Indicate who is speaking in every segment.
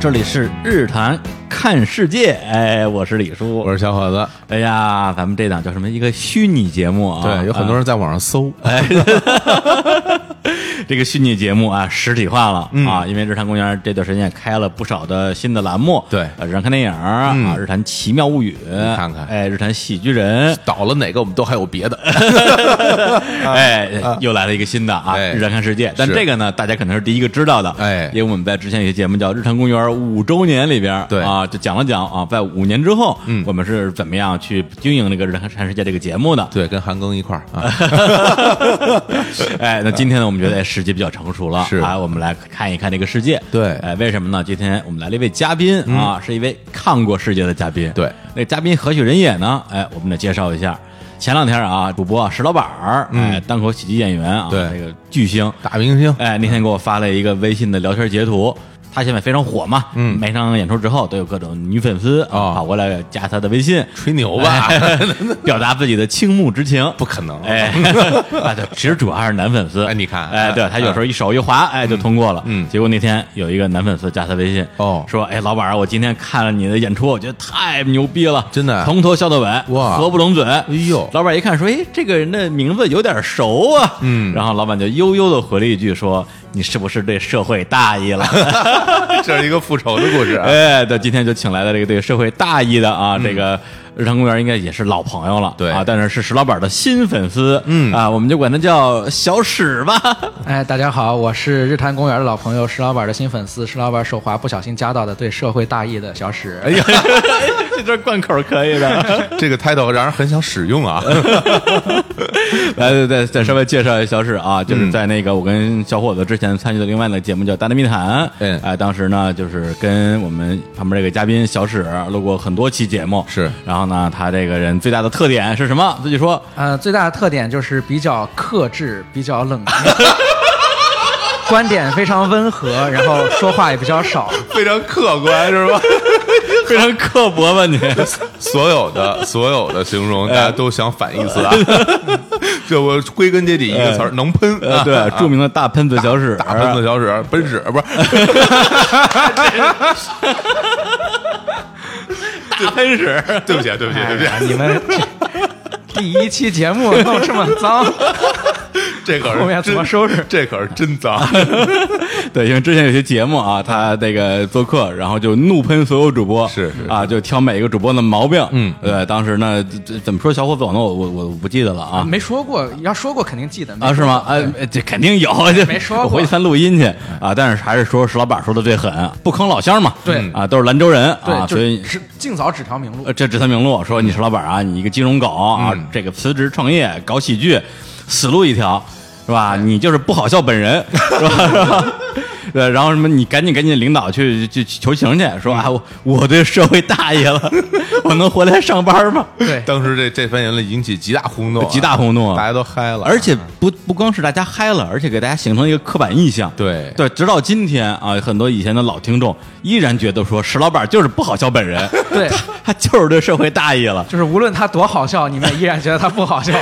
Speaker 1: 这里是日坛看世界，哎，我是李叔，
Speaker 2: 我是小伙子。
Speaker 3: 啊
Speaker 1: 哎呀，咱们这档叫什么？一个虚拟节目啊，
Speaker 2: 对，有很多人在网上搜，
Speaker 3: 啊
Speaker 1: 哎，这个虚拟节目啊，实体化了、
Speaker 2: 嗯
Speaker 1: 啊，因为日坛公园这段时间也开了不少的新的栏目，
Speaker 2: 对嗯
Speaker 1: 呃日坛看电影、啊，日坛奇妙物语，
Speaker 2: 看看
Speaker 1: 哎，日坛喜剧人，
Speaker 2: 倒了哪个我们都还有别的。
Speaker 1: 哎，又来了一个新的啊，
Speaker 2: 啊哎
Speaker 1: 日坛看世界。但
Speaker 2: 是
Speaker 1: 这个呢，大家可能是第一个知道的，
Speaker 2: 哎
Speaker 1: 因为我们在之前有些节目叫《日坛公园五周年》里边，
Speaker 2: 对
Speaker 1: 啊，就讲了讲啊，在五年之后，嗯，我们是怎么样去经营这个《日坛看世界》这个节目 的。
Speaker 2: 对，跟韩庚一块儿啊，
Speaker 1: 哎，那今天呢，我们觉得哎时机比较成熟了，
Speaker 2: 是
Speaker 1: 啊，我们来看一看这个世界。
Speaker 2: 对嗯
Speaker 1: 哎，为什么呢？今天我们来了一位嘉宾啊，是一位看过世界的嘉宾。
Speaker 2: 对
Speaker 1: 那嘉宾何许人也呢？哎，我们得介绍一下。前两天啊，主播啊石老板儿，哎，单口喜剧演员啊，
Speaker 2: 嗯对
Speaker 1: 这个巨星，
Speaker 2: 大明星。
Speaker 1: 哎，那天给我发了一个微信的聊天截图。他现在非常火嘛，嗯，每场演出之后都有各种女粉丝啊
Speaker 2: 哦
Speaker 1: 跑过来加他的微信，哎
Speaker 2: 吹牛吧？
Speaker 1: 表达自己的倾慕之情。
Speaker 2: 不可能！
Speaker 1: 哎， 啊，对，其实主要还是男粉丝。
Speaker 2: 哎你看
Speaker 1: 哎，对他有时候一手一滑，哎，就通过了。嗯，结果那天有一个男粉丝加他微信，
Speaker 2: 哦
Speaker 1: 说，哎，老板儿，我今天看了你的演出，我觉得太牛逼了，
Speaker 2: 真的啊
Speaker 1: 从头笑到尾，
Speaker 2: 哇
Speaker 1: 合不拢嘴。哎
Speaker 2: 呦
Speaker 1: 老板一看说，哎，这个人的名字有点熟啊。嗯，然后老板就悠悠的回了一句说，你是不是对社会大意了？
Speaker 2: 这是一个复仇的故事啊。
Speaker 1: 哎，对，今天就请来了这个对社会大义的啊，这个日常公园应该也是老朋友了，
Speaker 2: 对
Speaker 1: 啊，但是是石老板的新粉丝，嗯啊，我们就管他叫小史 吧。
Speaker 3: 哎，大家好，我是日坛公园的老朋友石老板的新粉丝，石老板手滑不小心夹到的对社会大义的小史。哎呀，
Speaker 1: 这段贯口可以 的，
Speaker 3: 哎
Speaker 2: 这个 title 让人很想使用啊。
Speaker 3: 嗯
Speaker 1: 来，对对，再稍微介绍一下小史啊，就是在那个我跟小伙子之前参与的另外的节目叫《大内密谈》，
Speaker 2: 嗯
Speaker 1: 哎，当时呢就是跟我们旁边这个嘉宾小史录过很多期节目，
Speaker 2: 是
Speaker 1: 然后呢，他这个人最大的特点是什么？自己说，
Speaker 3: 呃，最大的特点就是比较克制，比较冷静， 观点非常温和，然后说话也比较少。
Speaker 2: 非常客观是吧？
Speaker 1: 非常刻薄吧你？
Speaker 2: 所有的所有的形容，
Speaker 3: 哎
Speaker 2: 大家都想反义词 啊。这我归根结底一
Speaker 3: 哎
Speaker 2: 个词儿，能喷。
Speaker 1: 呃， 对，著名的大喷子小史，
Speaker 2: 大喷子小史，奔驰 不是？
Speaker 1: 大喷屎，
Speaker 2: 对不起，啊对不起，对不起
Speaker 3: 哎呀，你 们这第一期节目弄这么脏，
Speaker 2: 这可是
Speaker 3: 后面怎么
Speaker 2: 真
Speaker 3: 收拾？
Speaker 2: 这可是真脏。
Speaker 1: 对，因为之前有些节目啊，他那个做客，然后就怒喷所有主播，
Speaker 2: 是是
Speaker 1: 啊，就挑每一个主播的毛病，嗯，对，当时呢，这这怎么说小伙子呢？我我我不记得了啊
Speaker 3: 没说过，要说过肯定记得。
Speaker 1: 啊，是吗？哎，这肯定有，这
Speaker 3: 没说过
Speaker 1: 我回去翻录音去啊。但是还是说石老板说的最狠，不坑老乡嘛，
Speaker 3: 对
Speaker 1: 啊，都是兰州人啊，
Speaker 3: 对，
Speaker 1: 所以
Speaker 3: 就。是尽早指条明路
Speaker 1: 呃，。这指他明路，说你是老板啊，你一个金融狗啊，
Speaker 2: 嗯
Speaker 1: 这个辞职创业搞喜剧，死路一条，是吧？你就是不好笑本人，是吧？ 是吧？对，然后什么？你赶紧赶紧领导去去去求情去，
Speaker 2: 嗯
Speaker 1: 说啊，我我对社会大爷了， 我能回来上班吗？
Speaker 3: 对，
Speaker 2: 当时这这番言论引起极大轰动啊，
Speaker 1: 哎极大轰动啊
Speaker 2: 大家都嗨了，
Speaker 1: 而且不不光是大家嗨了，而且给大家形成一个刻板印象。
Speaker 2: 对
Speaker 1: 对，直到今天啊，很多以前的老听众依然觉得说石老板就是不好笑本人，
Speaker 3: 对
Speaker 1: 他他就是对社会大意了。
Speaker 3: 就是无论他多好笑，你们依然觉得他 不
Speaker 1: 啊
Speaker 3: 好笑。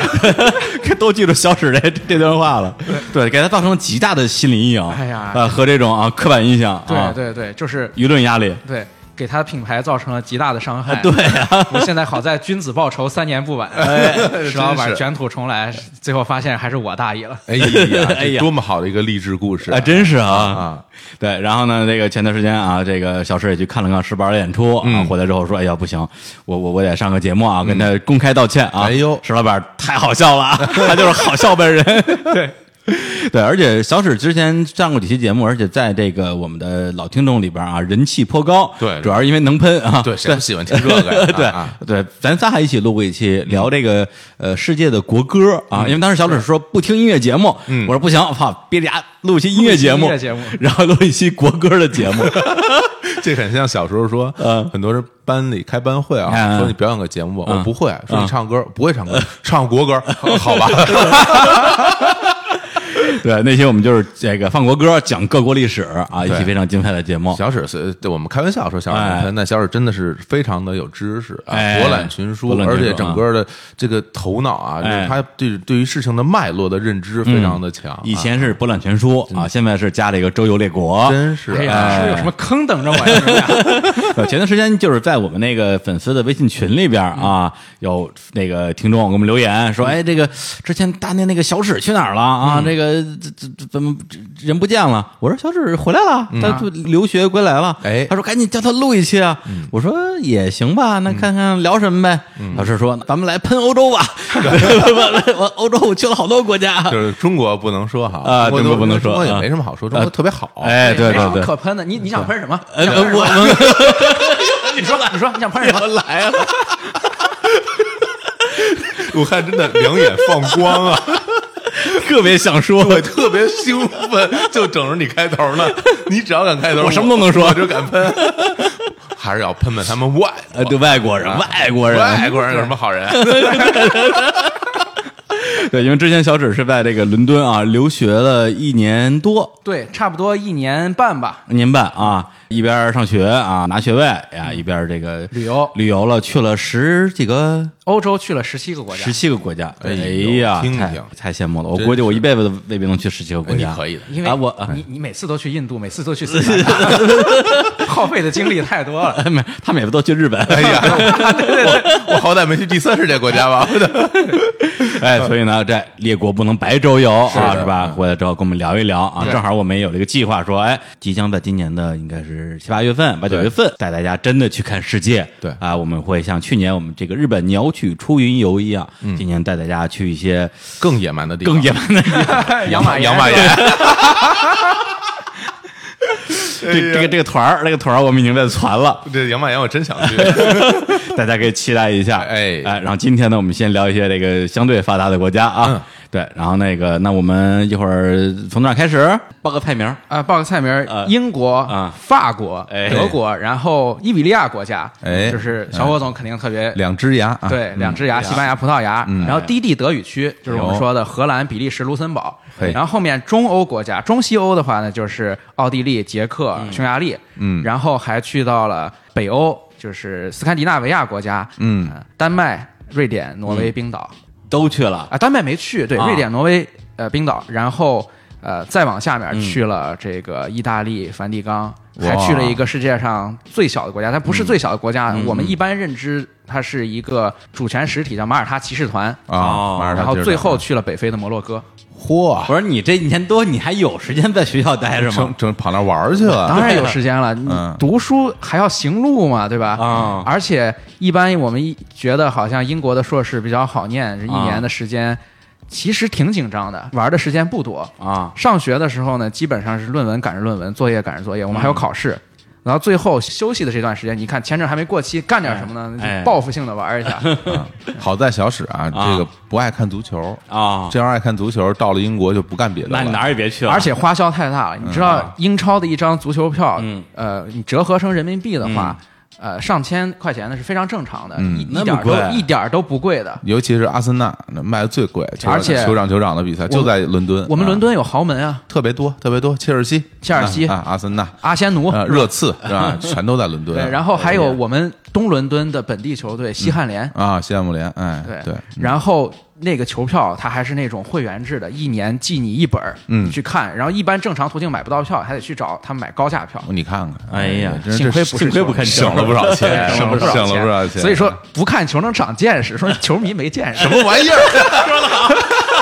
Speaker 1: 都记住小史这这段话了，对，给他造成了极大的心理阴影，
Speaker 3: 哎呀
Speaker 1: 呃，和这种啊刻板印象，啊
Speaker 3: 对对对，就是
Speaker 1: 舆论压力，
Speaker 3: 对，给他品牌造成了极大的伤害。
Speaker 1: 对啊哎
Speaker 3: 我现在好在君子报仇，三年不晚。 石老
Speaker 2: 真
Speaker 3: 板
Speaker 2: 是
Speaker 3: 卷土重来，最后发现还是我大意了。
Speaker 2: 哎呀，
Speaker 1: 哎
Speaker 2: 这
Speaker 1: 呀
Speaker 2: 多么好的一个励志故事
Speaker 1: 啊，真是啊
Speaker 2: 啊！
Speaker 1: 对，然后呢，这个前段时间啊，这个小石也去看了看石板的演出啊，回来之后说，哎呀，不行，我我我得上个节目啊，跟他公开道歉啊，
Speaker 2: 哎呦
Speaker 1: 石老板太好笑了， 啊，他就是好笑本人，对。对，而且小史之前上过几期节目，而且在这个我们的老听众里边啊，人气颇高。
Speaker 2: 对
Speaker 1: 主要是因为能喷啊。
Speaker 2: 对，谁不喜欢听这 个呀？
Speaker 1: 对、
Speaker 2: 啊
Speaker 1: 对，咱仨还一起录过一期聊这个呃世界的国歌啊，因为当时小李说不听音乐节目，我说不行，我操，憋着牙录一期音乐节目，
Speaker 3: 录一期音乐节目
Speaker 1: 然后录一期国歌的节目，
Speaker 2: 这很像小时候说，很多人班里开班会
Speaker 1: 嗯
Speaker 2: 啊，说你表演个节目吧，我不会，说
Speaker 1: 嗯
Speaker 2: 你唱歌不会唱歌，唱国歌，好吧？
Speaker 1: 对，那期我们就是这个放国歌，讲各国历史啊，一期
Speaker 2: 对
Speaker 1: 非常精彩的节目。
Speaker 2: 小史是对我们开玩笑说小史
Speaker 1: 哎
Speaker 2: 很喷，但小史真的是非常的有知识啊，
Speaker 1: 哎
Speaker 2: 博览群
Speaker 1: 博
Speaker 2: 书，
Speaker 1: 览群
Speaker 2: 而
Speaker 1: 书嗯
Speaker 2: 且整个的这个头脑啊，就
Speaker 1: 哎
Speaker 2: 是他对对于事情的脉络的认知非常的强啊。
Speaker 1: 嗯以前是博览全书啊，现在是加了一个周游列国。
Speaker 2: 真是啊
Speaker 3: 哎呀，是不是有什么坑等着我呀？你们俩
Speaker 1: 呃前段时间就是在我们那个粉丝的微信群里边啊，有那个听众给我们留言说，哎，这个之前大内那个小史去哪儿了
Speaker 2: 嗯
Speaker 1: 啊？这个这这这怎么人不见了？我说小史回来了，他就留学归来了。
Speaker 2: 嗯啊哎嗯
Speaker 1: 他说赶紧叫他录一期啊。我说也行吧，那看看聊什么呗。老师说咱们来喷欧 洲吧，我我欧洲我去了好多国家。
Speaker 2: 就是中国不能说哈
Speaker 1: 啊
Speaker 2: 中
Speaker 1: 中国不能
Speaker 2: 中
Speaker 1: 说
Speaker 2: 国也
Speaker 1: 啊
Speaker 2: 没什么好说，中国特别好。
Speaker 1: 哎，对
Speaker 3: 没什
Speaker 1: 对
Speaker 3: 么
Speaker 1: 对，
Speaker 3: 可喷的。你你想喷什么？
Speaker 1: 呃，
Speaker 3: 想喷什
Speaker 1: 我
Speaker 3: 么
Speaker 1: 们
Speaker 3: 你说你说你想喷什么？
Speaker 1: 来了。
Speaker 2: 我看真的两眼放光啊，
Speaker 1: 特别想说，
Speaker 2: 我特别兴奋，就等着你开头呢。你只要敢开头，
Speaker 1: 我什么都能说
Speaker 2: 我就敢喷，还是要喷喷他们外
Speaker 1: 呃，对外国人，外国人，
Speaker 2: 啊外国人有什么好人？
Speaker 1: 对，因为之前小指是在这个伦敦啊留学了一年多，
Speaker 3: 对，差不多一年半吧。
Speaker 1: 一年半啊，一边上学啊拿学位啊，一边这个
Speaker 3: 旅游
Speaker 1: 旅游了，去了十几个。
Speaker 3: 欧洲去了十七个国家
Speaker 1: 十，七个国家，哎
Speaker 2: 哎呦
Speaker 1: 呀，
Speaker 2: 听
Speaker 1: 太
Speaker 2: 听
Speaker 1: 太羡慕了！我
Speaker 2: 真哎
Speaker 1: 估计我一辈子都未必能去十七个国
Speaker 2: 你
Speaker 1: 家，
Speaker 2: 可以的，
Speaker 3: 因为
Speaker 1: 啊我啊
Speaker 3: 你你每次都去印度，每次都去斯 里兰卡， 耗费的精力太多了。
Speaker 1: 哎， 没，他们也不都去日本，
Speaker 2: 哎呀，我我好歹没去第三世界国家吧？
Speaker 1: 哎，所以呢，这列国不能白周游啊，
Speaker 2: 是
Speaker 1: 是吧？回来之后跟我们聊一聊啊，正好我们也有这个计划，说，哎，即将在今年的应该是七八月份、八九月份，带大家真的去看世界。
Speaker 2: 对
Speaker 1: 啊，我们会像去年我们这个日本鸟取出云游一样，今年带大家去一些
Speaker 2: 更野蛮的地方，
Speaker 1: 更野蛮的地方。
Speaker 3: 养马
Speaker 2: 养马
Speaker 3: 岩，
Speaker 2: 岩，
Speaker 1: 这这个这个团儿，这个团儿我们已经在传了，
Speaker 2: 这养马岩我真想去。
Speaker 1: 大家可以期待一下。
Speaker 2: 哎
Speaker 1: 哎，然后今天呢，我们先聊一些这个相对发达的国家啊。
Speaker 2: 嗯
Speaker 1: 对，然后那个，那我们一会儿从哪儿开始？报个菜名儿。
Speaker 3: 啊，报个菜名儿
Speaker 1: 呃：
Speaker 3: 英国、
Speaker 1: 啊
Speaker 3: 法国、
Speaker 1: 哎
Speaker 3: 德国，然后伊比利亚国家，
Speaker 2: 哎
Speaker 3: 就是小伙总肯定特别。
Speaker 2: 两嗯只牙啊，
Speaker 3: 对，两只牙，西班牙、葡萄牙，然后低地德语区就是我们说的荷兰、比利时、卢森堡，
Speaker 2: 嘿
Speaker 3: 然后后面中欧国家，中西欧的话呢，就是奥地利、捷克、匈牙利，嗯，然后还去到了北欧，就是斯堪的纳维亚国家，
Speaker 2: 嗯
Speaker 3: 呃，丹麦、瑞典、挪威、冰岛，
Speaker 1: 都去了，
Speaker 3: 啊，丹麦没去，对，
Speaker 1: 啊
Speaker 3: 瑞典、挪威、呃，冰岛，然后呃，再往下面去了这个意大利、梵蒂冈，还去了一个世界上最小的国家，它不是最小的国
Speaker 2: 嗯
Speaker 3: 家，我们一般认知它是一个主权实体，叫马耳他骑士团。
Speaker 1: 哦
Speaker 2: 啊，马耳他
Speaker 3: 然后
Speaker 2: 就是
Speaker 3: 最后去了北非的摩洛哥，
Speaker 2: 嚯，
Speaker 1: 我说你这一年多，你还有时间在学校待着吗
Speaker 2: 整？整跑那玩儿去了，
Speaker 3: 当然有时 间了。你
Speaker 2: 啊嗯
Speaker 3: 读书还要行路嘛，对吧？
Speaker 1: 啊
Speaker 3: 而且一般我们一觉得好像英国的硕士比较好念，这一年的时间其实挺紧张的，玩的时间不多。
Speaker 1: 啊，
Speaker 3: 上学的时候呢，基本上是论文赶着论文，作业赶着作业，我们还有考试。然后最后休息的这段时间，你看签证还没过期，干点什么呢？
Speaker 1: 哎
Speaker 3: 就报复性的玩 一下。
Speaker 2: 好在小史啊，
Speaker 1: 啊
Speaker 2: 这个不爱看足球
Speaker 1: 啊
Speaker 2: 这要是爱看足球，到了英国就不干别的了。
Speaker 1: 那你哪儿也别去了。
Speaker 3: 而且花销太大了，你知
Speaker 1: 嗯
Speaker 3: 道英超的一张足球票，呃，你折合成人民币的话，呃，上千块钱那是非常正常的，一
Speaker 1: 嗯那么
Speaker 3: 一点儿
Speaker 1: 贵
Speaker 3: 都一点儿都不贵的。
Speaker 2: 尤其是阿森纳那卖的最贵，酋
Speaker 3: 而且
Speaker 2: 酋长酋长的比赛就在伦敦，
Speaker 3: 我们
Speaker 1: 嗯
Speaker 2: 啊
Speaker 3: 伦敦有豪门啊，
Speaker 2: 特别多，特别多，切尔西、
Speaker 3: 切尔西
Speaker 2: 啊，啊阿森纳、
Speaker 3: 阿仙奴
Speaker 1: 呃
Speaker 2: 啊，热刺是吧，全都在伦敦。啊
Speaker 3: 对，然后还有我们东伦敦的本地球队西汉联，
Speaker 2: 啊，西汉姆联，哎，
Speaker 3: 对
Speaker 2: 对，
Speaker 3: 然后那个球票它还是那种会员制的，一年寄你一本，嗯，去看。然后一般正常途径买不到票，还得去找他们买高价票，
Speaker 2: 你看看，
Speaker 1: 哎呀
Speaker 2: 真是
Speaker 3: 幸亏不是
Speaker 1: 幸亏不看
Speaker 2: 省了不少钱，
Speaker 3: 省
Speaker 2: 了
Speaker 3: 了
Speaker 2: 不
Speaker 3: 少
Speaker 2: 省了不少钱。
Speaker 3: 所以说不看球能长见识，说球迷没见识
Speaker 2: 什。么玩意儿？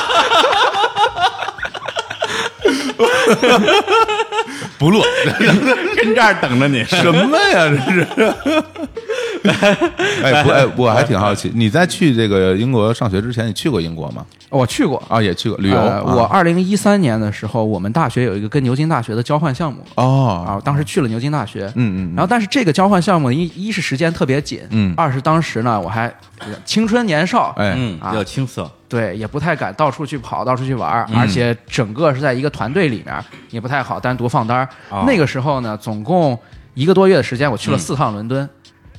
Speaker 2: 不录，
Speaker 1: 跟这儿等着你。
Speaker 2: 什么呀？这是。 哎，不，哎，我还挺好奇，你在去这个英国上学之前，你去过英国吗？
Speaker 3: 我 去过
Speaker 2: 啊，也去过旅游。
Speaker 3: 呃我
Speaker 2: 啊
Speaker 3: 二零一三年的时候，我们大学有一个跟牛津大学的交换项目。
Speaker 2: 哦，
Speaker 3: 啊，当时去了牛津大学，
Speaker 2: 嗯嗯嗯
Speaker 3: 然后但是这个交换项目一一是时间特别紧，
Speaker 2: 嗯
Speaker 3: 二是当时呢我还呃青春年少，
Speaker 2: 哎，
Speaker 1: 嗯，
Speaker 3: 啊
Speaker 1: 比较青涩。
Speaker 3: 对，也不太敢到处去跑，到处去玩儿，
Speaker 2: 嗯
Speaker 3: 而且整个是在一个团队里面儿，也不太好单独放单儿。
Speaker 1: 哦
Speaker 3: 那个时候呢，总共一个多月的时间，我去了四趟伦敦，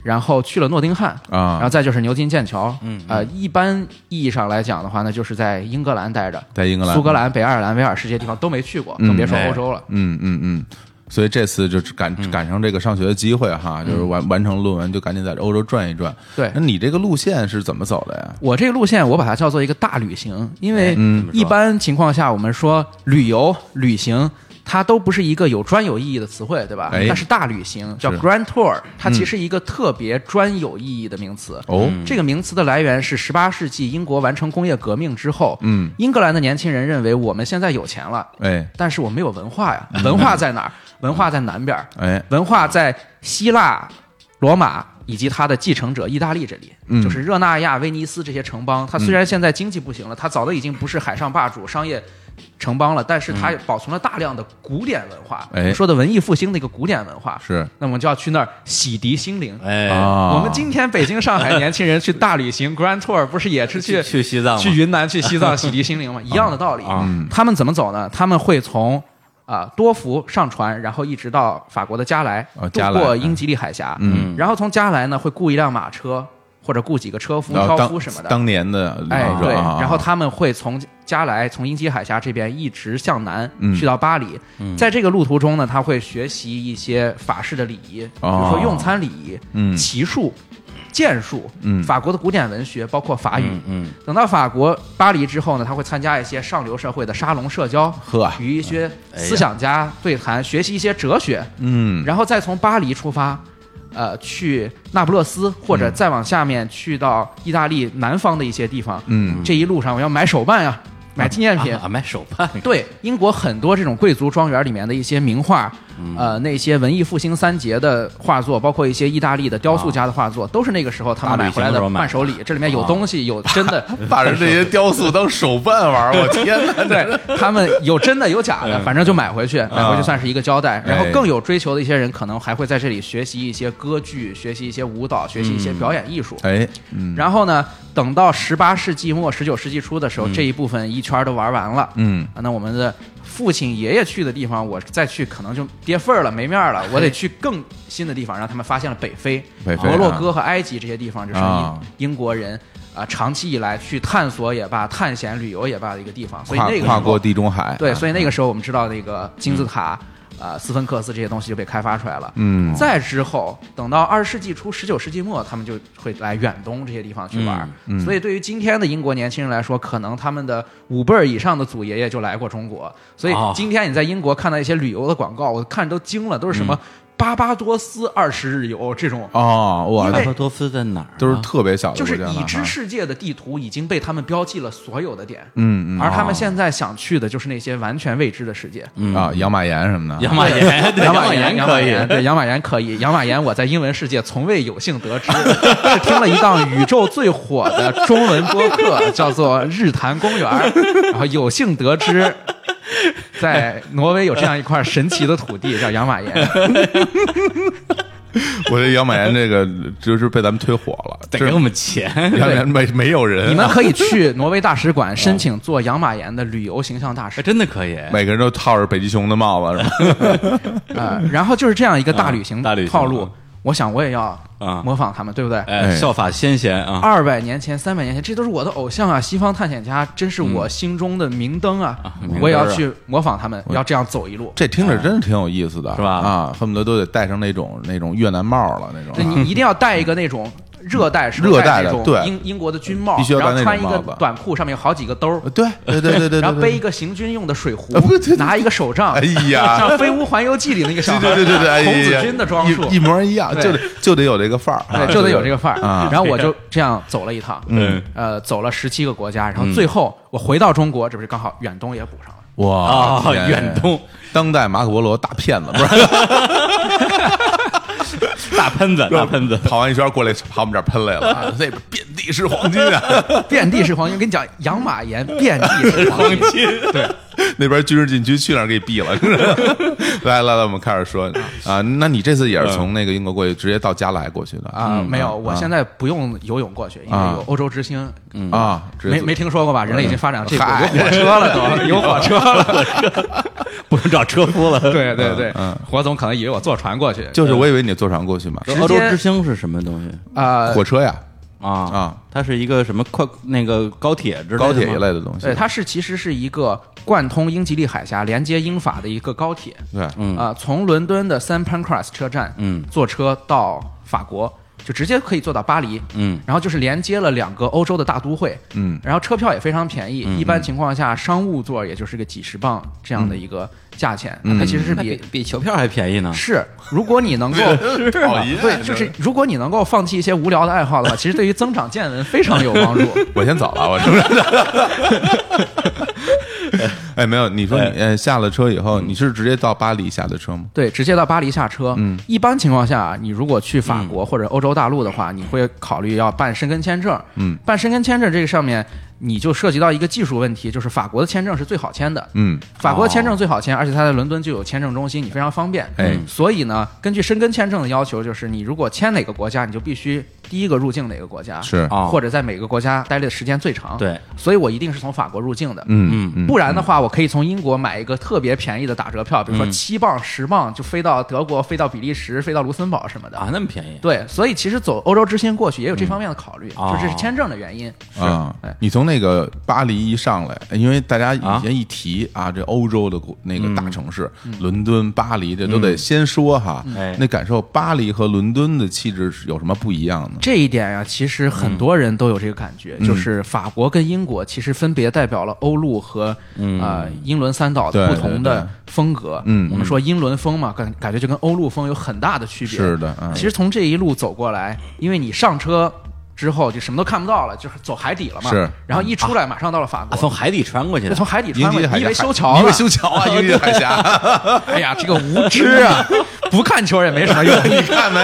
Speaker 3: 然后去了诺丁汉
Speaker 2: 嗯啊
Speaker 3: 然后再就是牛津、剑桥，嗯，呃，一般意义上来讲的话呢，就是在英格兰待着，
Speaker 2: 在英格兰
Speaker 3: 苏格兰、北爱尔兰、威尔士这些地方都没去过，更别说欧洲了。
Speaker 2: 嗯嗯嗯，所以这次就是赶
Speaker 3: 嗯
Speaker 2: 赶上这个上学的机会哈，就是完完成论文就赶紧在欧洲转一转。
Speaker 3: 对
Speaker 2: 那你这个路线是怎么走的呀？
Speaker 3: 我这个路线，我把它叫做一个大旅行，因
Speaker 2: 哎
Speaker 3: 为
Speaker 2: 嗯
Speaker 1: 么说
Speaker 3: 一般情况下，我们说旅游、旅行，它都不是一个有专有意义的词汇，对吧
Speaker 2: 哎？
Speaker 3: 但是大旅行叫
Speaker 2: 是嗯
Speaker 3: Grand Tour，它其实一个特别专有意义的名词。
Speaker 2: 哦，
Speaker 3: 这个名词的来源是十八世纪英国完成工业革命之后，
Speaker 2: 嗯，
Speaker 3: 英格兰的年轻人认为我们现在有钱了，
Speaker 2: 哎
Speaker 3: 但是我没有文化呀，
Speaker 2: 嗯
Speaker 3: 文化在哪儿？文化在南边儿，
Speaker 2: 哎，
Speaker 3: 文化在希腊、罗马以及它的继承者意大利这里，
Speaker 2: 嗯
Speaker 3: 就是热那亚、威尼斯这些城邦。它虽然现在经济不行了，它早都已经不是海上霸主、商业城邦了，但是它保存了大量的古典文化。
Speaker 2: 哎
Speaker 3: 我们说的文艺复兴的一个古典文化，
Speaker 2: 是
Speaker 3: 那我们就要去那儿洗涤心灵。
Speaker 1: 哎，
Speaker 2: 啊，
Speaker 3: 我们今天北京、上海年轻人去大旅行 Grand Tour，不是也是去
Speaker 1: 去西藏吗
Speaker 3: 去云南、去西藏洗涤 心灵吗？一样的道理
Speaker 1: 啊。
Speaker 3: 他们怎么走呢？他们会从啊、多福上船，然后一直到法国的加莱
Speaker 2: 哦，
Speaker 3: 渡
Speaker 2: 加莱
Speaker 3: 过英吉利海峡。
Speaker 2: 嗯，
Speaker 3: 然后从加莱呢会雇一辆马车或者雇几个车夫、
Speaker 2: 然后
Speaker 3: 挑
Speaker 2: 哦当
Speaker 3: 夫什么的。
Speaker 2: 当年的旅
Speaker 3: 哎，
Speaker 2: 行者
Speaker 3: 对，
Speaker 2: 啊
Speaker 3: 然后他们会从加莱、从英吉利海峡这边一直向南
Speaker 2: 嗯
Speaker 3: 去到巴黎，在这个路途中呢，他会学习一些法式的礼仪，比如
Speaker 2: 哦
Speaker 3: 说用餐礼仪、
Speaker 2: 嗯
Speaker 3: 骑术、剑术、
Speaker 2: 嗯
Speaker 3: 法国的古典文学，包括法语。
Speaker 1: 嗯嗯，
Speaker 3: 等到法国巴黎之后呢，他会参加一些上流社会的沙龙社交，
Speaker 1: 啊
Speaker 2: 呵
Speaker 3: 与一些思想家对谈，学习一些哲学，
Speaker 1: 哎
Speaker 2: 嗯
Speaker 3: 然后再从巴黎出发，呃，去那不勒斯，或者再往下面去到意大利南方的一些地方。
Speaker 2: 嗯
Speaker 3: 这一路上我要买手办呀、买纪念品。
Speaker 1: 啊，买手办，
Speaker 3: 对，英国很多这种贵族庄园里面的一些名画，
Speaker 1: 嗯
Speaker 3: 呃，那些文艺复兴三杰的画作，包括一些意大利的雕
Speaker 1: 啊
Speaker 3: 塑家的画作，都是那个时候他们
Speaker 1: 大
Speaker 3: 买
Speaker 1: 旅行
Speaker 3: 回来
Speaker 1: 的时
Speaker 3: 的
Speaker 1: 候买
Speaker 3: 伴手礼。这里面有东西，有真 的，
Speaker 2: 把人这些雕塑当手办玩儿，我天哪！
Speaker 3: 对他们有真的有假的，反正就买回去，买回去算是一个交代。然后更有追求的一些人，可能还会在这里学习一些歌剧，学习一些舞蹈，学习一些表演艺术。
Speaker 2: 哎，嗯
Speaker 3: 然后呢，等到十八世纪末、十九世纪初的时候，这一部分一圈儿都玩完了。
Speaker 2: 嗯
Speaker 3: 啊，那我们的父亲、爷爷去的地方，我再去可能就跌份儿了，没面儿了。我得去更新的地方，让他们发现了北非、
Speaker 2: 哎北非
Speaker 3: 摩洛
Speaker 2: 啊
Speaker 3: 哥和埃及这些地方，就是
Speaker 2: 啊
Speaker 3: 英英国人啊、长期以来去探索也罢、探险旅游也罢的一个地方。所以
Speaker 2: 跨
Speaker 3: 那个时
Speaker 2: 跨
Speaker 3: 候
Speaker 2: 过地嗯中海，啊
Speaker 3: 对，所以那个时候我们知道那个金字塔、啊、斯芬克斯这些东西就被开发出来了。
Speaker 2: 嗯
Speaker 3: 再之后，等到二十世纪初、十九世纪末，他们就会来远东这些地方去玩。
Speaker 2: 嗯
Speaker 3: 所以，对于今天的英国年轻人来说，可能他们的五辈儿以上的祖爷爷就来过中国。所以
Speaker 1: 哦，
Speaker 3: 今天你在英国看到一些旅游的广告，我看都惊了，都是什么巴巴多斯二十日游这种。
Speaker 2: 嗯哦，哇
Speaker 3: 因，
Speaker 1: 巴
Speaker 3: 为
Speaker 1: 巴多斯在哪儿啊？
Speaker 2: 都是特别小的
Speaker 3: 就
Speaker 2: 国
Speaker 3: 是
Speaker 2: 家了嗯
Speaker 3: 已知
Speaker 2: 哈
Speaker 3: 世界的地图已经被他们标记了所有的点，
Speaker 2: 嗯嗯
Speaker 3: 而他们现在想去的就是那些完全未知的世界。
Speaker 2: 啊，养马岩什么的，
Speaker 1: 嗯养马岩，对，
Speaker 3: 养
Speaker 1: 马
Speaker 3: 岩，养
Speaker 1: 可以，
Speaker 3: 岩对，养马岩可以。养马岩，我在英文世界从未有幸得知， 是听了一档宇宙最火的中文播客，叫做《日坛公园》，然后有幸得知，在挪威有这样一块神奇的土地叫养马岩。
Speaker 2: 我觉得养马岩这个就是被咱们推火了，
Speaker 1: 得
Speaker 2: 这
Speaker 1: 给我们 钱。
Speaker 2: 养马岩没没有人，啊
Speaker 3: 你们可以去挪威大使馆申请做养马岩的旅游形象大使
Speaker 1: 哎，。真的可以，
Speaker 2: 每个人都套着北极熊的帽子是吧？
Speaker 3: 呃，然后就是这样一个大旅行
Speaker 1: 嗯大旅行
Speaker 3: 套
Speaker 1: 嗯
Speaker 3: 路，我想我也要
Speaker 1: 啊
Speaker 3: 模仿他们，对不对？
Speaker 1: 哎，
Speaker 2: 哎
Speaker 1: 效法先贤啊，
Speaker 3: 二百年前、三百年前，这都是我的偶
Speaker 2: 嗯
Speaker 3: 像啊！西方探险家真是我心中的明灯啊！
Speaker 1: 明灯啊
Speaker 3: 我也要去模仿他们，要这样走一路。
Speaker 2: 这听着真是挺有意思的，
Speaker 1: 是吧
Speaker 2: 啊，恨不得都得戴上那种那种越南帽了那
Speaker 3: 对
Speaker 2: 种，
Speaker 3: 你一定要戴一个那种热带时候
Speaker 2: 热带的
Speaker 3: 那种
Speaker 2: 对
Speaker 3: 英英国的军帽，
Speaker 2: 必须要戴
Speaker 3: 然后
Speaker 2: 那种
Speaker 3: 穿一个
Speaker 2: 帽子呃
Speaker 3: 短裤，上面有好几个兜儿，
Speaker 2: 对啊对对对对对，
Speaker 3: 然后背一
Speaker 2: 对，
Speaker 3: 个行军用的水壶
Speaker 2: 啊不对，
Speaker 3: 拿一个手杖，
Speaker 2: 哎 呀，
Speaker 3: 像《飞屋环游记》里那个小
Speaker 2: 对
Speaker 3: 孩，
Speaker 2: 对对对对，哎呀
Speaker 3: 童子军的装束，
Speaker 2: 一一模一样，
Speaker 3: 对
Speaker 2: 就得就得有这个范儿，啊
Speaker 3: 对，就得有这个范儿。
Speaker 2: 啊
Speaker 3: 然后我就这样走了一趟，
Speaker 1: 嗯，
Speaker 3: 呃，走了十七个国家，然
Speaker 2: 嗯
Speaker 3: 后最后我回到中国，这不是刚好远东也补上了。
Speaker 2: 哇
Speaker 1: 啊，
Speaker 2: 天
Speaker 1: 远东
Speaker 2: 当代马可波罗大骗子，不是
Speaker 1: 大喷子，大喷子，
Speaker 2: 跑完一圈过来跑我们这儿喷来了，啊那边遍地是黄金啊，
Speaker 3: 遍地是黄金。我跟你讲，养马岩遍地是 黄
Speaker 1: 黄
Speaker 3: 金。
Speaker 1: 金，对，
Speaker 2: 那边军事禁区去哪儿给毙了？来来来，我们开始说啊，那你这次也是从那个英国过去，直接到加莱过去的
Speaker 3: 啊，没有，我现在不用游泳过去，因为
Speaker 2: 啊
Speaker 3: 有欧洲之星，
Speaker 2: 啊，直接
Speaker 3: 嗯没没听说过吧？人类已经发展到这个
Speaker 2: 嗨
Speaker 3: 嗯有火车了，都有火车了。
Speaker 1: 不用找车夫了。
Speaker 3: 对对对
Speaker 2: 嗯，
Speaker 3: 火总可能以为我坐船过去，
Speaker 2: 就是我以为你坐船过去嘛，
Speaker 1: 欧洲之星是什么东西
Speaker 3: 啊，
Speaker 2: 火车呀，
Speaker 1: 啊？
Speaker 2: 啊，
Speaker 1: 它是一个什么快那个高铁之类的吗
Speaker 2: 高铁一类的东西。
Speaker 3: 对，它是其实是一个贯通英吉利海峡、连接英法的一个高铁。
Speaker 2: 对，
Speaker 1: 嗯
Speaker 3: 啊、从伦敦的 St Pancras 车站，
Speaker 1: 嗯，
Speaker 3: 坐车到法国，就直接可以坐到巴黎，
Speaker 1: 嗯，
Speaker 3: 然后就是连接了两个欧洲的大都会，
Speaker 2: 嗯，
Speaker 3: 然后车票也非常便
Speaker 1: 嗯
Speaker 3: 宜，一般情况下商务座也就是个几十磅这样的一个价钱，它其实是
Speaker 1: 那
Speaker 3: 比
Speaker 1: 比比球票还便宜呢。
Speaker 3: 是，如果 你能够
Speaker 2: 讨厌
Speaker 3: 对，就是如果你能够放弃一些无聊的爱好的话，其实对于增长见闻非常有帮助。
Speaker 2: 我先走了，我是不是？哎，没有，你说你呃下了车以后，你是直接到巴黎下的车吗？
Speaker 3: 对，直接到巴黎下车。嗯，一般情况下，你如果去
Speaker 2: 嗯
Speaker 3: 法国或者欧洲大陆的话，你会考虑要办申根签证。
Speaker 2: 嗯，
Speaker 3: 办申根签证这个上面，你就涉及到一个技术问题，就是法国的签证是最好签的。
Speaker 2: 嗯，
Speaker 3: 法国的签证最好签，而且它在伦敦就有签证中心，你非常方便。
Speaker 2: 哎
Speaker 3: 所以呢，根据申根签证的要求，就是你如果签哪个国家，你就必须第一个入境哪个国家，
Speaker 2: 是
Speaker 1: 哦
Speaker 3: 或者在每个国家待的时间最长。
Speaker 1: 对，
Speaker 3: 所以我一定是从法国入境的。
Speaker 2: 嗯嗯
Speaker 3: 不然的话，我可以从英国买一个特别便宜的打折票，比如说七磅、十磅，就飞到德国、飞到比利时、飞到卢森堡什么的。
Speaker 1: 啊，那么便宜
Speaker 3: 对，所以其实走欧洲之星过去也有这方面的考虑，
Speaker 1: 哦
Speaker 3: 就这是签证的原因。
Speaker 2: 啊
Speaker 3: 哎，
Speaker 2: 你从那个巴黎一上来，因为大家以
Speaker 1: 啊
Speaker 2: 前一提啊，这欧洲的国那个大城市，伦敦、巴黎，这都得先说哈
Speaker 1: 哎。
Speaker 2: 那感受巴黎和伦敦的气质是有什么不一样呢？
Speaker 3: 这一点呀、其实很多人都有这个感觉，
Speaker 2: 嗯
Speaker 3: 就是法国跟英国其实分别代表了欧陆和、呃英伦三岛的
Speaker 2: 对
Speaker 3: 不同
Speaker 2: 嗯对对
Speaker 3: 的风格。
Speaker 2: 嗯
Speaker 3: 我们说英伦风嘛，感感觉就跟欧陆风有很大的区别。
Speaker 2: 是的嗯
Speaker 3: 其实从这一路走过来，因为你上车之后就什么都看不到了，就是走海底了嘛。
Speaker 2: 是
Speaker 3: 然后一出来马上到了法
Speaker 1: 啊，
Speaker 3: 国，
Speaker 1: 从海底穿过去
Speaker 3: 就
Speaker 1: 的
Speaker 3: 从海底
Speaker 2: 英
Speaker 3: 穿过
Speaker 2: 吉
Speaker 3: 去，
Speaker 2: 海
Speaker 3: 你以为
Speaker 2: 峡
Speaker 3: 修桥了？
Speaker 2: 你以为修桥啊？英吉海峡，
Speaker 3: 哎呀，这个无知啊， 不看球也没什么 用。
Speaker 2: 你看没？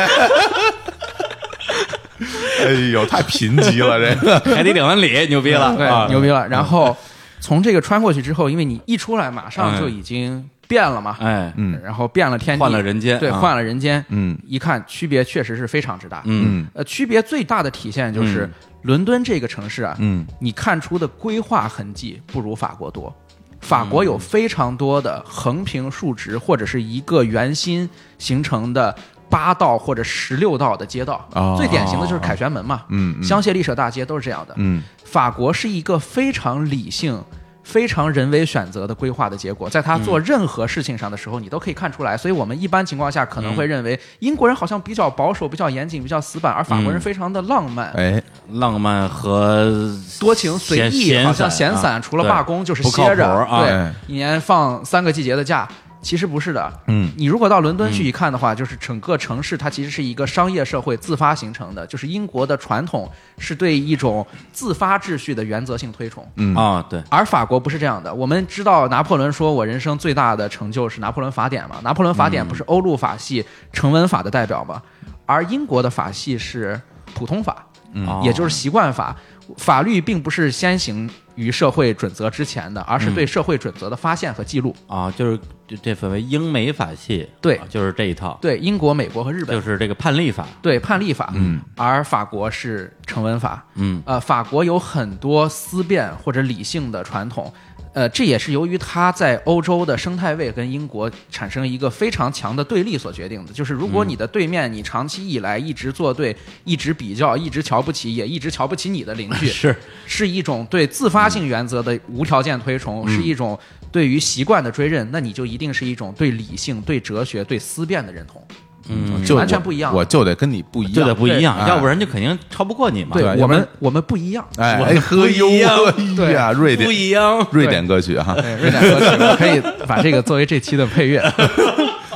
Speaker 2: 哎呦，太贫瘠了，这个。
Speaker 1: 海底两万里，牛逼了，啊
Speaker 3: 对，牛逼
Speaker 2: 嗯
Speaker 3: 了。然后从这个穿过去之后，因为你一出来马上就已经变了嘛，
Speaker 1: 哎，
Speaker 2: 嗯
Speaker 3: 然后变了天地，
Speaker 1: 换了人间
Speaker 3: 对，
Speaker 1: 啊
Speaker 3: 换了人间，
Speaker 2: 嗯，
Speaker 3: 一看区别确实是非常之大，
Speaker 1: 嗯，
Speaker 3: 呃，区别最大的体现就是伦敦这个城市啊，
Speaker 2: 嗯，
Speaker 3: 你看出的规划痕迹不如法国多。
Speaker 2: 嗯
Speaker 3: 法国有非常多的横平竖直或者是一个圆心形成的八道或者十六道的街道，
Speaker 2: 哦
Speaker 3: 最典型的就是凯旋门嘛，
Speaker 2: 嗯嗯
Speaker 3: 香榭丽舍大街都是这样的，
Speaker 2: 嗯，
Speaker 3: 法国是一个非常理性、非常人为选择的规划的结果，在他做任何事情上的时候，你都可以看出来。所以我们一般情况下可
Speaker 1: 嗯
Speaker 3: 能会认为英国人好像比较保守、比较严谨、比较死板，而法国人非常的浪漫、
Speaker 1: 嗯
Speaker 2: 哎，
Speaker 1: 浪漫和
Speaker 3: 多情随意，
Speaker 1: 闲
Speaker 3: 好像
Speaker 1: 闲
Speaker 3: 闲
Speaker 1: 散
Speaker 3: 散，
Speaker 1: 啊
Speaker 3: 除了罢工就是
Speaker 1: 不靠
Speaker 3: 歇着，
Speaker 1: 谱啊
Speaker 2: 哎
Speaker 3: 对，一年放三个季节的假。其实不是的，
Speaker 2: 嗯，
Speaker 3: 你如果到伦敦去一看的话，就是整个城市它其实是一个商业社会自发形成的，就是英国的传统是对一种自发秩序的原则性推崇，
Speaker 2: 嗯
Speaker 1: 啊，对，
Speaker 3: 而法国不是这样的。我们知道拿破仑说我人生最大的成就是拿破仑法典嘛，拿破仑法典不是欧陆法系成文法的代表吗？而英国的法系是普通法，
Speaker 1: 哦
Speaker 3: 也就是习惯法。法律并不是先行于社会准则之前的，而是对社会准则的发现和记录。
Speaker 1: 啊，就是这这分为英美法系，
Speaker 3: 对
Speaker 1: 啊就是这一套，
Speaker 3: 对英国、美国和日本，
Speaker 1: 就是这个判例法，
Speaker 3: 对判例法，嗯，而法国是成文法，
Speaker 1: 嗯，
Speaker 3: 呃，法国有很多思辨或者理性的传统，呃，这也是由于它在欧洲的生态位跟英国产生一个非常强的对立所决定的。就是如
Speaker 2: 嗯
Speaker 3: 果你的对面你长期以来一直作对，一直比较，一直瞧不起，也一直瞧不起你的邻 居，
Speaker 1: 是
Speaker 3: 是一种对自发性原则的无条件推崇，是一
Speaker 2: 嗯
Speaker 3: 种对于习惯的追认，那你就一定是一种对理性、对哲学、对思辨的认同。
Speaker 1: 嗯
Speaker 2: 就
Speaker 3: 完全
Speaker 2: 我
Speaker 3: 不一样
Speaker 2: 我就得跟你不一样，
Speaker 1: 就得不一样，
Speaker 2: 对
Speaker 1: 要不然就肯定超不过你嘛。
Speaker 3: 对
Speaker 2: 对
Speaker 3: 我
Speaker 2: 要不
Speaker 3: 们
Speaker 2: 然，
Speaker 3: 我们不一样。
Speaker 2: 哎，
Speaker 1: 我
Speaker 2: 哎
Speaker 1: 们
Speaker 2: 呵
Speaker 1: 不一
Speaker 2: 哟，
Speaker 1: 样
Speaker 2: 哎呀，瑞典
Speaker 1: 不一样，
Speaker 2: 瑞典歌曲哈，
Speaker 3: 对，瑞典歌曲，我可以把这个作为这期的配乐。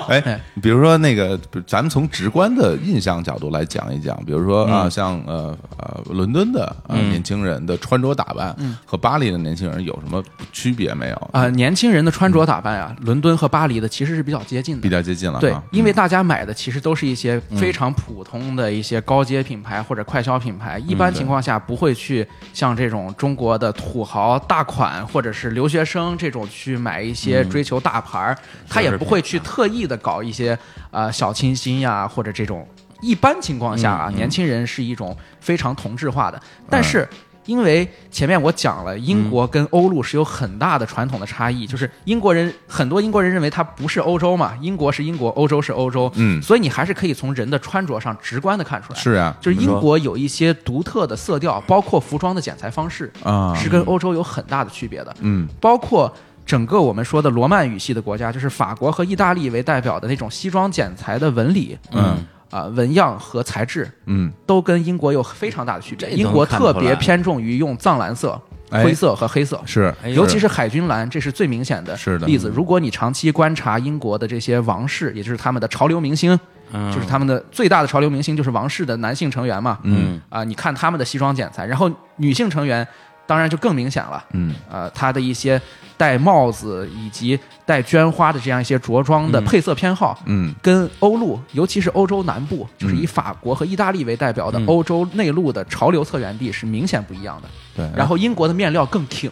Speaker 2: 哎，比如说那个，比如咱们从直观的印象角度来讲一讲，比如说
Speaker 3: 嗯
Speaker 2: 啊，像呃呃伦敦的呃年轻人的穿着打扮和巴黎的年轻人有什么区别没有？
Speaker 3: 嗯啊、年轻人的穿着打扮啊，伦敦和巴黎的其实是比较接近
Speaker 2: 嗯
Speaker 3: 的。
Speaker 2: 比较啊嗯接近了哈，
Speaker 3: 对，因为大家买的其实都是一些非常普通的一些高阶品牌或者快消品牌，
Speaker 2: 嗯
Speaker 3: 一般情况下不会去像这种中国的土豪大款或者是留学生这种去买一些
Speaker 2: 嗯
Speaker 3: 追求大牌儿，他也不会去特意的搞一些呃小清新呀或者这种。一般情况下啊，年轻人是一种非常同质化的，但是。因为前面我讲了，英国跟欧陆是有很大的传统的差异，就是英国人很多英国人认为它不是欧洲嘛，英国是英国，欧洲是欧洲，
Speaker 2: 嗯
Speaker 3: 所以你还是可以从人的穿着上直观的看出来，
Speaker 2: 是啊
Speaker 3: 就是
Speaker 1: 怎么
Speaker 3: 英
Speaker 1: 说
Speaker 3: 国有一些独特的色调，包括服装的剪裁方式
Speaker 2: 啊
Speaker 3: 是跟欧洲有很大的区别的，
Speaker 2: 嗯，
Speaker 3: 包括整个我们说的罗曼语系的国家，就是法国和意大利为代表的那种西装剪裁的纹理，
Speaker 2: 嗯
Speaker 3: 啊、纹样和材质，
Speaker 2: 嗯，
Speaker 3: 都跟英国有非常大的区别。
Speaker 1: 这都能
Speaker 3: 英国
Speaker 1: 看出
Speaker 3: 特
Speaker 1: 来
Speaker 3: 别偏重于用藏蓝色、
Speaker 2: 哎
Speaker 3: 灰色和黑色，
Speaker 2: 是，
Speaker 3: 尤其是海军蓝，这是最明显的
Speaker 2: 是的
Speaker 3: 例子。如果你长期观察英国的这些王室，也就是他们的潮流明星，
Speaker 1: 嗯
Speaker 3: 就是他们的最大的潮流明星就是王室的男性成员嘛，嗯啊、你看他们的西装剪裁，然后女性成员当然就更明显了，
Speaker 2: 嗯，
Speaker 3: 呃，她的一些戴帽子以及戴绢花的这样一些着装的配色偏好，
Speaker 2: 嗯
Speaker 3: 跟欧陆，尤其是欧洲南部，就是以法国和意大利为代表
Speaker 2: 嗯
Speaker 3: 的欧洲内陆的潮流策源地是明显不一样的。
Speaker 2: 对，
Speaker 3: 然后英国的面料更挺、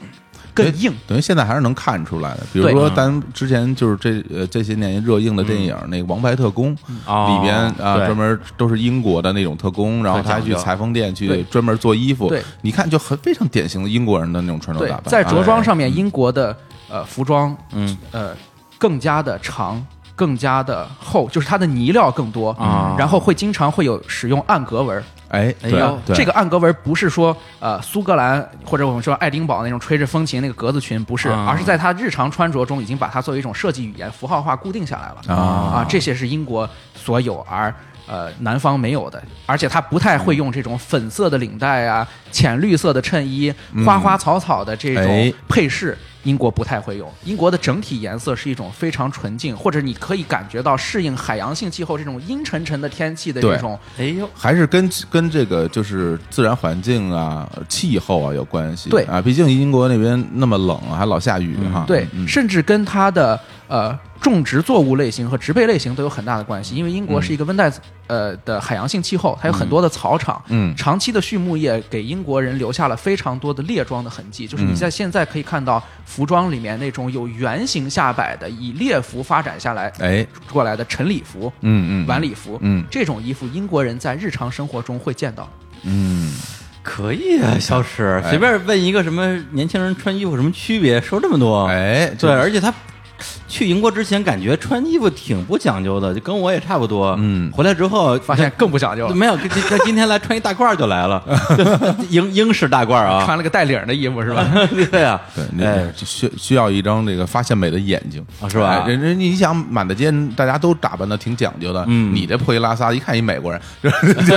Speaker 3: 更硬，
Speaker 2: 等于现在还是能看出来的。比如
Speaker 3: 对
Speaker 2: 说，咱之前就是这呃这些年热映的电影，
Speaker 3: 嗯
Speaker 2: 那个《王牌特工》
Speaker 1: 哦
Speaker 2: 里边啊，
Speaker 1: 对
Speaker 2: 专门都是英国的那种特工，然后他去
Speaker 1: 讲究
Speaker 2: 裁缝店去
Speaker 3: 对
Speaker 2: 专门做衣服
Speaker 3: 对，
Speaker 2: 你看就很非常典型的英国人的那种穿着
Speaker 3: 对
Speaker 2: 打，扮，
Speaker 3: 在着装
Speaker 2: 哎
Speaker 3: 上面，英国的呃服装，
Speaker 1: 嗯
Speaker 3: 呃更加的长，更加的厚，就是它的呢料更多
Speaker 1: 啊
Speaker 3: 然后会经常会有使用暗格纹。
Speaker 2: 哎，
Speaker 1: 哎
Speaker 2: 对
Speaker 1: 呦
Speaker 2: 对
Speaker 3: 这个暗格纹不是说呃苏格兰或者我们说爱丁堡那种吹着风琴那个格子裙，不是，
Speaker 1: 啊
Speaker 3: 而是在他日常穿着中已经把它作为一种设计语言符号化固定下来了
Speaker 2: 啊
Speaker 3: 这些是英国所有而。呃，南方没有的，而且他不太会用这种粉色的领带啊、
Speaker 2: 嗯
Speaker 3: 浅绿色的衬衣、花花草草的这
Speaker 2: 哎
Speaker 3: 种配饰，英国不太会用。英国的整体颜色是一种非常纯净，或者你可以感觉到适应海洋性气候这种阴沉沉的天气的这
Speaker 2: 对
Speaker 3: 种
Speaker 1: 哎呦，
Speaker 2: 还是跟跟这个就是自然环境啊、气候啊有关系。
Speaker 3: 对
Speaker 2: 啊，毕竟英国那边那么冷，还老下雨哈。
Speaker 3: 对，
Speaker 2: 嗯
Speaker 3: 甚至跟它的呃种植作物类型和植被类型都有很大的关系，因为英国是一个温带、呃的海洋性气候，它有很多的草场，
Speaker 2: 嗯
Speaker 3: 长期的畜牧业给英国人留下了非常多的列装的痕迹，就是你在现在可以看到服装里面那种有圆形下摆的，以列服发展下来
Speaker 2: 哎，
Speaker 3: 过来的晨礼服、
Speaker 2: 嗯嗯，
Speaker 3: 晚礼服，
Speaker 2: 嗯
Speaker 3: 这种衣服英国人在日常生活中会见到。
Speaker 2: 嗯
Speaker 1: 可以啊，肖师，随便问一个什么年轻人穿衣服有什么区别，说这么多，
Speaker 3: 哦
Speaker 2: 哎，
Speaker 1: 对，
Speaker 2: 这
Speaker 1: 而且他去英国之前感觉穿衣服挺不讲究的，就跟我也差不多，
Speaker 2: 嗯
Speaker 1: 回来之后
Speaker 3: 发现更不讲究了，
Speaker 1: 没 有，今今今天来穿一大褂儿就来了，就英英式大褂儿啊，
Speaker 3: 穿了个带领儿的衣服 是吧？
Speaker 1: 对啊，
Speaker 2: 对，
Speaker 1: 哎
Speaker 2: 你，需需要一张这个发现美的眼睛
Speaker 1: 啊是吧
Speaker 2: 哎人人你想满大街大家都打扮的挺讲究的，
Speaker 1: 嗯
Speaker 2: 你这破衣拉撒，一看一美国 人，
Speaker 3: 对，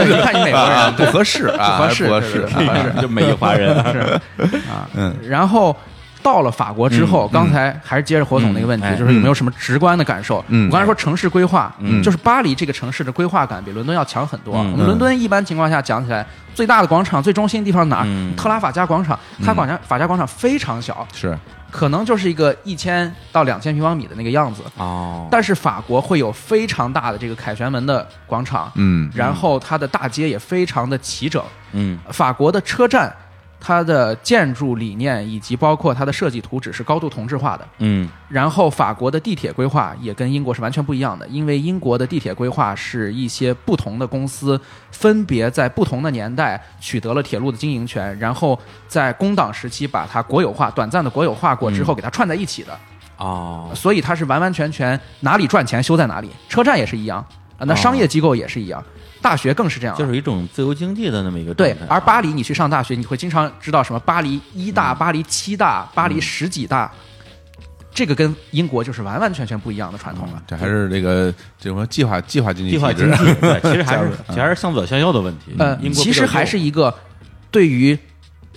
Speaker 3: 一看你美国人，
Speaker 2: 啊不合适啊，
Speaker 3: 哎不合适
Speaker 2: 不合
Speaker 3: 对
Speaker 2: 适
Speaker 3: 对，
Speaker 2: 啊
Speaker 3: 对
Speaker 1: 就美裔华人，
Speaker 3: 啊
Speaker 1: 嗯
Speaker 3: 然后到了法国之后，刚才还是接着火总那个问题
Speaker 1: 嗯哎，
Speaker 3: 就是有没有什么直观的感受？
Speaker 2: 嗯
Speaker 3: 我刚才说城市规划，就是巴黎这个城市的规划感比伦敦要强很多。
Speaker 1: 嗯
Speaker 3: 我们伦敦一般情况下讲起来，最大的广场、最中心的地方哪儿？
Speaker 1: 嗯
Speaker 3: 特拉法加广场，它广场法加广场非常小，
Speaker 2: 是
Speaker 3: 可能就是一个一千到两千平方米的那个样子。
Speaker 1: 哦，
Speaker 3: 但是法国会有非常大的这个凯旋门的广场，
Speaker 2: 嗯
Speaker 3: 然后它的大街也非常的齐整，
Speaker 1: 嗯，
Speaker 3: 法国的车站，它的建筑理念以及包括它的设计图纸是高度同质化的。
Speaker 1: 嗯
Speaker 3: 然后，法国的地铁规划也跟英国是完全不一样的，因为英国的地铁规划是一些不同的公司分别在不同的年代取得了铁路的经营权，然后在工党时期把它国有化，短暂的国有化过之后，给它串在一起的。
Speaker 1: 哦，
Speaker 3: 所以它是完完全全哪里赚钱修在哪里。车站也是一样，啊，那商业机构也是一样，大学更是这样。
Speaker 1: 就是一种自由经济的那么一个状
Speaker 3: 对
Speaker 1: 态，啊
Speaker 3: 而巴黎你去上大学，你会经常知道什么巴黎一
Speaker 1: 嗯
Speaker 3: 大、巴黎七大、巴黎十几大，这个跟英国就是完完全全不一样的传统了。
Speaker 2: 这还是这个这什么计划计划经济
Speaker 1: 计划
Speaker 2: 体制
Speaker 1: 经济， 对，其实还是
Speaker 2: 嗯
Speaker 1: 其实还是向左向右的问题，
Speaker 3: 呃，
Speaker 1: 嗯英国
Speaker 3: 其
Speaker 1: 比较
Speaker 3: 实还
Speaker 1: 右
Speaker 3: 是一个对于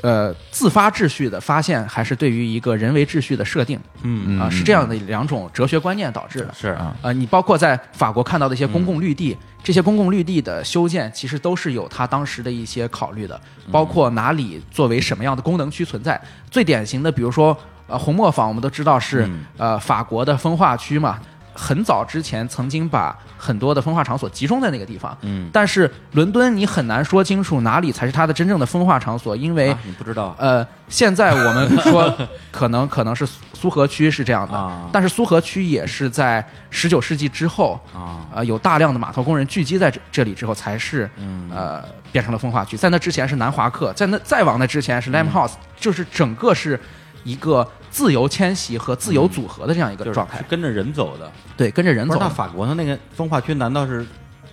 Speaker 3: 呃自发秩序的发现，还是对于一个人为秩序的设定
Speaker 1: 嗯
Speaker 2: 嗯
Speaker 3: 啊、是这样的两种哲学观念导致的。
Speaker 1: 是
Speaker 2: 啊
Speaker 3: 呃，你包括在法国看到的一些公共绿地，这些公共绿地的修建其实都是有它当时的一些考虑的，包括哪里作为什么样的功能区存在。最典型的，比如说呃红磨坊，我们都知道是、呃法国的风化区嘛。很早之前曾经把很多的风化场所集中在那个地方，嗯，但是伦敦你很难说清楚哪里才是它的真正的风化场所，因为、
Speaker 1: 啊你不知道
Speaker 3: 呃，现在我们 说可能可能是苏苏河区是这样的，
Speaker 1: 啊
Speaker 3: 但是苏河区也是在十九世纪之后
Speaker 1: 啊
Speaker 3: 呃，有大量的码头工人聚集在这这里之后，才是、
Speaker 1: 嗯
Speaker 3: 呃变成了风化区。在那之前是南华克，在那再往那之前是 Limehouse，、就是整个是一个自由迁徙和自由组合的这样一个
Speaker 1: 就是
Speaker 3: 状态。
Speaker 1: 是跟着人走的。
Speaker 3: 对，跟着人
Speaker 1: 不
Speaker 3: 走
Speaker 1: 是，那。法国的那个风化区难道是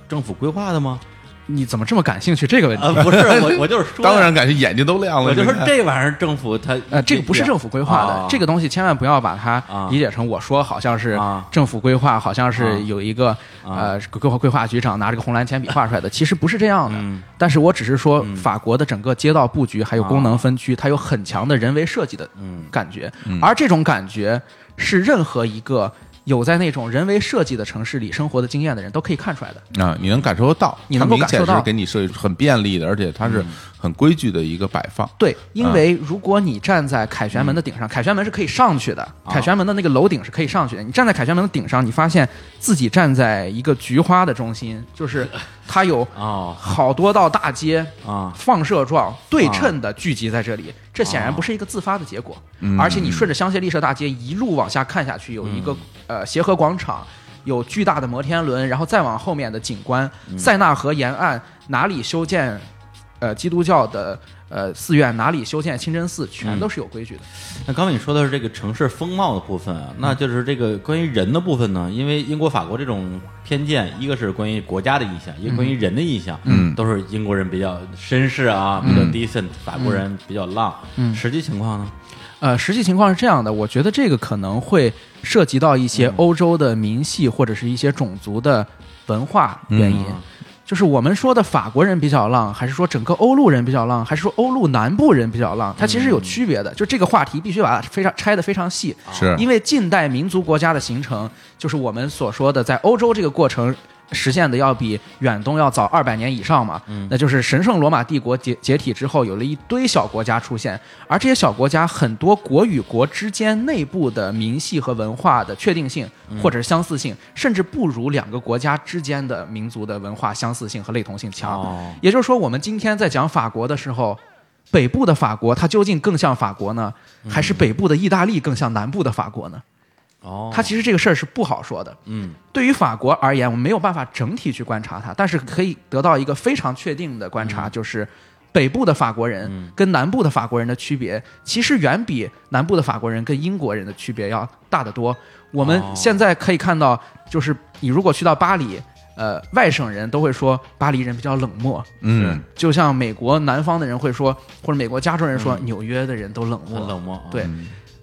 Speaker 1: 政府规划的吗？
Speaker 3: 你怎么这么感兴趣这个问题？
Speaker 1: 啊，不是，我我就是说，
Speaker 2: 当，然感觉眼睛都亮了。
Speaker 1: 我就说
Speaker 2: 你看
Speaker 1: 这玩意儿政府它
Speaker 3: 呃，这个不是政府规划的，
Speaker 1: 啊
Speaker 3: 这个东西千万不要把它
Speaker 1: 啊
Speaker 3: 理解成我说好像是
Speaker 1: 啊
Speaker 3: 政府规划，好像
Speaker 1: 啊
Speaker 3: 是有一个、
Speaker 1: 啊
Speaker 3: 呃规划规划局长拿着个红蓝铅笔画出来的，其实不是这样的。
Speaker 1: 嗯
Speaker 3: 但是我只是说，法国的整个街道布局还有功能分区，它有很强的人为设计的
Speaker 1: 嗯
Speaker 3: 感觉，而这种感觉是任何一个有在那种人为设计的城市里生活的经验的人都可以看出来的。
Speaker 2: 啊，你能感受得到，
Speaker 3: 你
Speaker 2: 它
Speaker 3: 能够
Speaker 2: 明
Speaker 3: 感
Speaker 2: 显
Speaker 3: 受到嗯
Speaker 2: 是给你设计很便利的，而且它是很规矩的一个摆放。
Speaker 3: 对，因
Speaker 2: 嗯
Speaker 3: 为如果你站在凯旋门的顶上，凯旋门是可以上去的，凯旋门的那个楼顶是可以上去的。你站在凯旋门的顶上，你发现自己站在一个菊花的中心，就是它有
Speaker 1: 哦
Speaker 3: 好多道大街
Speaker 1: 啊
Speaker 3: 放射状对称的聚集在这里，这显然不是一个自发的结果。而且你顺着香榭丽舍大街一路往下看下去，有一个、呃协和广场，有巨大的摩天轮，然后再往后面的景观，塞纳河沿岸哪里修建呃基督教的呃寺院，哪里修建清真寺，全都是有规矩的。
Speaker 1: 那刚才你说的是这个城市风貌的部分啊，那就是这个关于人的部分呢？因为英国、法国这种偏见，一个是关于国家的印象，一个关于人的印象，嗯，都是英国人比较绅士啊，比较 decent，法国人比较浪。嗯，实际情况呢？
Speaker 3: 呃，实际情况是这样的，我觉得这个可能会涉及到一些欧洲的民系或者是一些种族的文化原
Speaker 1: 嗯
Speaker 3: 因。
Speaker 1: 啊
Speaker 3: 就是我们说的法国人比较浪，还是说整个欧陆人比较浪，还是说欧陆南部人比较浪？它其实有区别的。就这个话题必须把它非常拆得非常细，
Speaker 2: 是
Speaker 3: 因为近代民族国家的形成，就是我们所说的在欧洲这个过程实现的要比远东要早二百年以上嘛。那就是神圣罗马帝国解解体之后，有了一堆小国家出现，而这些小国家很多国与国之间内部的民系和文化的确定性或者是相似性，甚至不如两个国家之间的民族的文化相似性和类同性强。
Speaker 1: 哦
Speaker 3: 也就是说，我们今天在讲法国的时候，北部的法国它究竟更像法国呢，
Speaker 1: 嗯
Speaker 3: 还是北部的意大利更像南部的法国呢？
Speaker 1: 哦，
Speaker 3: 它其实这个事儿是不好说的。
Speaker 1: 嗯，
Speaker 3: 对于法国而言，我们没有办法整体去观察它，但是可以得到一个非常确定的观察，
Speaker 1: 嗯
Speaker 3: 就是北部的法国人跟南部的法国人的区别，其实远比南部的法国人跟英国人的区别要大得多。我们
Speaker 1: 哦
Speaker 3: 现在可以看到，就是你如果去到巴黎，呃，外省人都会说巴黎人比较冷漠，
Speaker 2: 嗯，
Speaker 3: 就像美国南方的人会说，或者美国加州人说，纽约的人都冷漠，
Speaker 1: 很冷漠啊
Speaker 3: 对，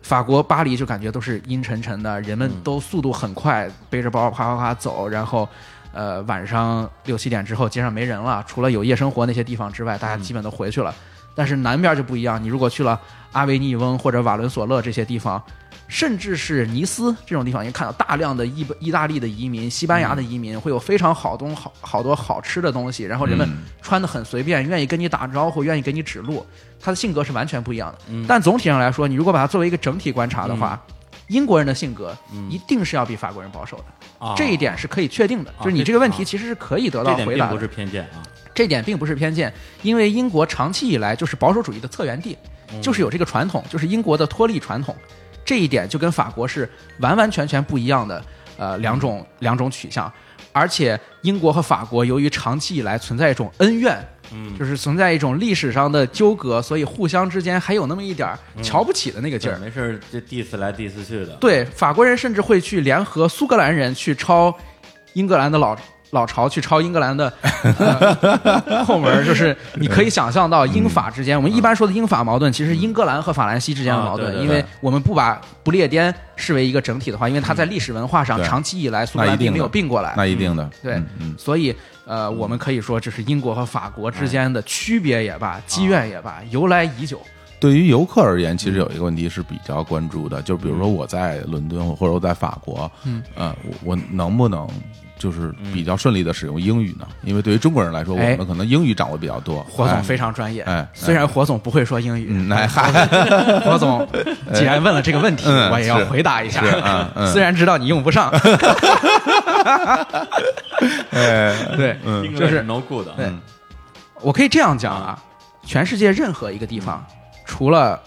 Speaker 3: 法国巴黎就感觉都是阴沉沉的，人们都速度很快，背着包啪啪啪走，然后。呃，晚上六七点之后，街上没人了，除了有夜生活那些地方之外，大家基本都回去了。但是南边就不一样，你如果去了阿维尼翁或者瓦伦索勒这些地方，甚至是尼斯这种地方，你看到大量的意意大利的移民、西班牙的移民，会有非常好东好好多好吃的东西，然后人们穿的很随便，愿意跟你打招呼，愿意给你指路，他的性格是完全不一样的。
Speaker 1: 嗯
Speaker 3: 但总体上来说，你如果把它作为一个整体观察的话，英国人的性格一定是要比法国人保守的，
Speaker 1: 啊
Speaker 3: 这一点是可以确定的。
Speaker 1: 啊
Speaker 3: 就是你
Speaker 1: 这
Speaker 3: 这个问
Speaker 1: 啊
Speaker 3: 题其实是可以得
Speaker 1: 这
Speaker 3: 到
Speaker 1: 点
Speaker 3: 回
Speaker 1: 并
Speaker 3: 答
Speaker 1: 不
Speaker 3: 的
Speaker 1: 是。偏见啊。
Speaker 3: 这点并不是偏见，因为英国长期以来就是保守主义的策源地，就是有这个传统，就是英国的脱离传统，这一点就跟法国是完完全全不一样的，呃，两种两种取向，而且英国和法国由于长期以来存在一种恩怨。
Speaker 1: 嗯
Speaker 3: 就是存在一种历史上的纠葛，所以互相之间还有那么一点儿瞧不起的那个劲
Speaker 1: 对，
Speaker 3: 儿。
Speaker 1: 没事儿，这 diss 来 diss 去的。
Speaker 3: 对，法国人甚至会去联合苏格兰人去抄英格兰的老老巢，去抄英格兰的、 呃后门儿，就是你可以想象到英法之间，
Speaker 2: 嗯
Speaker 3: 我们一般说的英法矛盾，其实是英格兰和法兰西之间的
Speaker 1: 啊
Speaker 3: 矛盾，
Speaker 1: 对对
Speaker 3: 因为我们不把不列颠视为一个整体的话，因为它在历史文化上
Speaker 2: 对
Speaker 3: 长期以来苏格
Speaker 2: 那一
Speaker 3: 兰
Speaker 2: 定
Speaker 3: 并没有
Speaker 2: 的
Speaker 3: 并过来，
Speaker 2: 那一定的，
Speaker 3: 对
Speaker 2: 嗯，嗯
Speaker 3: 所以呃，
Speaker 2: 哎
Speaker 3: 我们可以说这是英国和法国之间的区别也罢，积怨也罢，由来已久。
Speaker 2: 对于游客而言，其
Speaker 3: 嗯
Speaker 2: 实有一个问题是比较关注的，就是比如说我在伦敦或者我在法国，嗯，呃，我我能不能就是比较顺利的使用英语呢？因为对于中国人来说，我
Speaker 3: 嗯哎
Speaker 2: 们可能英语掌握比较多。
Speaker 3: 火总
Speaker 2: 哎
Speaker 3: 非常专业，
Speaker 2: 哎
Speaker 3: 虽然火总不会说英语，
Speaker 2: 嗯哎 嗨
Speaker 3: 火火 总既然问了这个问题，
Speaker 2: 嗯
Speaker 3: 我也要
Speaker 2: 是
Speaker 3: 回答一下
Speaker 2: 是 嗯。嗯
Speaker 3: 虽然知道你用不 上，
Speaker 2: 哎，
Speaker 3: 对，嗯就是
Speaker 1: no good
Speaker 3: 对，我可以这样讲啊，全世界任何一个地方，除了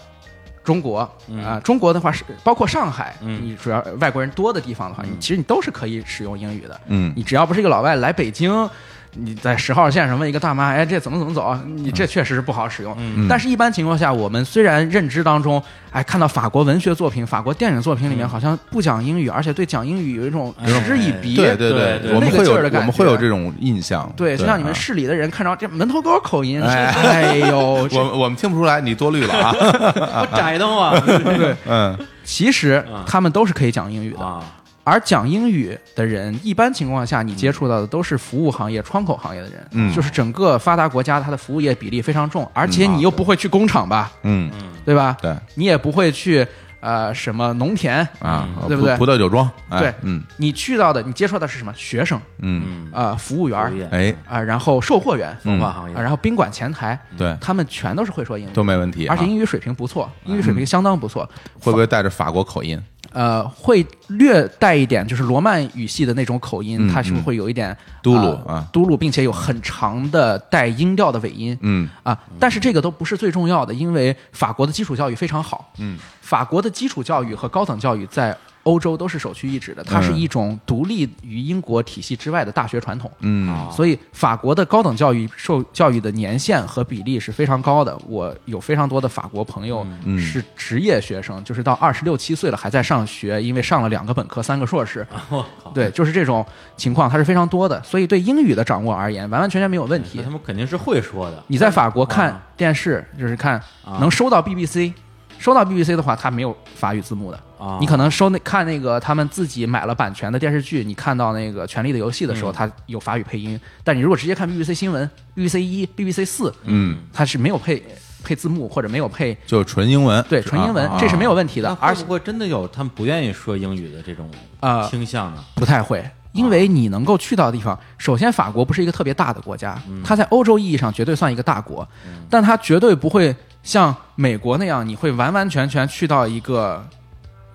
Speaker 3: 中国啊、
Speaker 2: 嗯
Speaker 3: 中国的话是包括上海，
Speaker 1: 嗯
Speaker 3: 你主要外国人多的地方的话，你其实你都是可以使用英语的。
Speaker 2: 嗯
Speaker 3: 你只要不是一个老外来北京，你在十号线上问一个大妈，哎，这怎么怎么走？你这确实是不好使用。
Speaker 1: 嗯
Speaker 3: 但是，一般情况下，我们虽然认知当中，哎，看到法国文学作品、法国电影作品
Speaker 2: 嗯
Speaker 3: 里面好像不讲英语，而且对讲英语有一种嗤以鼻。
Speaker 2: 哎对对
Speaker 1: 对对
Speaker 2: 我们
Speaker 3: 那个
Speaker 2: 会有
Speaker 3: 劲儿的
Speaker 2: 我
Speaker 3: 感
Speaker 2: 们会有
Speaker 3: 觉
Speaker 2: 这种印象。
Speaker 3: 对，就像你
Speaker 2: 啊
Speaker 3: 们市里的人看着这门头沟口音，
Speaker 2: 哎
Speaker 3: 哎呦，这
Speaker 2: 我我们听不出来，你多虑了 啊。
Speaker 1: 我窄的慌
Speaker 3: 对，
Speaker 2: 嗯
Speaker 3: 其实
Speaker 1: 啊
Speaker 3: 他们都是可以讲英 语的。
Speaker 1: 啊，
Speaker 3: 而讲英语的人，一般情况下你接触到的都是服务行业、窗口行业的人，
Speaker 2: 嗯
Speaker 3: 就是整个发达国家它的服务业比例非常重，而且你又不会去工厂吧，
Speaker 2: 嗯，
Speaker 3: 对吧？
Speaker 2: 对
Speaker 3: 你也不会去呃什么农田，
Speaker 2: 啊，
Speaker 3: 嗯对不对
Speaker 2: 葡葡萄酒庄，哎
Speaker 3: 对
Speaker 2: 嗯
Speaker 3: 你去到的你接触到的是什么？学生
Speaker 2: 嗯，
Speaker 3: 啊、呃服务员
Speaker 1: 服务业
Speaker 3: 啊、
Speaker 2: 哎，
Speaker 3: 然后售货员啊、
Speaker 1: 文化行业
Speaker 3: 然后宾馆前台，
Speaker 2: 对，
Speaker 3: 他们全都是会说英语
Speaker 2: 嗯都，没问题啊。
Speaker 3: 嗯
Speaker 2: 嗯
Speaker 3: 而且英语水平不错，英语水平相当不错。
Speaker 2: 会不会带着法国口音？
Speaker 3: 呃，会略带一点就是罗曼语系的那种口音，
Speaker 2: 嗯
Speaker 3: 它是会有一点
Speaker 2: 嘟
Speaker 3: 呃
Speaker 2: 噜啊
Speaker 3: 嘟噜，并且有很长的带音调的尾音。
Speaker 2: 嗯
Speaker 3: 啊，但是这个都不是最重要的，因为法国的基础教育非常好。
Speaker 2: 嗯，
Speaker 3: 法国的基础教育和高等教育在欧洲都是首屈一指的，它是
Speaker 2: 嗯
Speaker 3: 一种独立于英国体系之外的大学传统。
Speaker 2: 嗯
Speaker 1: 啊
Speaker 3: 所以法国的高等教育受教育的年限和比例是非常高的。我有非常多的法国朋友
Speaker 2: 嗯
Speaker 3: 是职业学生，就是到二十六七岁了还在上学，因为上了两个本科、三个硕士。
Speaker 1: 啊我靠，
Speaker 3: 对，就是这种情况，它是非常多的。所以对英语的掌握而言，完完全全没有问题
Speaker 1: 那他。们肯定是会说的，
Speaker 3: 你在法国看
Speaker 1: 啊
Speaker 3: 电视，就是看
Speaker 1: 啊
Speaker 3: 能收到 BBC，收到 BBC 的话，它没有法语字幕的。
Speaker 1: 啊，
Speaker 3: 你可能收那看那个他们自己买了版权的电视剧，你看到那个《权力的游戏》的时候，
Speaker 1: 嗯
Speaker 3: 它有法语配音。但你如果直接看 BBC 新闻、BBC 一、BBC 四，
Speaker 2: 嗯，
Speaker 3: 它是没有配配字幕或者没有配
Speaker 2: 就纯英文，
Speaker 3: 对纯英文，
Speaker 2: 啊
Speaker 3: 这是没有问题的
Speaker 1: 那。
Speaker 3: 而
Speaker 1: 会
Speaker 3: 且
Speaker 1: 不会真的有他们不愿意说英语的这种
Speaker 3: 啊
Speaker 1: 倾向呢？
Speaker 3: 不太会，因为你能够去到的地方，首先法国不是一个特别大的国家，
Speaker 1: 嗯
Speaker 3: 它在欧洲意义上绝对算一个大国，但它绝对不会像美国那样，你会完完全全去到一个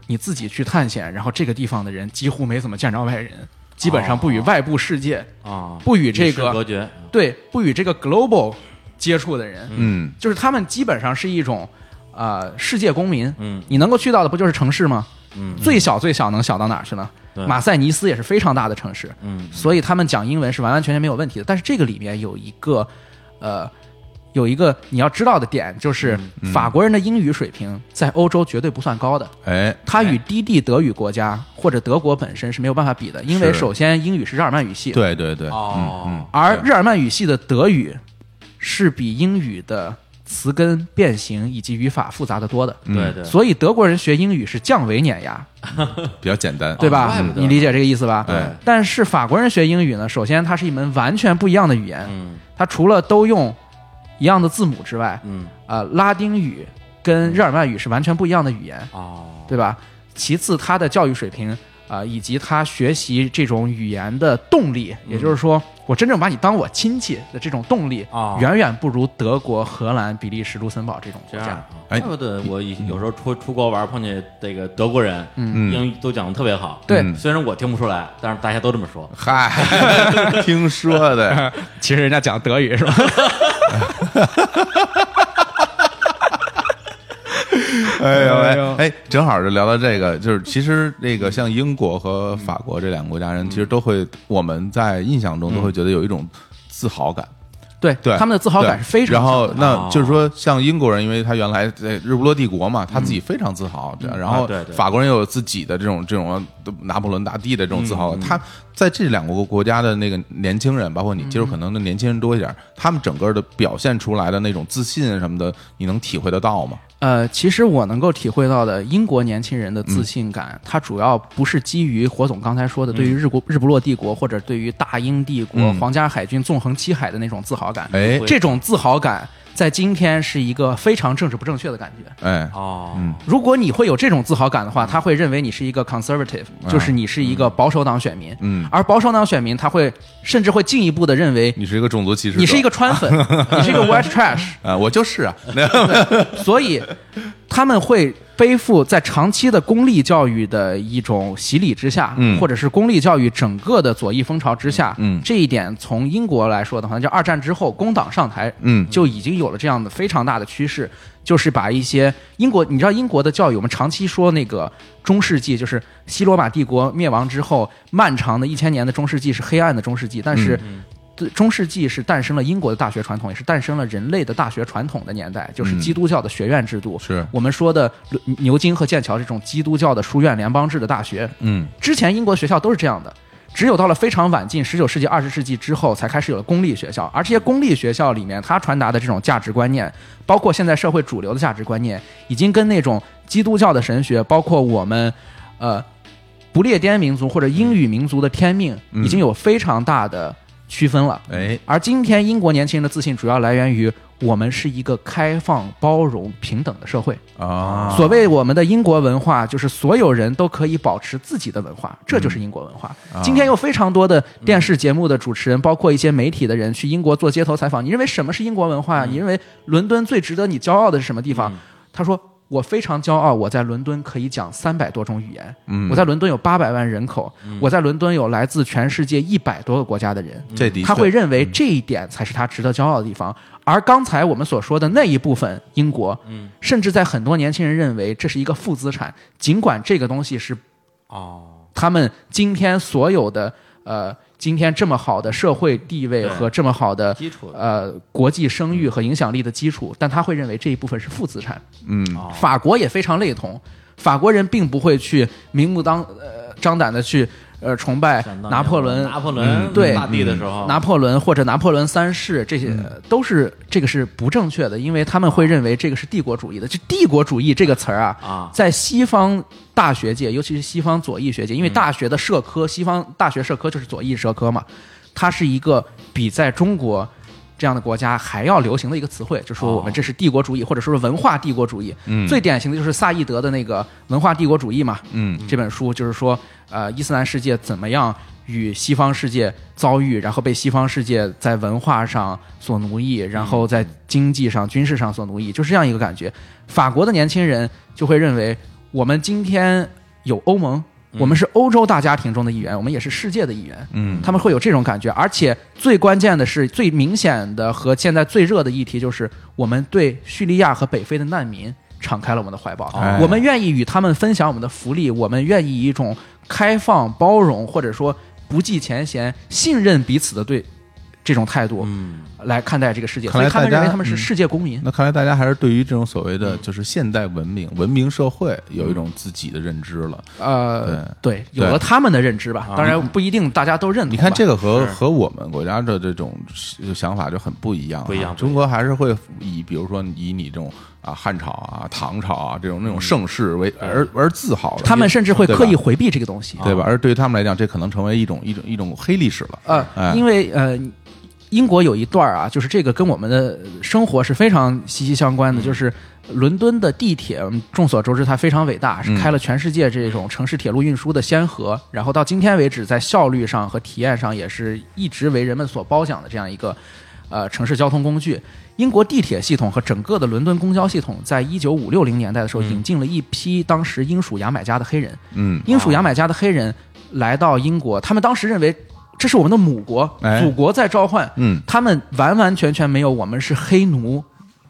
Speaker 3: 你自己去探险，然后这个地方的人几乎没怎么见着外人，基本上不
Speaker 1: 哦
Speaker 3: 与外部世界、
Speaker 1: 啊，
Speaker 3: 不与这
Speaker 1: 与世
Speaker 3: 个
Speaker 1: 隔绝，
Speaker 3: 对不与这个 global 接触的人，
Speaker 2: 嗯
Speaker 3: 就是他们基本上是一种呃世界公民，
Speaker 1: 嗯
Speaker 3: 你能够去到的不就是城市吗？
Speaker 1: 嗯
Speaker 3: 最小最小能小到哪儿去呢？
Speaker 1: 对
Speaker 3: 马赛尼斯也是非常大的城市，
Speaker 1: 嗯
Speaker 3: 所以他们讲英文是完完全全没有问题的。但是这个里面有一个，呃，有一个你要知道的点，就是法国人的英语水平在欧洲绝对不算高的，
Speaker 2: 哎，
Speaker 3: 它与低地德语国家或者德国本身是没有办法比的，因为
Speaker 2: 是
Speaker 3: 首先英语是日耳曼语系，
Speaker 2: 对对对，
Speaker 1: 哦
Speaker 2: 嗯嗯，
Speaker 3: 而日耳曼语系的德语是比英语的词根、变形以及语法复杂的多的。
Speaker 2: 嗯
Speaker 1: 对对，
Speaker 3: 嗯所以德国人学英语是降维碾压，
Speaker 2: 比较简单，
Speaker 3: 对吧
Speaker 1: 啊怪不？得
Speaker 3: 你理解这个意思吧？
Speaker 2: 对
Speaker 3: 但是法国人学英语呢，首先它是一门完全不一样的语言，
Speaker 1: 嗯
Speaker 3: 它除了都用一样的字母之外，
Speaker 1: 嗯
Speaker 3: 呃，拉丁语跟日耳曼语是完全不一样的语言，
Speaker 1: 哦，
Speaker 3: 对吧？其次，它的教育水平啊、呃以及他学习这种语言的动力，
Speaker 1: 嗯
Speaker 3: 也就是说，我真正把你当我亲戚的这种动力，
Speaker 1: 哦
Speaker 3: 远远不如德国、荷兰、比利时、卢森堡这种
Speaker 1: 这
Speaker 3: 国
Speaker 1: 样
Speaker 3: 家
Speaker 1: 啊。，
Speaker 2: 哎
Speaker 1: 怪不得我以有时候出出国玩碰见这个德国人，嗯，英语都讲的特别好，
Speaker 3: 对
Speaker 1: 嗯虽然我听不出来，但是大家都这么说，
Speaker 2: 嗨， 听说的，
Speaker 3: 其实人家讲德语是吧？
Speaker 2: 哎呦
Speaker 3: 哎
Speaker 2: 哎
Speaker 3: 呦
Speaker 2: 哎，正好就聊到这个，就是其实那个像英国和法国这两个国家人，其实都会，我们在印象中都
Speaker 3: 嗯
Speaker 2: 会觉得有一种自豪感，
Speaker 3: 对，
Speaker 2: 对，
Speaker 3: 他们的自豪
Speaker 2: 对
Speaker 3: 感是非常
Speaker 2: 然后
Speaker 3: 强的哦
Speaker 2: 那就是说，像英国人，因为他原来在日不落帝国嘛，他自己非常自豪。
Speaker 3: 嗯
Speaker 2: 这样然
Speaker 1: 啊
Speaker 2: 后
Speaker 1: 对对
Speaker 2: 法国人又有自己的这种这种拿破仑大帝的这种自
Speaker 3: 嗯
Speaker 2: 豪感。他在这两个国家的那个年轻人，包括你接触可能的年轻人多一点，他们整个的表现出来的那种自信什么的，你能体会得到吗？
Speaker 3: 呃，其实我能够体会到的英国年轻人的自信感，它主要不是基于火总刚才说的对于日国、日不落帝国或者对于大英帝国、
Speaker 2: 嗯
Speaker 3: 皇家海军纵横七海的那种自豪感，
Speaker 2: 哎，
Speaker 3: 这种自豪感在今天是一个非常政治不正确的感觉。
Speaker 2: 哎，
Speaker 1: 哦，
Speaker 3: 如果你会有这种自豪感的话，他会认为你是一个 conservative，就是你是一个保守党选民。
Speaker 2: 嗯
Speaker 3: 而保守党选民他会甚至会进一步的认为
Speaker 2: 你是一个种族歧视者，
Speaker 3: 你是一个川粉，你是一个 white trash，
Speaker 2: 啊，我就是啊，
Speaker 3: 所以他们会背负在长期的公立教育的一种洗礼之下，
Speaker 2: 嗯
Speaker 3: 或者是公立教育整个的左翼风潮之下，
Speaker 2: 嗯
Speaker 3: 这一点从英国来说的话，就二战之后工党上台，
Speaker 2: 嗯
Speaker 3: 就已经有了这样的非常大的趋势，就是把一些英国，你知道英国的教育，我们长期说那个中世纪，就是西罗马帝国灭亡之后漫长的一千年的中世纪是黑暗的中世纪，但是。
Speaker 2: 嗯
Speaker 3: 对中世纪是诞生了英国的大学传统，也是诞生了人类的大学传统的年代，就是
Speaker 2: 嗯
Speaker 3: 基督教的学院制度。
Speaker 2: 是
Speaker 3: 我们说的牛牛津和剑桥这种基督教的书院联邦制的大学，
Speaker 2: 嗯
Speaker 3: 之前英国学校都是这样的。只有到了非常晚近十九世纪、二十世纪之后，才开始有了公立学校，而这些公立学校里面，它传达的这种价值观念，包括现在社会主流的价值观念，已经跟那种基督教的神学，包括我们，呃，不列颠民族或者英语民族的天命，
Speaker 2: 嗯
Speaker 3: 已经有非常大的区分了。
Speaker 2: 哎，
Speaker 3: 而今天英国年轻人的自信主要来源于我们是一个开放、包容、平等的社会。
Speaker 2: 啊，
Speaker 3: 所谓我们的英国文化，就是所有人都可以保持自己的文化，
Speaker 2: 嗯
Speaker 3: 这就是英国文化。
Speaker 2: 啊
Speaker 3: 今天有非常多的电视节目的主持人，包括一些媒体的人去英国做街头采访。你认为什么是英国文化？
Speaker 2: 嗯
Speaker 3: 你认为伦敦最值得你骄傲的是什么地方？
Speaker 1: 嗯
Speaker 3: 他说。我非常骄傲，我在伦敦可以讲三百多种语言。
Speaker 2: 嗯
Speaker 3: 我在伦敦有八百万人口，我在伦敦有来自全世界一百多个国家的人。
Speaker 1: 嗯
Speaker 2: 这的确
Speaker 3: 他会认为这一点才是他值得骄傲的地方。而刚才我们所说的那一部分，英国，
Speaker 1: 嗯
Speaker 3: 甚至在很多年轻人认为这是一个负资产，尽管这个东西是
Speaker 1: 哦，
Speaker 3: 他们今天所有的呃，今天这么好的社会地位
Speaker 1: 对
Speaker 3: 和这么好的
Speaker 1: 基础嗯的
Speaker 3: 呃国际声誉和影响力的基础，但他会认为这一部分是负资产。
Speaker 2: 嗯
Speaker 1: 哦
Speaker 3: 法国也非常类同，法国人并不会去明目张呃张胆的去呃崇拜
Speaker 1: 想当年
Speaker 3: 拿破仑、啊
Speaker 1: 拿破仑
Speaker 3: 对
Speaker 1: 大帝的时候，
Speaker 3: 拿破仑或者拿破仑三世，这些呃都是这个是不正确的，因为他们会认为这个是帝国主义的。就帝国主义这个词儿啊，
Speaker 1: 啊
Speaker 3: 在西方大学界，尤其是西方左翼学界，因为大学的社科，西方大学社科就是左翼社科嘛，它是一个比在中国。这样的国家还要流行的一个词汇，就说我们这是帝国主义，或者说是文化帝国主义。
Speaker 2: 嗯
Speaker 3: 最典型的就是萨义德的那个《文化帝国主义》嘛，
Speaker 2: 嗯
Speaker 3: 这本书就是说，呃，伊斯兰世界怎么样与西方世界遭遇，然后被西方世界在文化上所奴役，然后在经济上、军事上所奴役，就是这样一个感觉。法国的年轻人就会认为，我们今天有欧盟，我们是欧洲大家庭中的一员，我们也是世界的一员。
Speaker 2: 嗯
Speaker 3: 他们会有这种感觉，而且最关键的是，最明显的和现在最热的议题就是，我们对叙利亚和北非的难民敞开了我们的怀抱，
Speaker 2: 哎
Speaker 3: 我们愿意与他们分享我们的福利，我们愿意以一种开放、包容，或者说不计前嫌、信任彼此的对这种态度
Speaker 1: 嗯
Speaker 3: 来看待这个世界，
Speaker 2: 看
Speaker 3: 所
Speaker 2: 来
Speaker 3: 以他们
Speaker 2: 大家
Speaker 3: 认为他们是
Speaker 2: 嗯
Speaker 3: 世界公民。
Speaker 2: 那看来大家还是对于这种所谓的就是现代文明、文明社会有一种自己的认知了。
Speaker 3: 呃，对，有了他们的认知吧，当然不一定大家都认同
Speaker 2: 啊
Speaker 3: 吧。
Speaker 2: 你看这个和
Speaker 1: 是
Speaker 2: 和我们国家的这种呃想法就很不一样啊，
Speaker 1: 不一样
Speaker 2: 中国还是会以比如说以你这种啊汉朝啊、唐朝啊这种那种盛世为而而自豪的，
Speaker 3: 他们甚至会刻意
Speaker 2: 对吧
Speaker 3: 回避这个东西。
Speaker 2: 对吧？而对于他们来讲，这可能成为一种一种一种黑历史了。哎
Speaker 3: 呃，因为呃，英国有一段儿啊，就是这个跟我们的生活是非常息息相关
Speaker 2: 嗯
Speaker 3: 的，就是伦敦的地铁，嗯众所周知，它非常伟大，是开
Speaker 2: 嗯
Speaker 3: 了全世界这种城市铁路运输的先河。然后到今天为止，在效率上和体验上也是一直为人们所褒奖的这样一个呃城市交通工具。英国地铁系统和整个的伦敦公交系统，在一九五六零年代的时候，引进了一批当时英属牙买加的黑人。
Speaker 2: 嗯
Speaker 3: 英属牙买加的黑人来到英国，他们当时认为这是我们的母国，
Speaker 2: 哎
Speaker 3: 祖国在召唤。
Speaker 2: 嗯
Speaker 3: 他们完完全全没有我们是黑奴，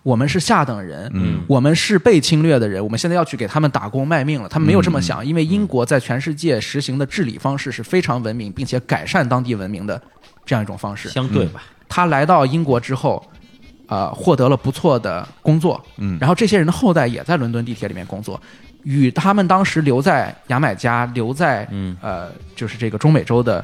Speaker 3: 我们是下等人，
Speaker 2: 嗯
Speaker 3: 我们是被侵略的人，我们现在要去给他们打工卖命了。他们没有这么想，
Speaker 2: 嗯
Speaker 3: 因为英国在全世界实行的治理方式是非常文明，并且改善当地文明的这样一种方式。
Speaker 1: 相对吧，
Speaker 3: 他来到英国之后，呃，获得了不错的工作，
Speaker 2: 嗯
Speaker 3: 然后这些人的后代也在伦敦地铁里面工作，与他们当时留在牙买加、留在
Speaker 1: 嗯
Speaker 3: 呃，就是这个中美洲的、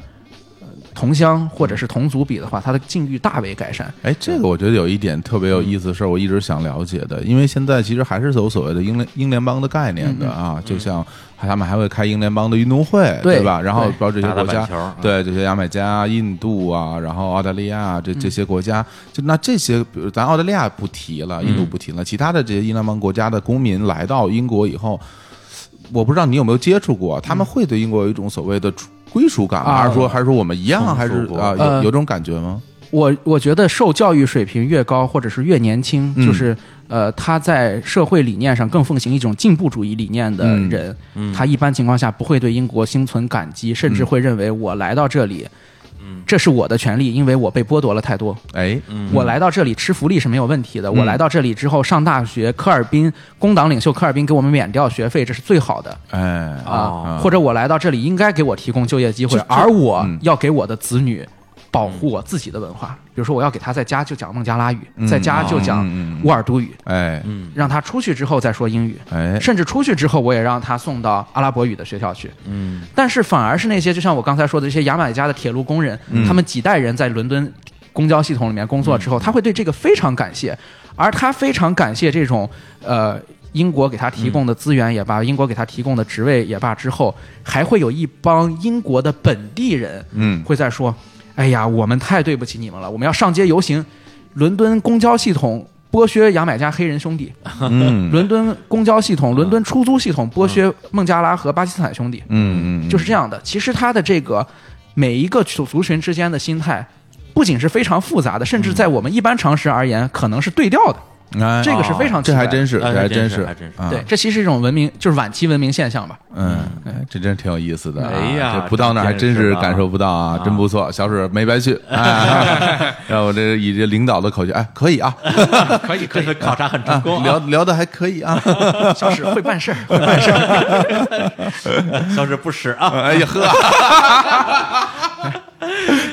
Speaker 3: 呃同乡或者是同族比的话，他的境遇大为改善。
Speaker 2: 哎，
Speaker 1: 嗯
Speaker 2: 这个我觉得有一点特别有意思，是我一直想了解的，因为现在其实还是有所谓的英联英联邦的概念
Speaker 1: 嗯
Speaker 2: 的啊，就像他们还会开英联邦的运动会，
Speaker 3: 对
Speaker 2: 吧？然后包括这些
Speaker 1: 打打
Speaker 2: 国
Speaker 1: 板
Speaker 2: 家
Speaker 1: 球啊，
Speaker 2: 对这些牙买加、印度啊，然后澳大利亚这
Speaker 1: 嗯
Speaker 2: 这些国家，就那这些，比如咱澳大利亚不提了，
Speaker 1: 嗯
Speaker 2: 印度不提了，其他的这些英联邦国家的公民来到英国以后，我不知道你有没有接触过，
Speaker 1: 嗯
Speaker 2: 他们会对英国有一种所谓的主归属感吗，
Speaker 3: 啊
Speaker 2: 还是说还是说我们一样，
Speaker 1: 从
Speaker 2: 还是
Speaker 1: 属国嗯
Speaker 2: 啊有
Speaker 3: 呃
Speaker 2: 有这种感觉吗？
Speaker 3: 我我觉得受教育水平越高，或者是越年轻，
Speaker 2: 嗯
Speaker 3: 就是呃，他在社会理念上更奉行一种进步主义理念的人，
Speaker 2: 嗯
Speaker 3: 他一般情况下不会对英国心存感激，甚至会认为我来到这里，
Speaker 2: 嗯
Speaker 3: 这是我的权利，因为我被剥夺了太多。
Speaker 2: 哎，
Speaker 1: 嗯
Speaker 3: 我来到这里吃福利是没有问题的。我来到这里之后上大学，科尔宾工党领袖科尔宾给我们免掉学费，这是最好的
Speaker 2: 哎
Speaker 1: 哦
Speaker 3: 啊。或者我来到这里应该给我提供就业机会，而我要给我的子女保护我自己的文化。比如说，我要给他在家就讲孟加拉语，在家就讲
Speaker 2: 嗯嗯
Speaker 3: 乌尔都语，
Speaker 2: 哎
Speaker 3: 让他出去之后再说英语。
Speaker 2: 哎，
Speaker 3: 甚至出去之后，我也让他送到阿拉伯语的学校去。嗯，但是反而是那些，就像我刚才说的，这些牙买加的铁路工人，
Speaker 2: 嗯
Speaker 3: 他们几代人在伦敦公交系统里面工作之后，他会对这个非常感谢，而他非常感谢这种呃。英国给他提供的资源也罢，英国给他提供的职位也罢，之后还会有一帮英国的本地人，
Speaker 2: 嗯
Speaker 3: 会在说：“哎呀，我们太对不起你们了，我们要上街游行，伦敦公交系统剥削牙买加黑人兄弟。”
Speaker 2: 嗯
Speaker 3: 伦敦公交系
Speaker 1: 嗯
Speaker 3: 统、伦敦出租系统剥削孟加拉和巴基斯坦兄弟，
Speaker 2: 嗯嗯，
Speaker 3: 就是这样的。其实他的这个每一个族族群之间的心态，不仅是非常复杂的，甚至在
Speaker 1: 嗯
Speaker 3: 我们一般常识而言，可能是对调的。
Speaker 2: 哎
Speaker 3: 这个是非常
Speaker 2: 这还真
Speaker 3: 是
Speaker 2: 是，
Speaker 1: 哎
Speaker 2: 这还
Speaker 1: 真
Speaker 2: 是，
Speaker 1: 还真是
Speaker 2: 啊
Speaker 3: 对，，这其实是一种文明，就是晚期文明 现象吧。
Speaker 2: 嗯，哎这真挺有意思的啊。
Speaker 1: 哎呀
Speaker 2: 这不到那儿还真
Speaker 1: 这
Speaker 2: 是
Speaker 1: 真是啊
Speaker 2: 感受不到啊，真不错，小水没白去。哎然后我这以这领导的口气，哎，可以啊，
Speaker 1: 可以可以，这次考察很成功啊。
Speaker 2: 聊聊的还可以啊。
Speaker 3: 小史会办事儿， 会办事儿。
Speaker 1: 消失不实啊！
Speaker 2: 哎呀呵，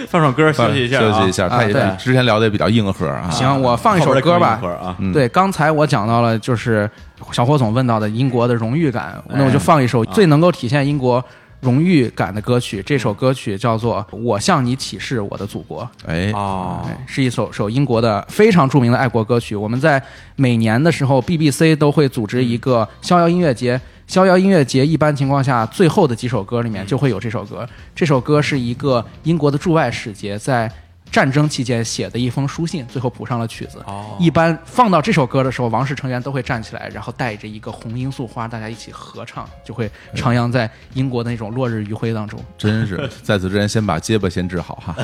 Speaker 1: 放首歌休息一下啊，
Speaker 2: 休息一下，
Speaker 3: 啊
Speaker 2: 他也
Speaker 3: 对
Speaker 2: 之前聊的也比较硬核啊。
Speaker 3: 行，我放一首
Speaker 1: 后边
Speaker 3: 歌
Speaker 1: 可
Speaker 3: 吧
Speaker 1: 以一。会儿啊，
Speaker 3: 对，刚才我讲到了，就是小霍总问到的英国的荣誉感，
Speaker 1: 哎
Speaker 3: 那我就放一首
Speaker 1: 啊
Speaker 3: 最能够体现英国荣誉感的歌曲。这首歌曲叫做《我向你起誓，我的祖国》。
Speaker 2: 哎，
Speaker 1: 哦
Speaker 3: 对，是一首首英国的非常著名的爱国歌曲。我们在每年的时候，BBC 都会组织一个逍遥音乐节。逍遥音乐节一般情况下，最后的几首歌里面就会有这首歌。这首歌是一个英国的驻外使节在战争期间写的一封书信，最后谱上了曲子。
Speaker 1: 哦
Speaker 3: 一般放到这首歌的时候，王室成员都会站起来，然后带着一个红罂粟花，大家一起合唱，就会徜徉在英国的那种落日余晖当中。
Speaker 2: 真是，在此之前先把结巴先治好哈。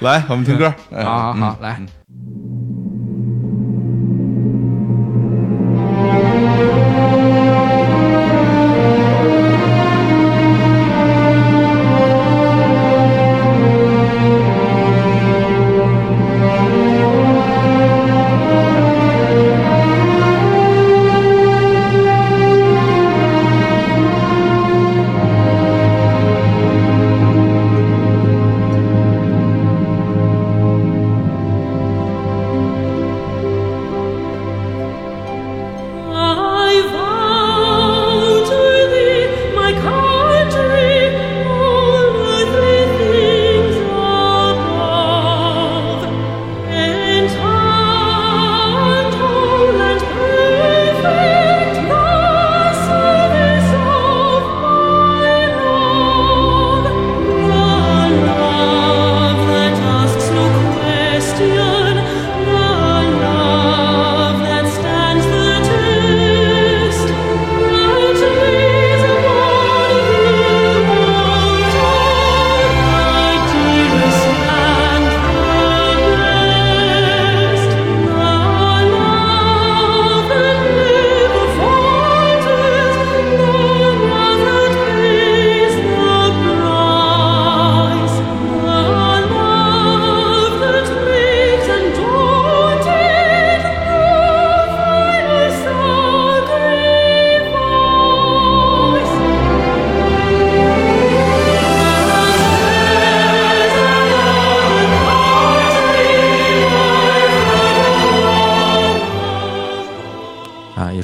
Speaker 2: 来，我们听歌。哎
Speaker 3: 好好啊好，来。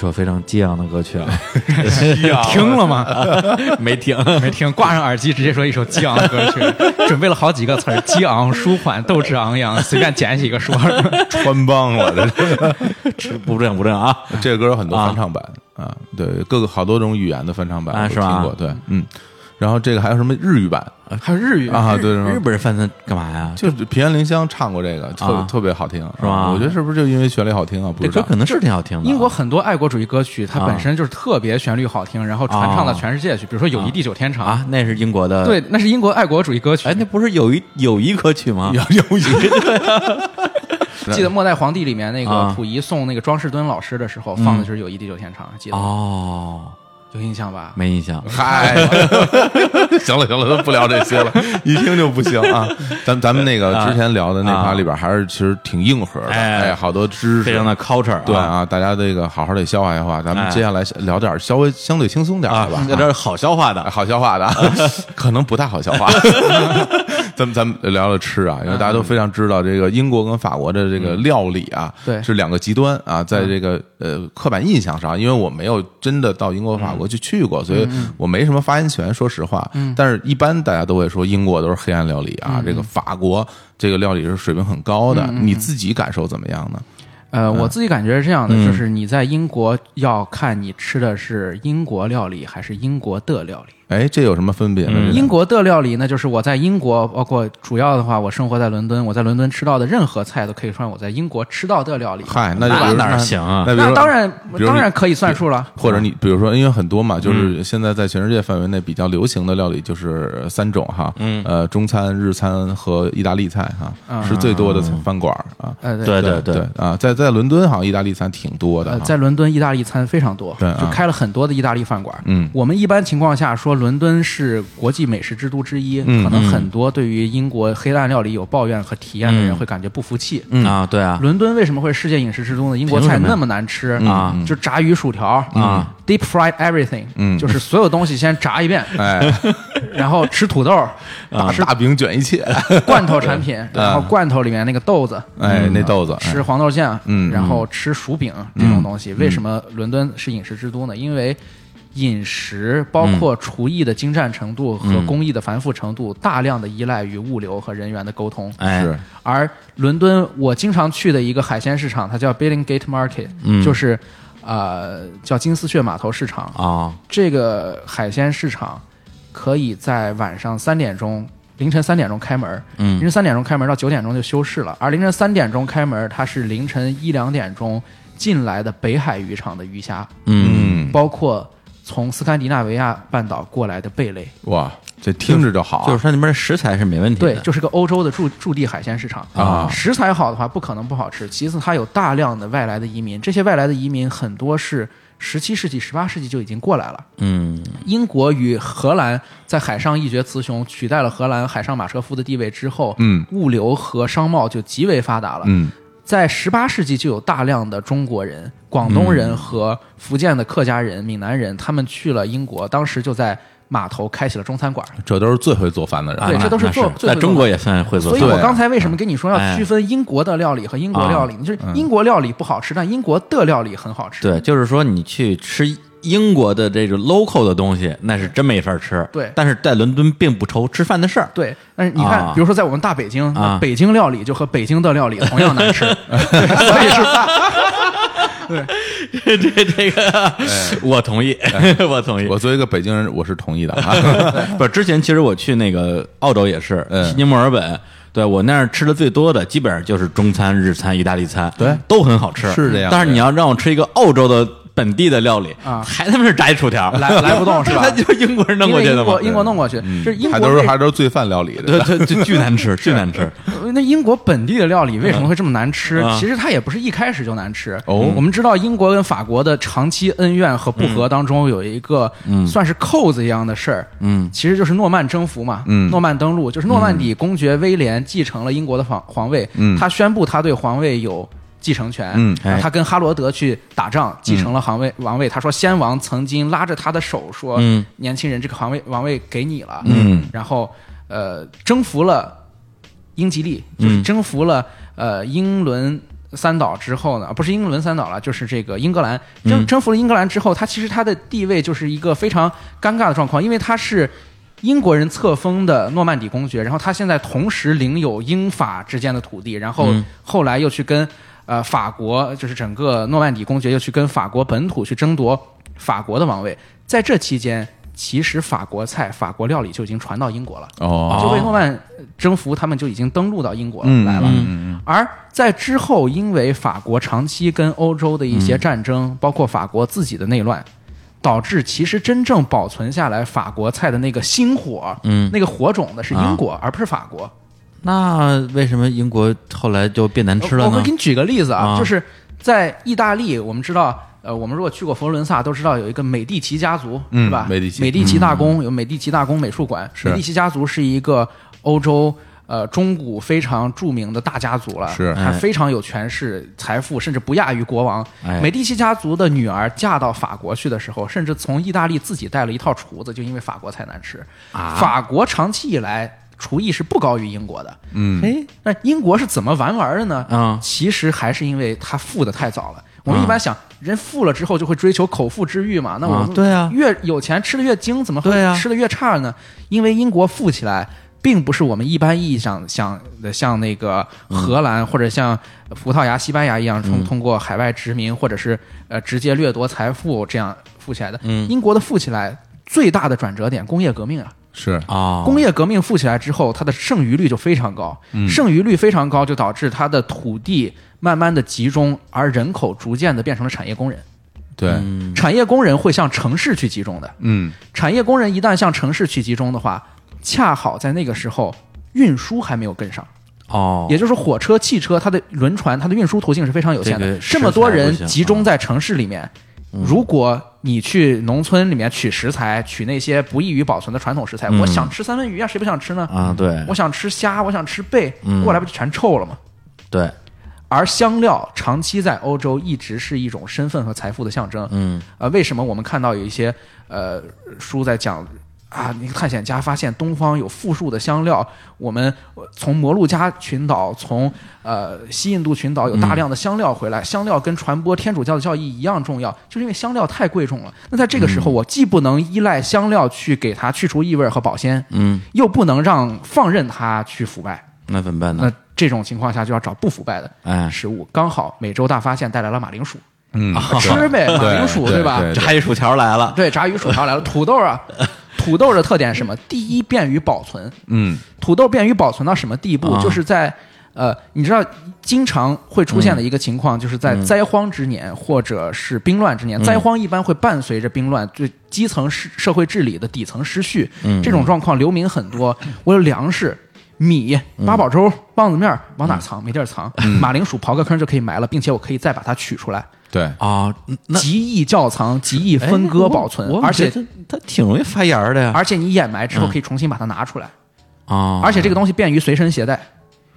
Speaker 1: 啊
Speaker 4: 非常激昂的歌曲啊，
Speaker 3: 听了吗？
Speaker 1: 没听，
Speaker 3: 没听，挂上耳机直接说一首激昂的歌曲，准备了好几个词儿，激昂、舒缓、斗志昂扬，随便捡几个说。
Speaker 2: 嗯穿帮了，这是
Speaker 1: 不正不正啊！
Speaker 2: 这个歌有很多翻唱版啊对，各个好多种语言的翻唱版，
Speaker 1: 啊
Speaker 2: 我
Speaker 1: 是吧
Speaker 2: 听过，对，嗯，然后这个还有什么日语版
Speaker 4: 还有日语
Speaker 2: 啊对
Speaker 4: 日
Speaker 2: 是吗
Speaker 4: 日本人翻它干嘛呀？
Speaker 2: 就是平原绫香唱过这个，特、
Speaker 4: 啊
Speaker 2: 特别好听，是
Speaker 4: 吧
Speaker 2: 我觉得是不是就因为旋律好听啊？不
Speaker 4: 这
Speaker 2: 知
Speaker 4: 歌
Speaker 2: 道
Speaker 4: 可，能是挺好听的啊。
Speaker 3: 英国很多爱国主义歌曲，它本身就是特别旋律好听，然后传唱到全世界去。比如说《友谊地久天长》
Speaker 4: 啊，那是英国的。
Speaker 3: 对，，那是英国爱国主义歌曲。
Speaker 4: 哎，那不是有一有一歌曲吗？
Speaker 2: 有 有
Speaker 3: 记得《末代皇帝》里面那个
Speaker 4: 啊
Speaker 3: 溥仪送那个庄士敦老师的时候，放的就是《友谊地久天长》，记得吗
Speaker 4: 哦，
Speaker 3: 有印象吧？
Speaker 4: 没印象。
Speaker 2: 嗨，行了行 了，都不聊这些了，一听就不行啊。咱咱们那个之前聊的那趴里边，还是其实挺硬核的，
Speaker 1: 哎
Speaker 2: 哎，好多知识，
Speaker 1: 非常的 culture，啊
Speaker 2: 对啊，大家这个好好得消化消化。咱们
Speaker 1: 哎
Speaker 2: 接下来聊点稍微相对轻松点
Speaker 1: 啊
Speaker 2: 的吧，，
Speaker 1: 这都是好消化的
Speaker 2: 哎，好消 化的，可能不太好消化。 咱们咱们聊聊吃啊，因为大家
Speaker 1: 嗯
Speaker 2: 都非常知道这个英国跟法国的这个料理啊，
Speaker 3: 对
Speaker 2: 是两个极端啊，
Speaker 1: 嗯
Speaker 2: 在这个呃刻板印象上，因为我没有真的到英国、法
Speaker 1: 嗯
Speaker 2: 国去去过，所以我没什么发言权，说实话。但是一般大家都会说英国都是黑暗料理
Speaker 1: 嗯
Speaker 2: 啊，这个法国这个料理是水平很高的，你自己感受怎么样呢？
Speaker 3: 呃，我自己感觉是这样的，就是你在英国要看你吃的是英国料理还是英国的料理。
Speaker 2: 哎，这有什么分
Speaker 1: 嗯
Speaker 2: 别呢？这
Speaker 3: 英国的料理呢，就是我在英国，包括主要的话，我生活在伦敦，我在伦敦吃到的任何菜都可以算我在英国吃到的料理。
Speaker 2: 嗨，那就比
Speaker 1: 那
Speaker 2: 如
Speaker 1: 哪
Speaker 2: 那
Speaker 1: 儿行啊？
Speaker 2: 那比如
Speaker 3: 那
Speaker 2: 说
Speaker 3: 当然
Speaker 2: 比如，
Speaker 3: 当
Speaker 2: 你
Speaker 3: 然可以算数了。
Speaker 2: 或者你比如说，因为很多嘛，就是现在在全世界范围内比较流行的料理就是三种哈，嗯，呃，中餐、日餐和意大利菜哈，是最多的饭馆儿啊。
Speaker 3: 呃，
Speaker 4: 对
Speaker 2: 对
Speaker 4: 对
Speaker 2: 啊，在在伦敦好像意大利餐挺多的
Speaker 3: 呃，
Speaker 2: 哈，
Speaker 3: 在伦敦意大利餐非常多，
Speaker 2: 对啊
Speaker 3: 就开了很多的意大利饭馆。
Speaker 2: 嗯
Speaker 3: 我们一般情况下说，伦敦是国际美食之都之一，
Speaker 2: 嗯
Speaker 3: 可能很多对于英国黑暗料理有抱怨和体验的人会感觉不服气。
Speaker 4: 嗯啊，对啊，
Speaker 3: 伦敦为什么会世界饮食之都呢？英国
Speaker 4: 凭
Speaker 3: 菜
Speaker 4: 什么呀
Speaker 3: 那么难吃
Speaker 4: 啊
Speaker 3: 就炸鱼薯条啊，deep fried everything，
Speaker 2: 嗯
Speaker 3: 就是所有东西先炸一遍，
Speaker 2: 哎，
Speaker 3: 然后吃土豆、
Speaker 2: 大大饼卷一切，
Speaker 3: 罐头产品，然后罐头里面那个豆子，
Speaker 2: 哎，那豆子，
Speaker 3: 吃黄豆酱，
Speaker 2: 嗯
Speaker 3: 然后吃薯饼这种东西。为什么伦敦是饮食之都呢？因为饮食包括厨艺的精湛程度和工艺的繁复程度，大量的依赖于物流和人员的沟通。
Speaker 4: 哎，
Speaker 2: 是
Speaker 3: 而伦敦我经常去的一个海鲜市场，它叫 Billingsgate Market，、就是呃叫金丝雀码头市场。
Speaker 4: 啊，
Speaker 3: 这个海鲜市场可以在晚上三点钟。凌晨三点钟开门，凌晨三点钟开门到九点钟就休市了。而凌晨三点钟开门，它是凌晨一两点钟进来的北海渔场的鱼虾，
Speaker 2: 嗯，
Speaker 3: 包括从斯堪的纳维亚半岛过来的贝类。
Speaker 2: 哇，这听着就好啊，
Speaker 4: 就是说那边的食材是没问题的。
Speaker 3: 对，就是个欧洲的驻驻地海鲜市场
Speaker 2: 啊
Speaker 3: 食材好的话，不可能不好吃。其次，它有大量的外来的移民，这些外来的移民很多是十七世纪、十八世纪就已经过来了。
Speaker 4: 嗯，
Speaker 3: 英国与荷兰在海上一决雌雄，取代了荷兰海上马车夫的地位之后，
Speaker 2: 嗯，
Speaker 3: 物流和商贸就极为发达了。
Speaker 2: 嗯，
Speaker 3: 在十八世纪就有大量的中国人、广东
Speaker 2: 嗯
Speaker 3: 人和福建的客家人、闽南人，他们去了英国，当时就在码头开启了中餐馆。
Speaker 2: 这都是最会做饭的人，
Speaker 4: 啊
Speaker 3: 对
Speaker 4: 那
Speaker 3: 这都是
Speaker 4: 那
Speaker 3: 做最
Speaker 4: 那
Speaker 3: 会
Speaker 4: 中
Speaker 3: 做
Speaker 4: 国
Speaker 3: 的
Speaker 4: 也算会做
Speaker 3: 所
Speaker 4: 饭。
Speaker 3: 以我
Speaker 2: 对
Speaker 3: 刚才为什么跟你说要
Speaker 4: 哎
Speaker 3: 区分英国的料理和英国料理？就是英国料理不好吃，但英国的料理很好吃。
Speaker 4: 对，就是说你去吃英国的这种 local 的东西，那是真没法吃。
Speaker 3: 对
Speaker 4: 但是在伦敦并不愁吃饭的事 儿。
Speaker 3: 对，但是你看，
Speaker 4: 啊
Speaker 3: 比如说在我们大北京，
Speaker 4: 啊
Speaker 3: 北京料理就和北京的料理同样难吃，所以是
Speaker 1: 这这这个， 我同意，我同意。
Speaker 2: 我作为一个北京人，我是同意的啊，
Speaker 1: 不是之前其实我去那个澳洲也是，
Speaker 2: 嗯
Speaker 1: 悉尼、墨尔本，对我那儿吃的最多的基本上就是中餐、日餐、意大利餐，对，都很好吃，
Speaker 2: 是这样
Speaker 1: 但是你要让我吃一个澳洲的本地的料理，
Speaker 3: 啊
Speaker 1: 还他妈是炸一薯条，
Speaker 3: 来来不 动是吧
Speaker 1: 他就是英国人弄
Speaker 3: 因
Speaker 1: 过
Speaker 3: 为
Speaker 1: 去
Speaker 3: 英
Speaker 1: 的嘛
Speaker 3: 国，英国弄过去，就是英
Speaker 2: 还
Speaker 3: 国
Speaker 2: 都是
Speaker 3: 为
Speaker 2: 还都是罪犯料理
Speaker 1: 对
Speaker 2: 的，
Speaker 1: 对对，巨难吃，巨难 吃，
Speaker 3: 呃那英国本地的料理为什么会这么难吃？
Speaker 1: 嗯
Speaker 3: 其实它也不是一开始就难吃。
Speaker 2: 哦
Speaker 3: 我们知道英国跟法国的长期恩怨和不
Speaker 2: 嗯
Speaker 3: 和当中有一个算是扣子一样的事儿，嗯，其实就是诺曼征服嘛，
Speaker 2: 嗯
Speaker 3: 诺曼登陆，就是诺曼底公爵威廉继承了英国的皇皇位，
Speaker 2: 嗯
Speaker 3: 他宣布他对皇位有。继承权，
Speaker 2: 嗯
Speaker 3: 然后他跟哈罗德去打仗，继承了皇位。王位，他说先王曾经拉着他的手说：“
Speaker 4: 嗯
Speaker 3: 年轻人，这个皇位王位给你了。”
Speaker 2: 嗯，
Speaker 3: 然后呃，征服了英吉利，就是征服了呃英伦三岛之后呢，不是英伦三岛了，就是这个英格兰征征服了英格兰之后，它其实它的地位就是一个非常尴尬的状况，因为它是英国人册封的诺曼底公爵，然后它现在同时领有英法之间的土地，然后后来又去跟呃法国，就是整个诺曼底公爵又去跟法国本土去争夺法国的王位，在这期间。其实法国菜、法国料理就已经传到英国了，
Speaker 2: 哦，
Speaker 3: 就被诺曼征服，他们就已经登陆到英国了
Speaker 2: 嗯
Speaker 3: 来了。
Speaker 2: 嗯
Speaker 3: 而在之后，因为法国长期跟欧洲的一些战争，
Speaker 2: 嗯
Speaker 3: 包括法国自己的内乱，导致其实真正保存下来法国菜的那个星火，
Speaker 4: 嗯
Speaker 3: 那个火种的是英
Speaker 2: 啊
Speaker 3: 国，而不是法国。
Speaker 4: 那为什么英国后来就变难吃了
Speaker 3: 我会
Speaker 4: 呢
Speaker 3: 给？你举个例子啊，
Speaker 4: 啊
Speaker 3: 就是在意大利，我们知道，呃，我们如果去过佛罗伦萨，都知道有一个美第奇家族，
Speaker 2: 嗯
Speaker 3: 是吧？
Speaker 2: 美第奇嗯
Speaker 3: 大公、有美第奇大公美术馆，
Speaker 2: 是
Speaker 3: 美第奇家族是一个欧洲。呃，中古非常著名的大家族了，
Speaker 2: 是哎
Speaker 3: 他非常有权势、财富，甚至不亚于国王。
Speaker 4: 哎
Speaker 3: 美第奇家族的女儿嫁到法国去的时候，甚至从意大利自己带了一套厨子，就因为法国菜难吃。
Speaker 2: 啊
Speaker 3: 法国长期以来厨艺是不高于英国的，嗯，哎，那英国是怎么玩玩的呢？
Speaker 4: 啊
Speaker 3: 其实还是因为他富的太早了。我们一般想，人富了之后就会追求口腹之欲嘛。那我
Speaker 4: 啊
Speaker 3: 们
Speaker 4: 对啊
Speaker 3: 越有钱吃的越精，怎么会
Speaker 4: 对啊
Speaker 3: 吃的越差呢？因为英国富起来，并不是我们一般意义上想的像那个荷兰或者像葡萄牙、西班牙一样，
Speaker 4: 嗯
Speaker 3: 通通过海外殖民或者是呃直接掠夺财富这样富起来的。
Speaker 4: 嗯
Speaker 3: 英国的富起来最大的转折点，工业革命啊。
Speaker 2: 是
Speaker 1: 哦
Speaker 4: 啊，
Speaker 3: 工业革命富起来之后，它的剩余率就非常高，
Speaker 4: 嗯
Speaker 3: 剩余率非常高，就导致它的土地慢慢的集中，而人口逐渐的变成了产业工人。
Speaker 2: 对，
Speaker 4: 嗯
Speaker 3: 产业工人会向城市去集中的，
Speaker 2: 嗯
Speaker 3: 产业工人一旦向城市去集中的话，恰好在那个时候运输还没有跟上，
Speaker 4: 哦，
Speaker 3: 也就是说火车、汽车、它的轮船、它的运输途径是非常有限的。
Speaker 4: 这个
Speaker 3: 这么多人
Speaker 4: 食材不行嗯
Speaker 3: 集中在城市里面，如果你去农村里面取食材，取那些不易于保存的传统食材，
Speaker 4: 嗯
Speaker 3: 我想吃三文鱼啊，谁不想吃呢？
Speaker 4: 啊，对
Speaker 3: 我想吃虾，我想吃贝，过来不就全臭了吗？
Speaker 4: 对，
Speaker 3: 而香料长期在欧洲一直是一种身份和财富的象征。嗯，呃，为什么我们看到有一些呃书在讲啊，那个探险家发现东方有富庶的香料，我们呃从摩鹿加群岛、从呃西印度群岛有大量的香料回来，香料跟传播天主教的教义一样重要，就是因为香料太贵重了。那在这个时候，我既不能依赖香料去给它去除异味和保鲜，嗯，又不能让放任它去腐败。
Speaker 4: 那怎么办呢
Speaker 3: 那？这种情况下就要找不腐败的
Speaker 4: 哎
Speaker 3: 食物。刚好美洲大发现带来了马 铃薯，
Speaker 2: 嗯，
Speaker 3: 吃呗，马
Speaker 2: 对
Speaker 3: 铃薯
Speaker 2: 对
Speaker 3: 吧？
Speaker 2: 对
Speaker 1: 炸一薯条来了，
Speaker 3: 对，炸鱼薯条来了，土豆啊，土豆的特点是什么？第一，便于保存。
Speaker 2: 嗯
Speaker 3: 土豆便于保存到什么地
Speaker 4: 啊
Speaker 3: 步？就是在呃，你知道经常会出现的
Speaker 4: 嗯
Speaker 3: 一个情况，就是在灾荒之年或者是兵乱
Speaker 4: 嗯
Speaker 3: 之年，灾荒一般会伴随着兵乱，最基层社社会治理的底层失序，
Speaker 4: 嗯
Speaker 3: 这种状况流民很多。我有粮食。米、
Speaker 4: 嗯
Speaker 3: 八宝粥、棒子面儿往哪藏？没地儿藏。马铃薯刨个坑就可以埋了，并且我可以再把它取出来，
Speaker 2: 对，
Speaker 1: 哦
Speaker 4: 啊，那
Speaker 3: 极易窖藏，极易
Speaker 4: 哎
Speaker 3: 分割
Speaker 4: 我
Speaker 3: 保存
Speaker 4: 我，
Speaker 3: 而且
Speaker 4: 觉得它挺容易发芽的呀。
Speaker 3: 而且你掩埋之后可以重新把它拿出来。
Speaker 1: 哦
Speaker 4: 啊，
Speaker 3: 而且这个东西便于随身携带，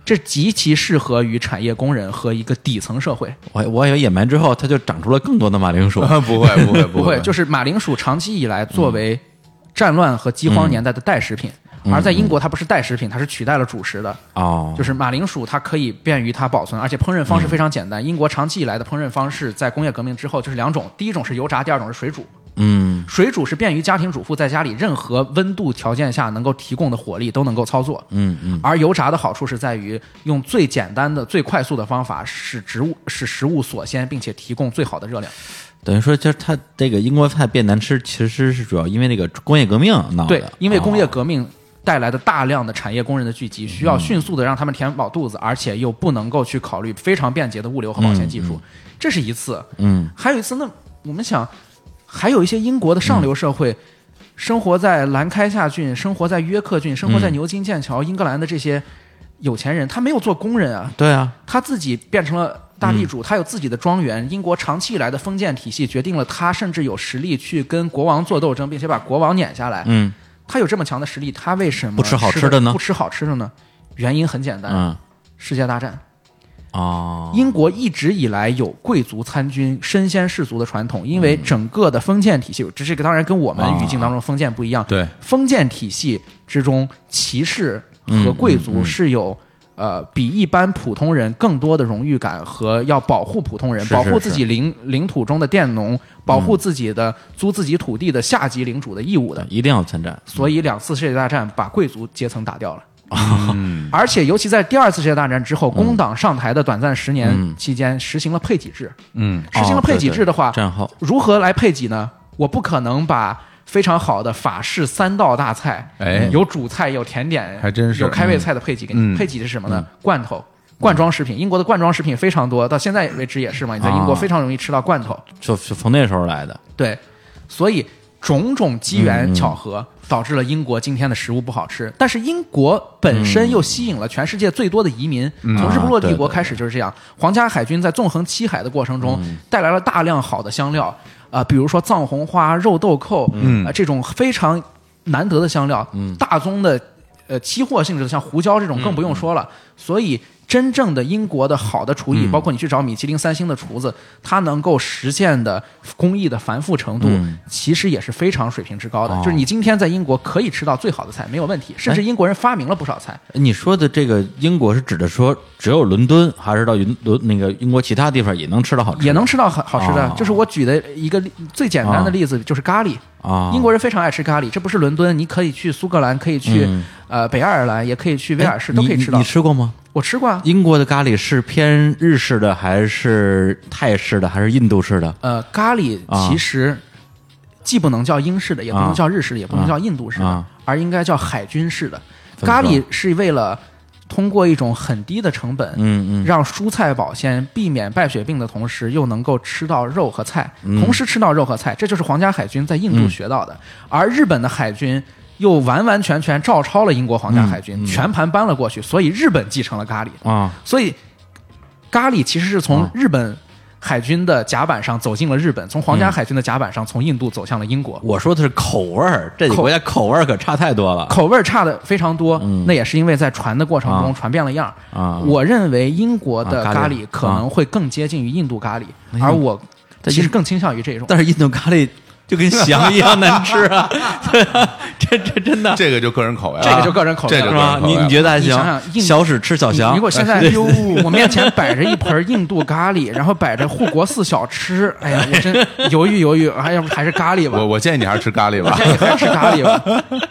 Speaker 3: 这极其适合于产业工人和一个底层社会。
Speaker 4: 我我以为掩埋之后，它就长出了更多的马 铃薯。
Speaker 2: 不会不会
Speaker 3: 不会，就是是马铃薯长期以来作为战乱和饥荒年代的代食品，而在英国它不是代食品，它是取代了主食的。
Speaker 4: 哦，
Speaker 3: 就是马铃薯，它可以便于它保存，而且烹饪方式非常简单。英国长期以来的烹饪方式，在工业革命之后就是两种，第一种是油炸，第二种是水煮。
Speaker 4: 嗯，
Speaker 3: 水煮是便于家庭主妇在家里任何温度条件下能够提供的火力都能够操作。嗯嗯。而油炸的好处是在于用最简单的、最快速的方法使植物使食物所鲜，并且提供最好的热量。
Speaker 4: 等于说，就是它这个英国菜变难吃，其实是主要因为这个工业革命闹的。
Speaker 3: 对，因为工业
Speaker 4: 哦
Speaker 3: 革命带来的大量的产业工人的聚集，需要迅速的让他们填饱肚子，而且又不能够去考虑非常便捷的物流和保鲜技术，这是一次。
Speaker 4: 嗯，
Speaker 3: 还有一次，那我们想，还有一些英国的上流社会。
Speaker 4: 嗯
Speaker 3: 生活在兰开夏郡，生活在约克郡，生
Speaker 4: 嗯
Speaker 3: 活在牛津、剑桥、英格兰的这些有钱人，他没有做工人啊，
Speaker 4: 对啊，
Speaker 3: 他自己变成了大地
Speaker 4: 嗯
Speaker 3: 主，他有自己的庄园。英国长期以来的封建体系决定了他甚至有实力去跟国王做斗争，并且把国王撵下来。
Speaker 4: 嗯
Speaker 3: 他有这么强的实力，他为什么
Speaker 4: 不吃好吃
Speaker 3: 的
Speaker 4: 的呢
Speaker 3: 不吃好吃的呢？原因很简单，
Speaker 4: 嗯
Speaker 3: 世界大战。
Speaker 4: 哦，
Speaker 3: 英国一直以来有贵族参军、身先士卒的传统，因为整个的封建体系，这是个当然跟我们语境当中封建
Speaker 4: 嗯
Speaker 3: 不一样。
Speaker 2: 对
Speaker 4: 嗯
Speaker 3: 封建体系之中，骑士和贵族是有呃比一般普通人更多的荣誉感和要保护普通人，
Speaker 4: 是
Speaker 3: 保
Speaker 4: 是嗯
Speaker 3: 护自己领领土中的佃农，保护自己的租自己土地的下级领主的义务的。
Speaker 4: 一定要参战。
Speaker 3: 所以两次世界大战把贵族阶层打掉了。
Speaker 2: 嗯
Speaker 3: 而且，尤其在第二次世界大战之后，工党上台的短暂十年期间，实行了配给制。
Speaker 2: 嗯，哦
Speaker 3: 实行了配给制的话，
Speaker 4: 哦战后
Speaker 3: 如何来配给呢？我不可能把非常好的法式三道大菜，
Speaker 2: 哎
Speaker 3: 有主菜，有甜点，
Speaker 2: 还真是
Speaker 3: 有开胃菜的配给给你。
Speaker 2: 嗯
Speaker 3: 配给是什么呢？罐头。罐装食品，英国的罐装食品非常多，到现在为止也是嘛。
Speaker 2: 哦
Speaker 3: 你在英国
Speaker 4: 啊
Speaker 3: 非常容易吃到罐头，
Speaker 4: 就是从那时候来的，
Speaker 3: 对，所以种种机缘巧合导致了英国今天的食物不好吃。但是英国本身又吸引了全世界最多的移民，从日不落帝国开始就是这样。皇家海军在纵横七海的过程中，带来了大量好的香料，啊，比如说藏红花、肉豆蔻，嗯、这种非常难得的香料，大宗的。呃，期货性质的像胡椒这种更不用说了，所以真正的英国的好的厨艺，包括你去找米其林三星的厨子，他能够实现的工艺的繁复程度，其实也是非常水平之高的。
Speaker 4: 哦
Speaker 3: 就是你今天在英国可以吃到最好的菜，没有问题，甚至英国人发明了不少菜。
Speaker 4: 你说的这个英国是指的说只有伦敦，还是到云伦那个英国其他地方也能吃到好吃的？
Speaker 3: 也能吃到很好吃的
Speaker 4: 哦，
Speaker 3: 就是我举的一个例最简单的例子，就是咖喱。
Speaker 4: 啊，
Speaker 3: 英国人非常爱吃咖喱，这不是伦敦，你可以去苏格兰，可以去呃北爱尔兰，也可以去威尔士，都可以
Speaker 4: 嗯哎
Speaker 3: 吃到
Speaker 4: 你你。吃过吗？
Speaker 3: 我吃过啊，
Speaker 4: 英国的咖喱是偏日式的，还是泰式的，还是印度式的？
Speaker 3: 呃，咖喱
Speaker 4: 啊
Speaker 3: 其实既不能叫英式的，也不能
Speaker 4: 啊
Speaker 3: 叫日式的，也不能
Speaker 4: 啊
Speaker 3: 叫印度式的
Speaker 4: 啊，
Speaker 3: 而应该叫海军式的。
Speaker 4: 怎么
Speaker 3: 咖喱
Speaker 4: 说
Speaker 3: 是为了通过一种很低的成本，
Speaker 4: 嗯嗯，
Speaker 3: 让蔬菜保鲜，避免败血病的同时，又能够吃到肉和菜，同时吃到肉和菜，这就是皇家海军在印度学到的。而日本的海军又完完全全照抄了英国皇家海军，全盘搬了过去，所以日本继承了咖喱。
Speaker 4: 啊，
Speaker 3: 所以咖喱其实是从日本海军的甲板上走进了日本，从皇家海军的甲板上从印度走向了英国。
Speaker 4: 我说的是口味儿，这几个
Speaker 3: 口
Speaker 4: 国家口味儿可差太多了。
Speaker 3: 口味儿差的非常多，那也是因为在传的过程中
Speaker 4: 嗯啊
Speaker 3: 传遍了样儿。
Speaker 4: 啊
Speaker 3: 我认为英国的
Speaker 4: 啊
Speaker 3: 咖
Speaker 4: 咖
Speaker 3: 喱
Speaker 4: 喱
Speaker 3: 可能会更接近于印度咖喱，
Speaker 4: 印
Speaker 3: 而我
Speaker 4: 但
Speaker 3: 其实
Speaker 4: 印
Speaker 3: 更倾向于这种。
Speaker 4: 但是印度咖喱就跟翔一样难吃啊！对啊，这这真 的
Speaker 2: 这个就个人口味了，
Speaker 3: 这个就个人口味
Speaker 2: 这
Speaker 3: 了
Speaker 2: 个
Speaker 4: 是
Speaker 2: 就个人
Speaker 4: 吧？
Speaker 2: 口味
Speaker 4: 你
Speaker 2: 了
Speaker 4: 你觉得还
Speaker 3: 你
Speaker 4: 行
Speaker 3: 想想？印
Speaker 4: 小史吃小
Speaker 3: 你
Speaker 4: 翔
Speaker 3: 如，果现 在哟，我面前摆着一盆印度咖喱，然后摆着护国寺小吃，哎呀，我真犹豫犹豫，哎，要不还是咖喱吧
Speaker 2: 我，我建议你还是吃咖 喱吧。
Speaker 3: 建议还是吃咖喱吧，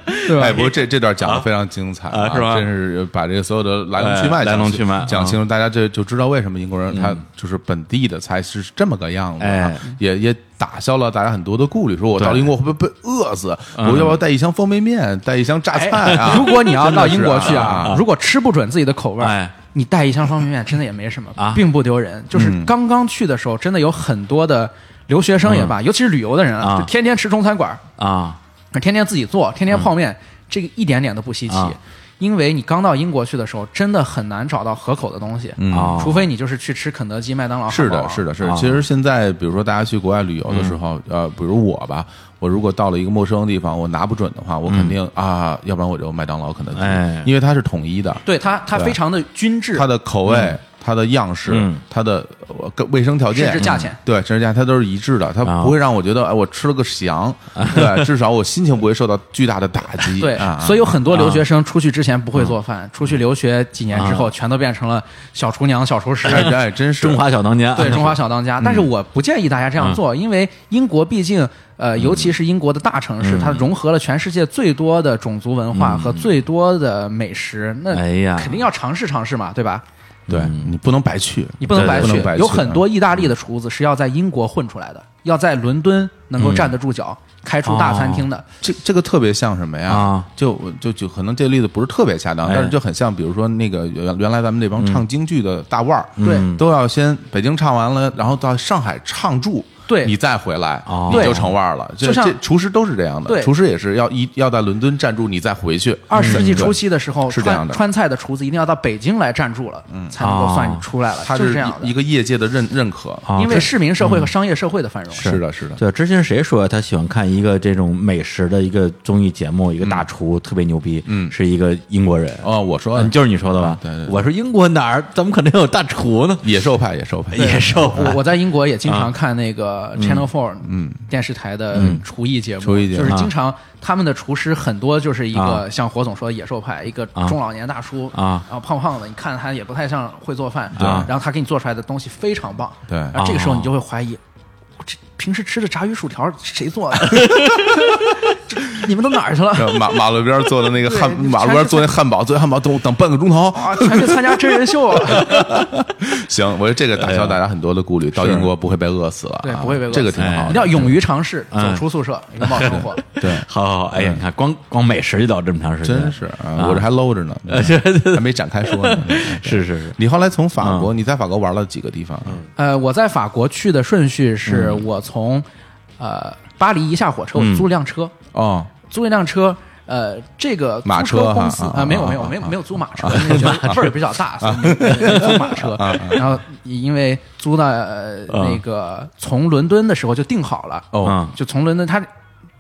Speaker 3: 对吧
Speaker 2: 哎，？不过这这段讲的非常精彩
Speaker 4: 啊是吧
Speaker 2: 真是把这个所有的来龙去脉
Speaker 4: 哎
Speaker 2: 讲清、
Speaker 4: 来龙去脉
Speaker 2: 讲
Speaker 4: 啊
Speaker 2: 清楚，大家这就知道为什么英国人他就是本地的菜是这么个样子、啊，
Speaker 4: 哎
Speaker 2: 也也打消了大家很多的顾虑，说我到了
Speaker 4: 对嗯
Speaker 2: 英国会不会被饿死？我要不要带一箱方便面，带一箱榨菜
Speaker 4: 哎
Speaker 2: 啊？
Speaker 3: 哎 如果你要到英国去
Speaker 2: 真的是
Speaker 3: 啊，如果吃不准自己的口味儿，
Speaker 4: 哎
Speaker 3: 你带一箱方便面真的也没什么，
Speaker 4: 啊
Speaker 3: 并不丢人。就是刚刚去的时候，真的有很多的留学生也罢，
Speaker 2: 嗯
Speaker 3: 尤其是旅游的人
Speaker 4: 啊
Speaker 3: 就天天吃中餐馆儿，
Speaker 4: 啊，
Speaker 3: 天天自己做，天
Speaker 2: 嗯
Speaker 3: 天泡面，这个一点点都不稀奇
Speaker 4: 啊。
Speaker 3: 因为你刚到英国去的时候，真的很难找到合口的东西，
Speaker 4: 哦
Speaker 3: 除非你就是去吃肯德基、麦当劳。
Speaker 2: 嗯是
Speaker 3: 汉堡
Speaker 2: 的，
Speaker 3: 王
Speaker 2: 是的，是的
Speaker 4: 啊嗯
Speaker 2: 其实现在，比如说大家去国外旅游的时候，呃，比如我吧，我如果到了一个陌生的地方，我拿不准的话，我肯定、啊，要不然我就麦当劳、肯德基，
Speaker 4: 嗯哎
Speaker 2: 因为它是统一的，
Speaker 3: 对它，它
Speaker 2: 对
Speaker 3: 非常的均质，
Speaker 2: 它的口味、它的样式、
Speaker 4: 嗯
Speaker 2: 它的呃跟卫生条件、
Speaker 3: 甚至价钱
Speaker 2: 嗯对，甚至价钱它都是一致的，它
Speaker 4: 啊
Speaker 2: 不会让我觉得哎，我吃了个 翔，对，至少我心情不会受到巨大的打击。
Speaker 3: 对，
Speaker 2: 啊，嗯啊
Speaker 3: 所以有很多留学生出去之前不会做饭，出去留学几年之后，全都变成了小厨娘、小厨师。
Speaker 2: 哎嗯哎，真是
Speaker 4: 中华小当家，
Speaker 3: 对中华小当家，但是我不建议大家
Speaker 2: 嗯
Speaker 3: 这样做，因为英国毕竟，呃，尤其是英国的大城市，
Speaker 2: 嗯
Speaker 3: 它融合了全世界最多的种族文化和最多的美食，那
Speaker 4: 哎呀
Speaker 3: 肯定要尝试尝试嘛，对吧？
Speaker 2: 对
Speaker 4: 嗯
Speaker 2: 你不能白去，
Speaker 3: 你不能
Speaker 4: 对
Speaker 3: 白
Speaker 2: 不
Speaker 3: 去
Speaker 2: 能白，去啊嗯
Speaker 3: 有很多意大利的厨子是要在英国混出来的，要在伦敦能够
Speaker 2: 嗯
Speaker 3: 站得住脚，开出大餐厅的。
Speaker 2: 这这个特别像什么呀？
Speaker 4: 啊
Speaker 2: 就就就可能这个例子不是特别恰当，
Speaker 4: 哎
Speaker 2: 但是就很像，比如说那个原原来咱们这帮唱京剧的大腕儿，
Speaker 3: 嗯对
Speaker 2: 都要先北京唱完了，然后到上海唱住。
Speaker 3: 对
Speaker 2: 你再回来，
Speaker 4: 哦
Speaker 2: 你就成腕儿了。
Speaker 3: 就
Speaker 2: 这
Speaker 3: 像
Speaker 2: 这厨师都是这样的，
Speaker 3: 对
Speaker 2: 厨师也是要一要在伦敦站住，你再回去。
Speaker 3: 二十世纪
Speaker 2: 嗯对
Speaker 3: 初期的时候，
Speaker 2: 是这样
Speaker 3: 川
Speaker 2: 的嗯哦
Speaker 3: 川菜的厨子一定要到北京来站住了，才能够算你出来了，
Speaker 2: 它
Speaker 3: 就是这样
Speaker 2: 一一
Speaker 3: 的。哦
Speaker 2: 个业界的认认可。
Speaker 4: 啊
Speaker 3: 因为市民社会和商业社会的繁荣，
Speaker 2: 是的，是的，
Speaker 4: 对，之前谁说他喜欢看一个这种美食的一个综艺节目，一个大厨特别牛逼，嗯，是一个英国人，
Speaker 2: 哦，我说
Speaker 4: 嗯，就是你说的吧？
Speaker 2: 对对对
Speaker 4: 我说英国哪儿怎么可能有大厨呢？
Speaker 2: 野兽派，野兽派，
Speaker 4: 野兽
Speaker 2: 啊
Speaker 3: 我我在英国也经常看那个、个 Channel Four 嗯电视台的厨艺节目，
Speaker 2: 嗯厨艺节目啊
Speaker 3: 就是经常他们的厨师很多就是一
Speaker 4: 啊
Speaker 3: 个像火总说的野兽派，一个中老年大叔
Speaker 4: 啊
Speaker 3: 然后胖胖的，你看他也不太像会做饭，
Speaker 2: 对
Speaker 3: 然后他给你做出来的东西非常棒，
Speaker 2: 对啊
Speaker 3: 然后这个时候你就会怀疑。这平时吃的炸鱼薯条谁做 的？这你们都哪儿去了？
Speaker 2: 马马路边做的那个汉，
Speaker 3: 对
Speaker 2: 马路边做那汉堡，做那汉堡等等半个钟头。
Speaker 3: 啊，全去参加真人 秀了。
Speaker 2: 行，我觉得这个打
Speaker 4: 哎
Speaker 2: 消大家很多的顾虑，到英国不会被饿死了，
Speaker 3: 对
Speaker 2: 啊
Speaker 3: 不会被饿
Speaker 2: 这个
Speaker 3: 死
Speaker 2: 挺好
Speaker 3: 一定
Speaker 2: 的。哎
Speaker 4: 哎
Speaker 2: 嗯
Speaker 3: 要勇于尝试，走出宿舍，拥抱生活。
Speaker 2: 对，
Speaker 4: 好好好，哎呀，你看光光美食就聊这么长时间，
Speaker 2: 真是，啊我这还搂着 呢，
Speaker 4: 哎
Speaker 2: 还没展开说呢。
Speaker 4: 是是嗯是，
Speaker 2: 你后来从法国，你在法国玩了几个地方啊？
Speaker 3: 呃，我在法国去的顺序是
Speaker 2: 嗯
Speaker 3: 我从呃巴黎一下火车，我租了辆车，
Speaker 2: 哦，
Speaker 3: 租一辆车。呃，这个
Speaker 2: 马
Speaker 3: 租
Speaker 2: 车啊
Speaker 3: 公司
Speaker 2: 啊
Speaker 3: 啊，没有
Speaker 2: 啊
Speaker 3: 没有
Speaker 2: 啊啊
Speaker 3: 没有没有租马车，因为觉得味儿比较大，所以没 没租马车。然后因为租到呃那个从伦敦的时候就定好了，
Speaker 4: 嗯啊
Speaker 2: 哦，
Speaker 3: 就从伦敦，它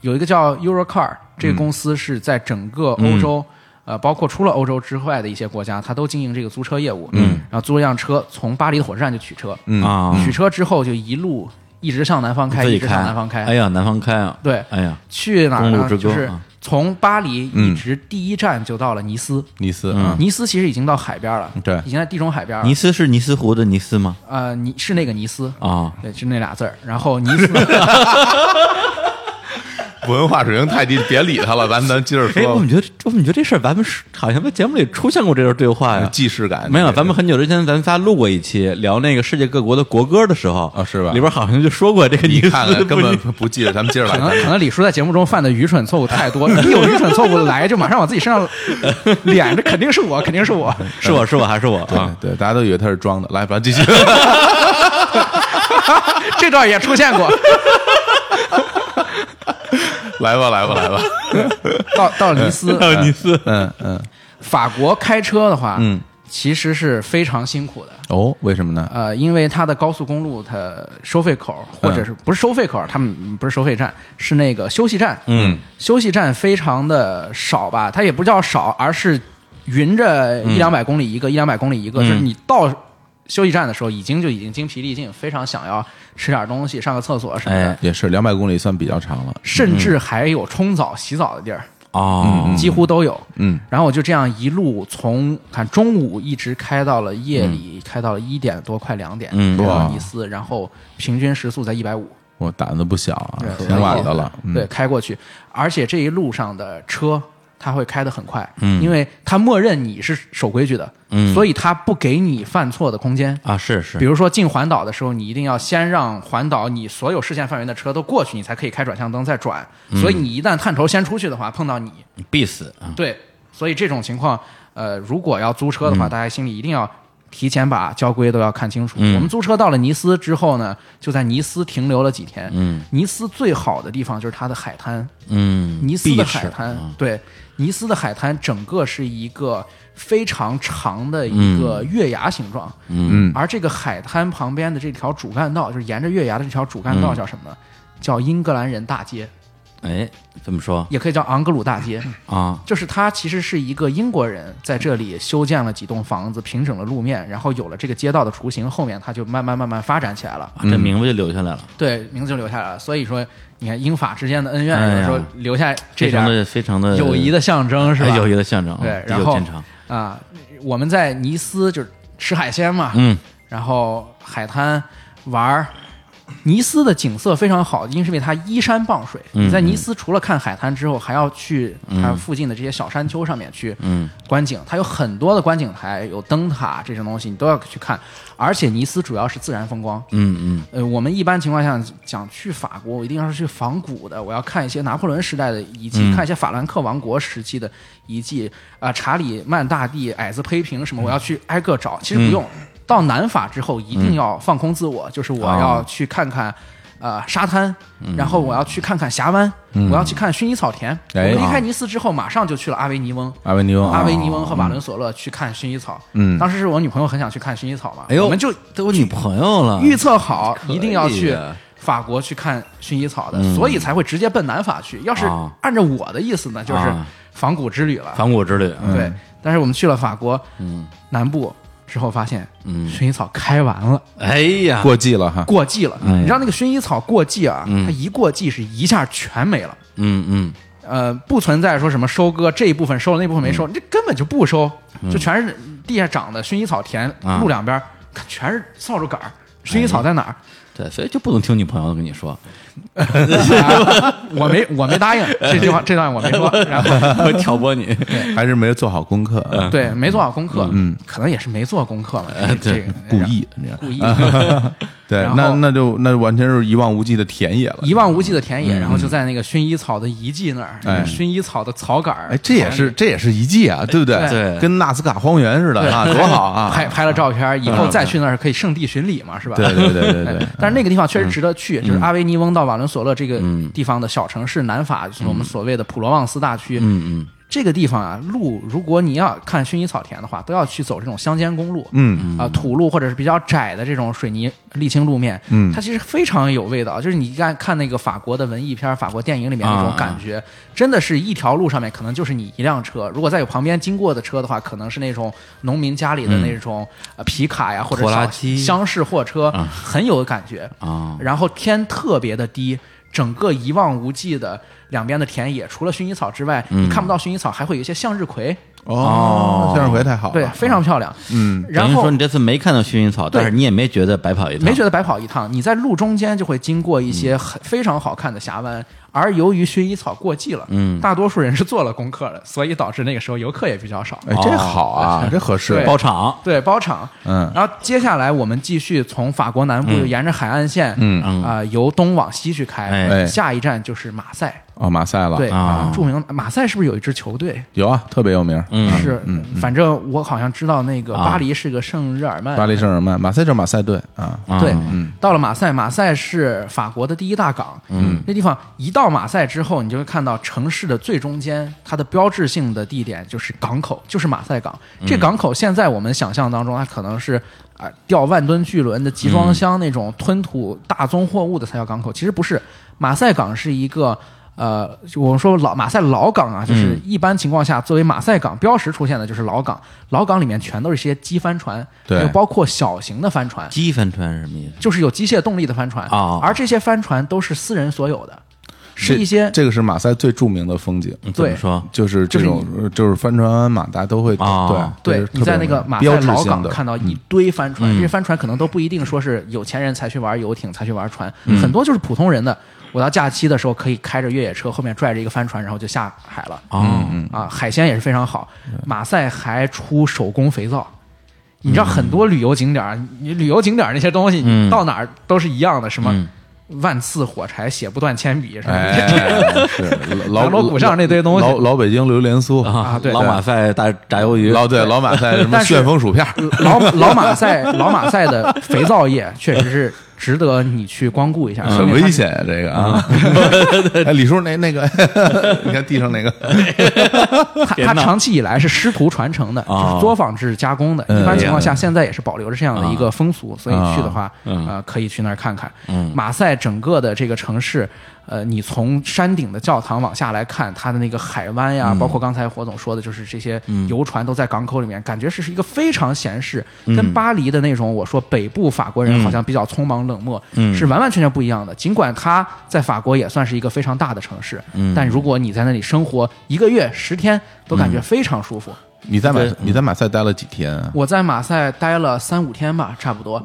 Speaker 3: 有一个叫 Eurocar 这个公司是在整个欧洲，
Speaker 2: 嗯
Speaker 3: 呃，包括除了欧洲之外的一些国家，它都经营这个租车业务。嗯，然后租一辆车从巴黎的火车站就取车，
Speaker 2: 嗯
Speaker 4: 啊，
Speaker 3: 取车之后就一路一直向南方开，
Speaker 4: 自己
Speaker 3: 一直向南方开。
Speaker 4: 哎呀，南方开啊，
Speaker 3: 对，
Speaker 4: 哎呀，
Speaker 3: 去哪儿
Speaker 4: 公路
Speaker 3: 呢？
Speaker 4: 之歌
Speaker 3: 就是
Speaker 4: 啊
Speaker 3: 从巴黎一直第一站就到了尼斯。
Speaker 2: 尼斯
Speaker 4: 嗯
Speaker 2: 啊，
Speaker 3: 尼斯其实已经到海边了，
Speaker 2: 对
Speaker 3: 已经在地中海边了
Speaker 4: 尼。斯是尼斯湖的尼斯吗？
Speaker 3: 呃，尼是那个尼斯，
Speaker 4: 啊，
Speaker 3: 对，是那俩字儿。然后尼斯，
Speaker 2: 文化水平太低，别理他了，咱咱接着
Speaker 4: 哎，我
Speaker 2: 说
Speaker 4: 们。觉得我们觉得这事儿咱们是好像在节目里出现过这段对话呀，
Speaker 2: 既视感
Speaker 4: 没有，咱们很久之前咱仨录过一期聊那个世界各国的国歌的时候
Speaker 2: 啊是吧
Speaker 4: 里边好像就说过这个
Speaker 2: 你
Speaker 4: 尼斯
Speaker 2: 看看
Speaker 4: 不
Speaker 2: 根本不记得，咱们接着
Speaker 3: 可能
Speaker 2: 来。
Speaker 3: 可能李叔在节目中犯的愚蠢错误太 多，一有愚蠢错误来就马上往自己身上脸，这肯定是 我，肯定是我。
Speaker 4: 是我是我还是我 啊？
Speaker 2: 对对，大家都以为他是装的，来，咱继 续。
Speaker 3: 这段也出现过，
Speaker 2: 来吧，来吧， 来吧。
Speaker 3: 到到尼斯，
Speaker 4: 还有尼斯
Speaker 2: 嗯嗯，
Speaker 3: 法国开车的话，
Speaker 2: 嗯，
Speaker 3: 其实是非常辛苦的。
Speaker 2: 哦，为什么呢？
Speaker 3: 呃，因为它的高速公路，它收费口或者是不是收费口，他们不是收费站，是那个休息站。
Speaker 2: 嗯，
Speaker 3: 休息站非常的少吧，它也不叫少，而是匀着一两百公里一个，一两百公里一个，就是你到休息站的时候，已经就已经精疲力尽，非常想要吃点东西、上个厕所什么的，
Speaker 4: 哎
Speaker 2: 也是两百公里算比较长了。
Speaker 3: 甚至还有冲澡、洗澡的地儿，
Speaker 4: 哦，
Speaker 3: 嗯几乎都有。
Speaker 2: 嗯，
Speaker 3: 然后我就这样一路从看中午一直开到了夜里，开到了一点多，快两点，
Speaker 4: 嗯
Speaker 3: 开
Speaker 2: 嗯哇
Speaker 3: 到尼斯，然后平均时速在一百五，
Speaker 2: 我胆子不小啊，
Speaker 3: 对
Speaker 2: 挺晚的了。嗯
Speaker 3: 对，，开过去，而且这一路上的车。它会开得很快，嗯，因为它默认你是守规矩的，嗯，所以它不给你犯错的空间。
Speaker 4: 啊，是是
Speaker 3: 比，如说进环岛的时候，你一定要先让环岛你所有视线范围的车都过去，你才可以开转向灯再转。
Speaker 2: 嗯
Speaker 3: 所以你一旦探头先出去的话，碰到你，
Speaker 4: 必死啊，
Speaker 3: 对，所以这种情况，呃，如果要租车的话，大家心里一定要提前把交规都要看清楚。我们租车到了尼斯之后呢，就在尼斯停留了几天。嗯，尼斯最好的地方就是它的海滩。
Speaker 4: 嗯，
Speaker 3: 尼斯的
Speaker 4: 必
Speaker 3: 海
Speaker 4: 死
Speaker 3: 滩，对，尼斯的海滩整个是一个非常长的一个月牙形状，嗯，而这个海滩旁边的这条主干道，就是沿着月牙的这条主干道叫什么呢？叫英格兰人大街，
Speaker 4: 哎，怎么说
Speaker 3: 也可以叫昂格鲁大街。
Speaker 4: 啊？
Speaker 3: 就是它其实是一个英国人在这里修建了几栋房子，平整了路面，然后有了这个街道的雏形，后面它就慢慢慢慢发展起来了。
Speaker 4: 啊这名字就留下来了，
Speaker 3: 对，名字就留下来了。所以说，你看英法之间的恩
Speaker 4: 哎
Speaker 3: 怨，
Speaker 4: 呀
Speaker 3: 有时候留下这
Speaker 4: 非常
Speaker 3: 点
Speaker 4: 的非常的
Speaker 3: 友谊的象征，是吧？
Speaker 4: 哎友谊的象征，
Speaker 3: 对，
Speaker 4: 地
Speaker 3: 然
Speaker 4: 久
Speaker 3: 后
Speaker 4: 天长，
Speaker 3: 啊，我们在尼斯就是吃海鲜嘛，
Speaker 4: 嗯，
Speaker 3: 然后海滩玩儿。尼斯的景色非常好，因为它依山傍水。
Speaker 4: 嗯
Speaker 3: 你在尼斯除了看海滩之后，还要去它附近的这些小山丘上面去
Speaker 4: 嗯
Speaker 3: 观景。它有很多的观景台，有灯塔这种东西，你都要去看。而且尼斯主要是自然风光。
Speaker 4: 嗯嗯，
Speaker 3: 呃，我们一般情况下讲去法国，我一定要是去仿古的，我要看一些拿破仑时代的遗
Speaker 2: 嗯
Speaker 3: 迹，看一些法兰克王国时期的遗迹，啊、查理曼大帝、矮子胚平什么，我要去挨个找。
Speaker 2: 嗯
Speaker 3: 其实不用，到南法之后一定要放空自我，就是我
Speaker 2: 哦
Speaker 3: 要去看看。呃，沙滩，
Speaker 2: 嗯
Speaker 3: 然后我要去看看峡湾，我要去看薰衣草田。我
Speaker 2: 哎
Speaker 3: 们离开尼斯之后，马上就去了阿维尼翁，
Speaker 2: 阿维尼翁，哦
Speaker 3: 阿维尼翁和马伦索勒去看薰衣草。
Speaker 2: 嗯
Speaker 3: 当时是我女朋友很想去看薰衣草嘛，
Speaker 4: 哎呦
Speaker 3: 我们就
Speaker 4: 都有女朋友了，
Speaker 3: 预测好
Speaker 4: 以
Speaker 3: 一定要去
Speaker 4: 的嗯
Speaker 3: 法国去看薰衣草的，所以才会直接奔南法去。要是
Speaker 4: 啊
Speaker 3: 按照我的意思呢，就是
Speaker 4: 啊
Speaker 3: 仿古之旅了。
Speaker 4: 反骨之旅啊，嗯
Speaker 3: 对，但是我们去了法国，南部之后发现，嗯，薰衣草开完了，
Speaker 1: 哎呀，
Speaker 2: 过季了哈，
Speaker 3: 过季
Speaker 4: 哎
Speaker 3: 了。你知道那个薰衣草过季啊，
Speaker 4: 嗯
Speaker 3: 它一过季是一下全没了。
Speaker 1: 嗯嗯，
Speaker 3: 呃，不存在说什么收割这一部分收了，那部分没
Speaker 4: 嗯
Speaker 3: 收，这根本就不收，就全是地下长的薰衣草田，
Speaker 4: 啊
Speaker 3: 路两边儿全是扫帚杆儿。薰
Speaker 4: 哎
Speaker 3: 衣草在哪儿？
Speaker 1: 对，所以就不能听女朋友跟你 说，
Speaker 3: 我没我没答应这句话，这段我没 说。然后
Speaker 1: 会挑拨你。
Speaker 2: 还是没有做好功课，嗯呃
Speaker 3: 对，没做好功课，嗯，可能也是没做功课嘛，这个
Speaker 2: 故意这样。
Speaker 3: 故意。
Speaker 2: 对
Speaker 3: 嗯然，后
Speaker 2: 那那就那完全是一望无际的田野了。
Speaker 3: 一望无际的田野，然后就在那个薰衣草的遗迹那儿，
Speaker 2: 嗯哎
Speaker 3: 薰衣草的草杆儿，
Speaker 2: 哎，这也是这也是一季啊，对不对？
Speaker 1: 对
Speaker 2: 跟纳斯卡荒原似的
Speaker 3: 对
Speaker 2: 啊，多好啊！
Speaker 3: 拍拍了照片，以后再去那儿可以圣地巡礼嘛，是吧？
Speaker 2: 嗯对对对对对
Speaker 3: 哎但是那个地方确实值得去，就是阿维尼翁到瓦伦索勒这个地方的小城市，南法就是我们所谓的普罗旺斯大区。嗯嗯。这个地方啊，路如果你要看薰衣草田的话，都要去走这种乡间公路，
Speaker 2: 嗯
Speaker 3: 啊、土路或者是比较窄的这种水泥沥青路面，
Speaker 2: 嗯
Speaker 3: 它其实非常有味道。就是你看看那个法国的文艺片、法国电影里面那种感觉，真的是一条路上面可能就是你一辆车，如果再有旁边经过的车的话，可能是那种农民家里的那种呃皮卡呀，或者
Speaker 1: 拖拉
Speaker 3: 小
Speaker 1: 机
Speaker 3: 厢式货车，很有感觉
Speaker 1: 啊。
Speaker 3: 然后天特别的低。整个一望无际的两边的田野，除了薰衣草之外，你看不到薰衣草，还会有一些向日葵，
Speaker 2: 哦，向日葵太好了，
Speaker 3: 对，非常漂亮。
Speaker 2: 嗯，
Speaker 3: 然
Speaker 1: 等于
Speaker 3: 后
Speaker 1: 说你这次没看到薰衣草，
Speaker 3: 对
Speaker 1: 但是你也没觉得白跑一趟，
Speaker 3: 没觉得白跑一趟。你在路中间就会经过一些很非常好看的峡湾，而由于薰衣草过季了，嗯，大多数人是做了功课的，所以导致那个时候游客也比较少。
Speaker 2: 哎，这好啊，这合适
Speaker 3: 哦对。
Speaker 1: 包场。
Speaker 3: 对，包场。
Speaker 2: 嗯
Speaker 3: 然后接下来我们继续从法国南部沿着海岸线，
Speaker 2: 嗯
Speaker 3: 啊、由东往西去开，
Speaker 1: 哎
Speaker 3: 下一站就是马赛。
Speaker 2: 哦，马赛了，
Speaker 3: 对，
Speaker 1: 啊
Speaker 3: 著名马赛是不是有一支球队？
Speaker 2: 有啊，特别有名。
Speaker 1: 嗯
Speaker 3: 是，反正我好像知道那个
Speaker 1: 啊
Speaker 3: 巴黎是个圣日耳曼，
Speaker 2: 巴黎圣日耳曼，马赛就是马赛队啊，
Speaker 1: 啊
Speaker 3: 对，到了马赛，马赛是法国的第一大港。嗯，那地方一到马赛之后，你就会看到城市的最中间，它的标志性的地点就是港口，就是马赛港。这港口现在我们想象当中，它可能是啊、吊万吨巨轮的集装箱那种吞吐大宗货物的才叫港口，其实不是。马赛港是一个。呃，就我们说老马赛老港啊，就是一般情况下，作为马赛港标识出现的就是老港。老港里面全都是一些机帆船，
Speaker 2: 对
Speaker 3: 就包括小型的帆船，
Speaker 1: 机帆船是什么意思？
Speaker 3: 就是有机械动力的帆船
Speaker 1: 啊
Speaker 3: 而这些帆船都是私人所有的，是一些
Speaker 2: 这个是马赛最著名的风景，
Speaker 1: 你怎么
Speaker 3: 对
Speaker 1: 说？
Speaker 2: 就是这种呃就是帆船鞍马，大家都会
Speaker 1: 哦
Speaker 2: 对，就
Speaker 3: 对
Speaker 2: 是
Speaker 3: 你在
Speaker 2: 特
Speaker 3: 那
Speaker 2: 别
Speaker 3: 个马赛
Speaker 2: 标志
Speaker 3: 老
Speaker 2: 性
Speaker 3: 港
Speaker 2: 的嗯
Speaker 3: 看到一堆帆船，这些帆船可能都不一定说是有钱人才去玩游艇才去玩船，
Speaker 2: 嗯
Speaker 3: 很多就是普通人的。我到假期的时候可以开着越野车，后面拽着一个帆船，然后就下海了。
Speaker 1: 哦，
Speaker 2: 嗯
Speaker 3: 啊，海鲜也是非常好。马赛还出手工肥皂，你知道很多旅游景点儿，你旅游景点儿那些东西，
Speaker 2: 嗯
Speaker 3: 你到哪儿都是一样的，什么万刺火柴、写不断铅笔什么的，
Speaker 2: 哎，是老
Speaker 3: 南锣鼓巷那堆东西
Speaker 2: 老老北京榴莲酥
Speaker 3: 啊对
Speaker 1: 老马赛大炸鱿鱼，
Speaker 2: 老对老马赛什么
Speaker 3: 但是嗯
Speaker 2: 旋风薯片儿，
Speaker 3: 老老马赛老马赛的肥皂业确实是值得你去光顾一下，说
Speaker 2: 很
Speaker 3: 明它
Speaker 2: 危险啊，这个啊！
Speaker 3: 嗯
Speaker 2: 哎，李叔那那个， 你看地上那个，
Speaker 3: 它它长期以来是师徒传承的，
Speaker 1: 啊
Speaker 3: 就是作坊制加工的。
Speaker 2: 嗯
Speaker 3: 一般情况下，现在也是保留着这样的一个风俗，所以去的话，
Speaker 1: 嗯
Speaker 3: 呃，可以去那儿看看。马赛整个的这个城市，呃，你从山顶的教堂往下来看，它的那个海湾呀，包括刚才火总说的，就是这些游船都在港口里面，感觉是是一个非常闲适，跟巴黎的那种我说北部法国人好像比较匆忙冷漠，是完完全全不一样的。尽管它在法国也算是一个非常大的城市，但如果你在那里生活一个月、十天，都感觉非常舒服。
Speaker 2: 你在马你在马赛待了几天啊？
Speaker 3: 我在马赛待了三五天吧，差不多。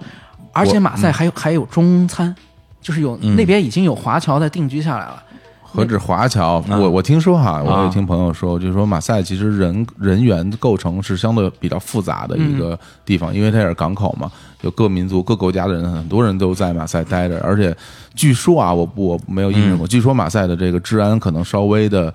Speaker 3: 而且马
Speaker 2: 嗯
Speaker 3: 赛还有、还有中餐，就是有、那边已经有华侨在定居下来了。
Speaker 2: 何止华侨，我我听说哈，
Speaker 3: 啊
Speaker 2: 我也听朋友说，就是说马赛其实人人员构成是相对比较复杂的一
Speaker 3: 嗯
Speaker 2: 个地方，因为它也是港口嘛，有各民族各国家的人，很多人都在马赛待着，而且据说啊，我我没有印
Speaker 3: 嗯
Speaker 2: 证过，据说马赛的这个治安可能稍微的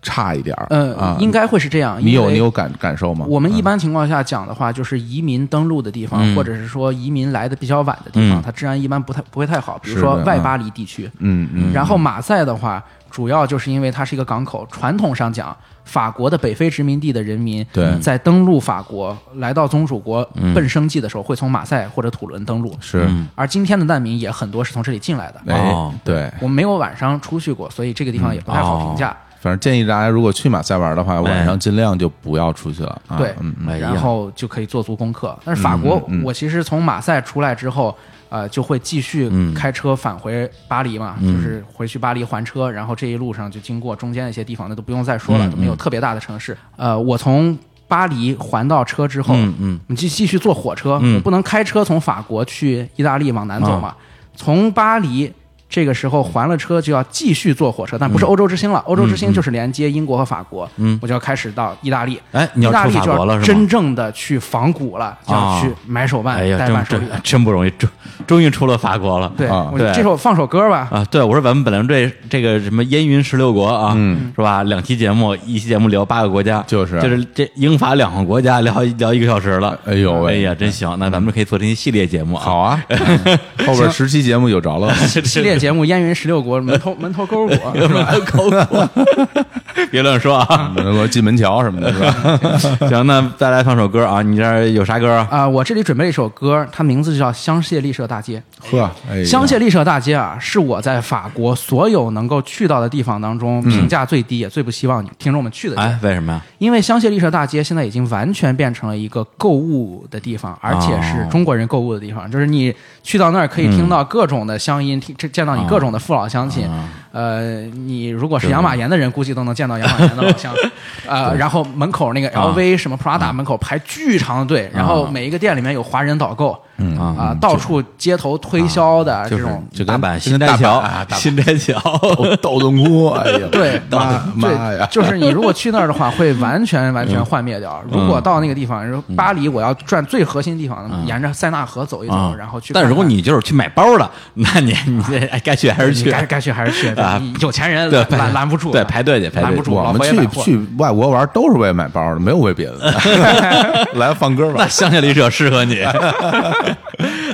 Speaker 2: 差一点儿，
Speaker 3: 嗯、
Speaker 2: 啊，
Speaker 3: 应该会是这样。
Speaker 2: 你
Speaker 3: 因
Speaker 2: 有
Speaker 3: 为
Speaker 2: 你有感感受吗？
Speaker 3: 我们一般情况下讲的话，就是移民登陆的地方，
Speaker 2: 嗯
Speaker 3: 或者是说移民来的比较晚的地方，它治安一般不太不会太好。比如说
Speaker 2: 是的
Speaker 3: 外
Speaker 2: 嗯
Speaker 3: 巴黎地区，
Speaker 2: 嗯嗯，
Speaker 3: 然后马赛的话，主要就是因为它是一个港口，传统上讲，法国的北非殖民地的人民
Speaker 2: 对嗯
Speaker 3: 在登陆法国、来到宗主国奔生计的时候，会从马赛或者土伦登陆。嗯
Speaker 2: 是，
Speaker 3: 而今天的难民也很多是从这里进来的。
Speaker 2: 哎
Speaker 1: 哦，
Speaker 2: 对，嗯哦
Speaker 3: 我没有晚上出去过，所以这个地方也不太好评价。
Speaker 2: 反正建议大家如果去马赛玩的话，晚
Speaker 4: 哎
Speaker 2: 上尽量就不要出去了。啊
Speaker 3: 对
Speaker 2: 嗯，
Speaker 4: 哎呀
Speaker 3: 然后就可以做足功课。但是法国，我其实从马赛出来之后，呃，就会继续
Speaker 2: 嗯
Speaker 3: 开车返回巴黎嘛，就是回去巴黎还车，然后这一路上就经过中间的一些地方，那都不用再
Speaker 2: 嗯
Speaker 3: 说了，都没有特别大的城市。呃，我从。巴黎还到车之后，嗯嗯，你继继续坐火车，
Speaker 4: 嗯
Speaker 3: 我不能开车从法国去意大利往南走嘛。
Speaker 4: 啊
Speaker 3: 从巴黎这个时候还了车，就要继续坐火车，但不
Speaker 4: 嗯
Speaker 3: 是欧洲之星了，欧洲之星就是连接英国和法国，嗯，我就要开始到意大利，
Speaker 4: 哎你要
Speaker 3: 意大
Speaker 4: 出
Speaker 3: 利
Speaker 4: 法
Speaker 3: 就
Speaker 4: 国了
Speaker 3: 要
Speaker 4: 是吗
Speaker 3: 真正的去仿古了，就
Speaker 4: 啊
Speaker 3: 要去买手办
Speaker 4: 哎，呀，
Speaker 3: 带伴手
Speaker 4: 真
Speaker 3: 礼。
Speaker 4: 真真不容易，终终于出了法国了。
Speaker 3: 对，
Speaker 2: 啊
Speaker 3: 我
Speaker 1: 对
Speaker 3: 这首放首歌吧。
Speaker 4: 啊，对，我说咱们本来这这个什么烟云十六国啊，嗯，是吧？两期节目，一期节目聊八个国家，
Speaker 2: 就是啊
Speaker 4: 就是这英法两个国家聊聊一个小时了，
Speaker 2: 哎呦喂
Speaker 4: 哎呀，真行！那咱们可以做这一系列节目啊，
Speaker 2: 好 啊，嗯后边十期节目有着了。
Speaker 3: 系列节目《烟云十六国》门头门头 沟国，是吧？
Speaker 4: 别乱说啊。
Speaker 2: 比如说进门桥什么的，是吧？嗯
Speaker 4: 行，那再来放首歌啊，你这儿有啥歌啊？
Speaker 3: 啊、我这里准备了一首歌，它名字就叫《香榭丽舍大街》。
Speaker 2: 呵，哎呀
Speaker 3: 香榭丽舍大街啊，是我在法国所有能够去到的地方当
Speaker 2: 嗯
Speaker 3: 中评价最低，也最不希望你听众们去的地方。
Speaker 4: 哎，为什么呀？
Speaker 3: 因为香榭丽舍大街现在已经完全变成了一个购物的地方，而且是中国人购物的地方。就是你去到那儿可以听到各种的乡音，
Speaker 4: 嗯
Speaker 3: 听、见到你各种的父老乡亲。
Speaker 4: 啊
Speaker 3: 呃，你如果是养马岩的人，估计都能见到养马岩的老乡。 呃，然后门口那个
Speaker 4: 啊
Speaker 3: LV 什么 Prada 门口排巨长的队，然后每一个店里面有华人导购，
Speaker 4: 嗯
Speaker 3: 啊、到处街头推销的这种
Speaker 4: 啊就大阪
Speaker 2: 就
Speaker 4: 新
Speaker 2: 跟
Speaker 4: 斋
Speaker 2: 大阪
Speaker 4: 桥
Speaker 2: 啊，大阪
Speaker 4: 新斋桥，
Speaker 2: 斗斗洞窟，哎呀，
Speaker 3: 对，
Speaker 2: 妈
Speaker 3: 啊
Speaker 2: 妈呀
Speaker 3: 对，，就是你如果去那儿的话，会完全完全幻灭
Speaker 4: 嗯
Speaker 3: 掉。如果到那个地方，如巴黎，我要转最核心地方，沿着塞纳河走一走，然后去看看。
Speaker 4: 嗯啊但如果你就是去买包了，那你你这哎该去还是
Speaker 3: 你
Speaker 4: 去，
Speaker 3: 该该去还是去，
Speaker 4: 啊
Speaker 3: 对你有钱人
Speaker 4: 对
Speaker 3: 拦拦拦不住，
Speaker 4: 对排队去排队
Speaker 3: 拦不住。
Speaker 2: 我
Speaker 3: 老
Speaker 2: 们
Speaker 3: 佛爷
Speaker 2: 去
Speaker 3: 百货
Speaker 2: 去外国玩都是为买包的，没有为别的。 来放歌吧
Speaker 4: 那，乡下里舍适 合你。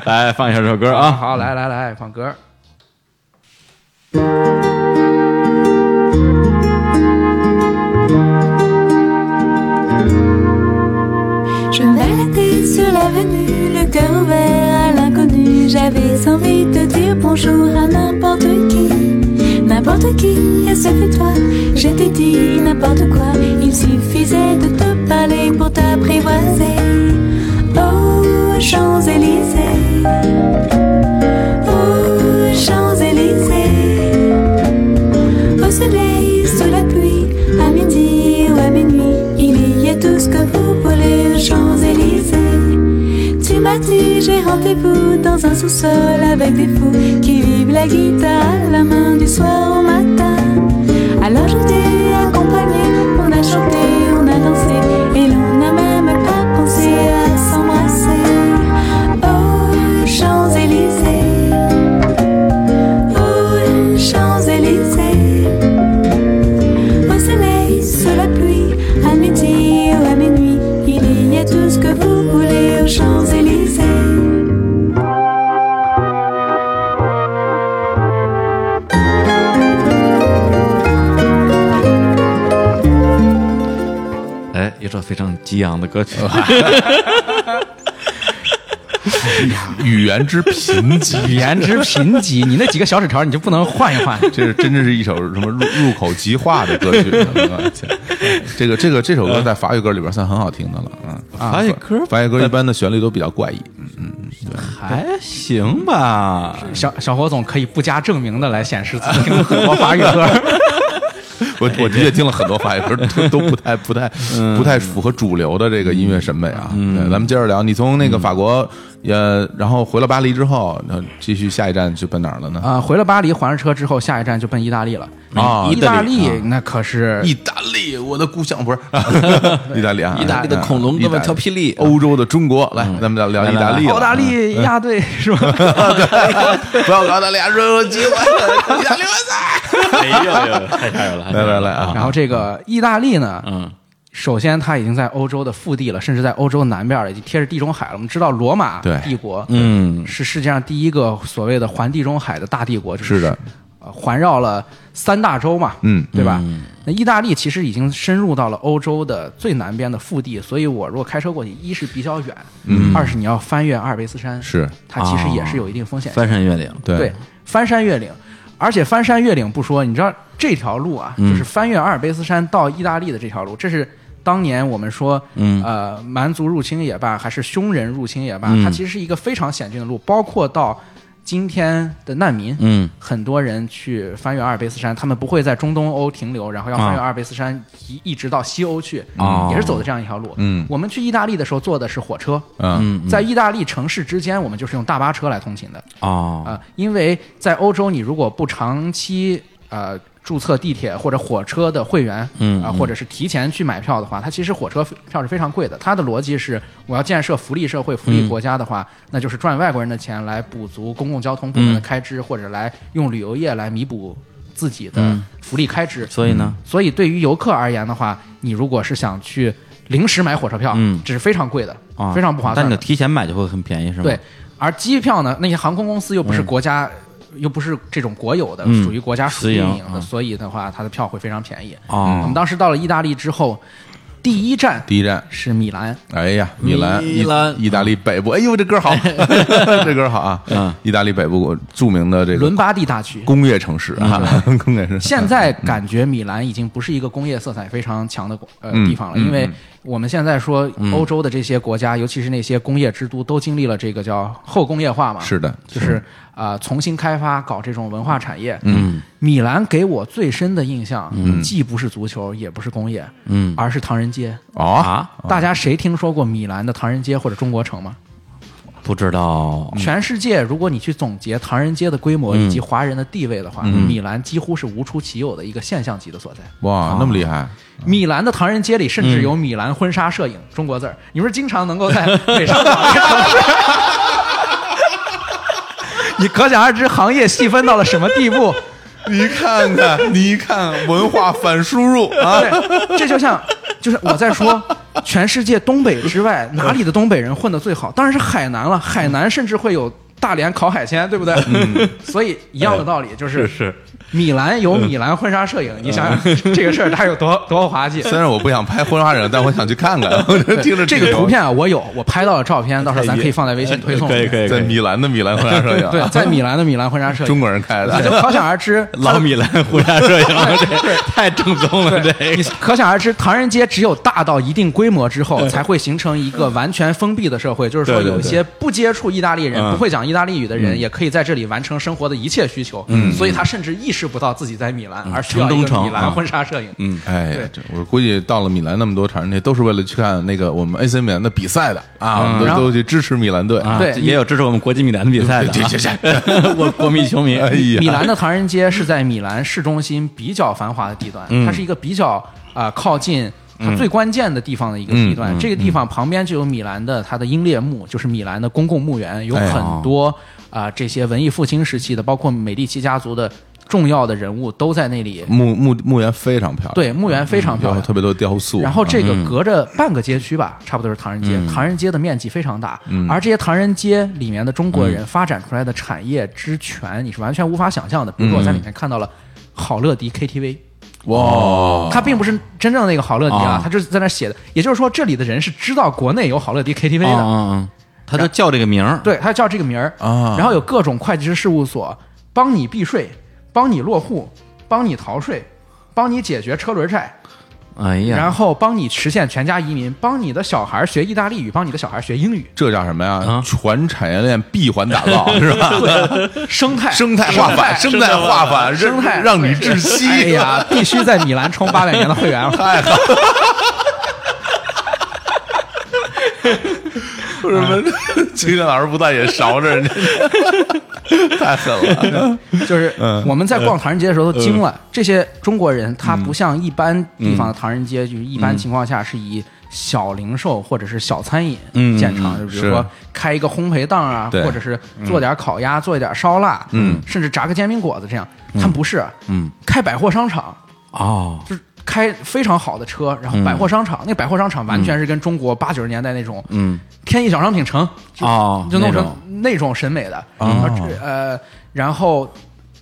Speaker 4: 来放一下这首歌
Speaker 3: 啊，
Speaker 4: 啊。
Speaker 3: 好，来来来，放歌。
Speaker 5: Je m'arrêtais sur l'avenue, le cœur ouvert à l'inconnu. J'avais envie de dire bonjour à n'importe qui. N'importe qui, et ce fut toi. Je t'ai dit n'importe quoi. Il suffisait de te parler pour t'apprivoiser. Aux Champs-Élysées. Aux Champs-Élysées. Au soleil, sous la pluie, à midi ou à minuit, il y a tout ce que vous voulez aux Champs-Élysées. Tu m'as dit, j'ai rendez-vous dans un sous-sol avec des fous qui vivent la guitare à la main du soir au matin. Alors je t'ai accompagné, on a chanté, on a dansé, et l'on n'a même pas pensé à s'embrasser. Aux Champs-Élysées. Aux Champs-Élysées, au soleil, sous la pluie, à midi ou à minuit, il y a tout ce que vous voulez aux Champs-Élysées.
Speaker 4: 哎，一首非常激昂的歌曲，
Speaker 2: 语言之贫
Speaker 3: 语
Speaker 2: 瘠，
Speaker 3: 言之贫瘠，你那几个小纸条你就不能换 一换？
Speaker 2: 这是真真是一首什么入入口即化的歌 曲。这个这个这首歌在法语歌里边算很好听的了，嗯，
Speaker 4: 法语歌
Speaker 2: 法语歌一般的旋律都比较怪异，
Speaker 4: 还行吧。
Speaker 3: 小小火总可以不加证明的来显示自己听了很多法语 歌。
Speaker 2: 我我嗯的确听了很多法语歌，都都不 太不太不太符合主流的这个音乐审美啊。对，咱们接着聊，你从那个法国呃，然后回了巴黎之后，然后继续下一站去奔哪儿了呢？
Speaker 3: 啊，回了巴黎，还了车之后，下一站就奔意大利了。
Speaker 2: 啊
Speaker 3: 意大
Speaker 4: 意
Speaker 3: 利那可是
Speaker 2: 意大利，我的故乡不是 意大利啊，
Speaker 4: 意大利的恐龙
Speaker 2: 意大
Speaker 4: 跟巧霹雳
Speaker 2: 欧洲的中国，来，咱们聊聊意大利了，
Speaker 3: 澳大利亚
Speaker 4: 嗯
Speaker 3: 队是吧？
Speaker 2: 不要搞澳大利亚说有机会，意大利万岁！
Speaker 4: 哎呦呦，太吓人了！
Speaker 2: 来来来啊，
Speaker 3: 然后这个意大利呢，
Speaker 4: 嗯，
Speaker 3: 首先它已经在欧洲的腹地了，甚至在欧洲南边了，已经贴着地中海了。我们知道罗马
Speaker 2: 对
Speaker 3: 帝国，
Speaker 4: 嗯
Speaker 3: 是世界上第一个所谓的环地中海的大帝国，就是
Speaker 2: 的，
Speaker 3: 呃环绕了三大洲嘛，
Speaker 2: 嗯
Speaker 3: 对吧？那意大利其实已经深入到了欧洲的最南边的腹地，所以我如果开车过去，一是比较远，嗯，二是你要翻越阿尔卑斯山，
Speaker 2: 是啊
Speaker 3: 它其实也是有一定风险性的。
Speaker 4: 翻山越岭，
Speaker 2: 对
Speaker 3: 对，翻山越岭。而且翻山越岭不说，你知道这条路啊，
Speaker 1: 嗯
Speaker 3: 就是翻越阿尔卑斯山到意大利的这条路，这是当年我们说，
Speaker 1: 嗯
Speaker 3: 呃，蛮族入侵也罢，还是匈人入侵也罢，它其实是一个非常险峻的路，包括到今天的难民，
Speaker 1: 嗯，
Speaker 3: 很多人去翻越阿尔卑斯山，他们不会在中东欧停留，然后要翻越
Speaker 1: 啊
Speaker 3: 阿尔卑斯山一一直到西欧去，
Speaker 1: 哦
Speaker 3: 也是走的这样一条路。
Speaker 2: 嗯
Speaker 3: 我们去意大利的时候坐的是火车，
Speaker 2: 嗯
Speaker 1: 嗯
Speaker 3: 在意大利城市之间，我们就是用大巴车来通勤的。
Speaker 1: 哦，
Speaker 3: 啊、因为在欧洲，你如果不长期呃注册地铁或者火车的会员，
Speaker 1: 嗯
Speaker 3: 啊、或者是提前去买票的话，它其实火车票是非常贵的。它的逻辑是，我要建设福利社会、福利国家的话，
Speaker 1: 嗯
Speaker 3: 那就是赚外国人的钱来补足公共交通部分的开支，或者来用旅游业来弥补自己的福利开支。
Speaker 1: 嗯
Speaker 3: 嗯
Speaker 1: 所以呢，
Speaker 3: 所以对于游客而言的话，你如果是想去临时买火车票，
Speaker 1: 嗯
Speaker 3: 这是非常贵的，
Speaker 1: 啊，
Speaker 3: 非常不划算
Speaker 1: 但你
Speaker 3: 的
Speaker 1: 提前买就会很便宜，是吗？
Speaker 3: 对，，而机票呢，那些航空公司又不是国家，又不是这种国有的，
Speaker 1: 嗯
Speaker 3: 属于国家属
Speaker 1: 私
Speaker 3: 于
Speaker 1: 营
Speaker 3: 运营的，
Speaker 1: 嗯
Speaker 3: 所以的话，它的票会非常便宜。我
Speaker 1: 哦
Speaker 3: 们，当时到了意大利之后，第一站
Speaker 2: 第一站，
Speaker 3: 是米兰，
Speaker 2: 哎呀，米兰，
Speaker 1: 米兰
Speaker 2: 意意大利北部，哎呦，这歌好，这歌好啊！
Speaker 1: 嗯
Speaker 2: 意大利北部著名的这个
Speaker 3: 伦巴第大区。
Speaker 2: 工业城市啊， 工业城市。
Speaker 3: 现在感觉米兰已经不是一个工业色彩非常强的呃
Speaker 2: 嗯
Speaker 3: 地方了，因为我们现在说欧洲的这些国家，尤其是那些工业之都，都经历了这个叫后工业化嘛，
Speaker 2: 是的，
Speaker 3: 就是啊、呃重新开发搞这种文化产业。嗯，米兰给我最深的印象，
Speaker 2: 嗯
Speaker 3: 既不是足球，也不是工业，嗯，而是唐人街。
Speaker 2: 哦，
Speaker 3: 大家谁听说过米兰的唐人街或者中国城吗？
Speaker 1: 不知
Speaker 2: 哦
Speaker 1: 道，
Speaker 3: 全世界，如果你去总结唐人街的规
Speaker 2: 嗯
Speaker 3: 模以及华人的地位的话，米兰几乎是无出其有的一个现象级的所在。
Speaker 2: 哇，那么厉害！
Speaker 3: 米兰的唐人街里甚至有米兰婚纱摄影、中国字儿，你不是经常能 够在北上广看到吗？ 你可想而知行业细分到了什么地步。
Speaker 2: 你看看，你看，文化反输入啊！
Speaker 3: 对，这就像就是我在说，全世界东北之外哪里的东北人混得最好？当然是海南了，海南甚至会有大连烤海鲜，对不对？所以一样的道理嗯就是是。嗯米兰有米兰婚纱摄影，你想想 这个事儿它有多多滑稽？
Speaker 2: 虽然我不想拍婚纱照，但我想去看看。我这听着
Speaker 3: 这个图片啊，我有，我拍到了照片，到时候咱可以放在微信推送。
Speaker 1: 呃可以可以，
Speaker 2: 在
Speaker 1: 可以
Speaker 2: 米兰的米兰婚纱摄影啊，
Speaker 3: 对，在米兰的米兰婚纱摄
Speaker 2: 中
Speaker 3: 影，
Speaker 2: 国人开
Speaker 3: 你就
Speaker 2: 的，
Speaker 3: 可想而知，
Speaker 1: 哎 老米兰婚纱摄影，这太正宗了，这
Speaker 3: 你
Speaker 1: 个
Speaker 3: 可想而知，唐人街只有大到一定规模之后，才会形成一个完全封闭的社会。就是说，
Speaker 1: 对对对
Speaker 3: 有一些不接触意大利人、
Speaker 1: 嗯
Speaker 3: 不会讲意大利语的人，也可以在这里完成生活的一切需求。嗯，所以他甚至意识不到自己在米兰，而需要一
Speaker 1: 城中
Speaker 3: 个
Speaker 1: 城
Speaker 3: 米兰
Speaker 1: 嗯
Speaker 3: 婚纱摄影。嗯，
Speaker 2: 哎呀
Speaker 3: 对，
Speaker 2: 这我估计到了米兰那么多场人去，都是为了去看那个我们 AC 米兰的比赛的啊，我们
Speaker 3: 嗯然后
Speaker 2: 都都去支持米兰队。
Speaker 1: 啊
Speaker 3: 对
Speaker 1: 也有支持我们国际米兰的比赛的
Speaker 2: 对
Speaker 1: 啊
Speaker 2: 对对，
Speaker 1: 我国米球迷，
Speaker 2: 哎呀，
Speaker 3: 米兰的唐人街是在米兰市中心比较繁华的地段，
Speaker 2: 嗯
Speaker 3: 它是一个比较啊、呃靠近它最关键的地方的一个地
Speaker 2: 嗯
Speaker 3: 段。这个地方旁边就有米兰的它的英烈墓，就是米兰的公共墓园，有
Speaker 2: 哎呀
Speaker 3: 很多啊、这些文艺复兴时期的，包括美第奇家族的重要的人物都在那里。
Speaker 2: 墓墓墓园嗯非常漂亮，
Speaker 3: 对，墓园非常
Speaker 2: 然
Speaker 3: 漂
Speaker 2: 后
Speaker 3: 亮。
Speaker 2: 特别多雕塑。
Speaker 3: 然后这
Speaker 2: 嗯
Speaker 3: 个隔着半个街区吧，差不多是唐人街。唐人街的面积非常大，
Speaker 2: 嗯
Speaker 3: 而这些唐人街里面的中国人发展出来的产业之全，你是完全无法想象的。比如说我在里面看到了好乐迪 KTV，
Speaker 2: 嗯哇，
Speaker 3: 哦它并不是真正的那个好乐迪啊
Speaker 1: 哦，
Speaker 3: 它就是在那儿写的。也就是说，这里的人是知道国内有好乐迪 KTV
Speaker 1: 啊
Speaker 2: 哦
Speaker 3: 的，
Speaker 1: 啊啊！他就叫这个名儿，
Speaker 3: 对，它叫这个名儿
Speaker 2: 啊
Speaker 3: 然后有各种会计师事务所帮你避税，帮你落户，帮你逃税，帮你解决车轮债。
Speaker 1: 哎呀，
Speaker 3: 然后帮你实现全家移民，帮你的小孩学意大利语，帮你的小孩学英语，
Speaker 2: 这叫什么呀
Speaker 1: 啊？
Speaker 2: 全产业链闭环打造是吧？
Speaker 3: 生态
Speaker 2: 生态化反，生态化反，
Speaker 3: 生态
Speaker 2: 让你窒息
Speaker 3: 哎呀，必须在米兰充八百年的会员了。
Speaker 2: 太好了。为什么秦亮老师不在也勺着人家？太 狠了！
Speaker 3: 就是我们在逛唐人街的时候都惊了，这些中国人他不像一般地方的唐人街，就是一般情况下是以小零售或者是小餐饮见长，就比如说
Speaker 2: 是
Speaker 3: 开一个烘焙档啊，
Speaker 2: 对
Speaker 3: 或者是做点烤鸭，做一点烧腊，嗯，甚至炸个煎饼果子这样。他们不是，嗯，开百货商场，
Speaker 1: 哦，
Speaker 3: 就是开非常好的车，然后百货商场，那个百货商场完全是跟中国八九十年代那种，嗯，天意小商品城就
Speaker 2: 啊
Speaker 1: 哦
Speaker 3: 就弄
Speaker 1: 那
Speaker 3: 成
Speaker 1: 种
Speaker 3: 那种审美的，而这呃，然后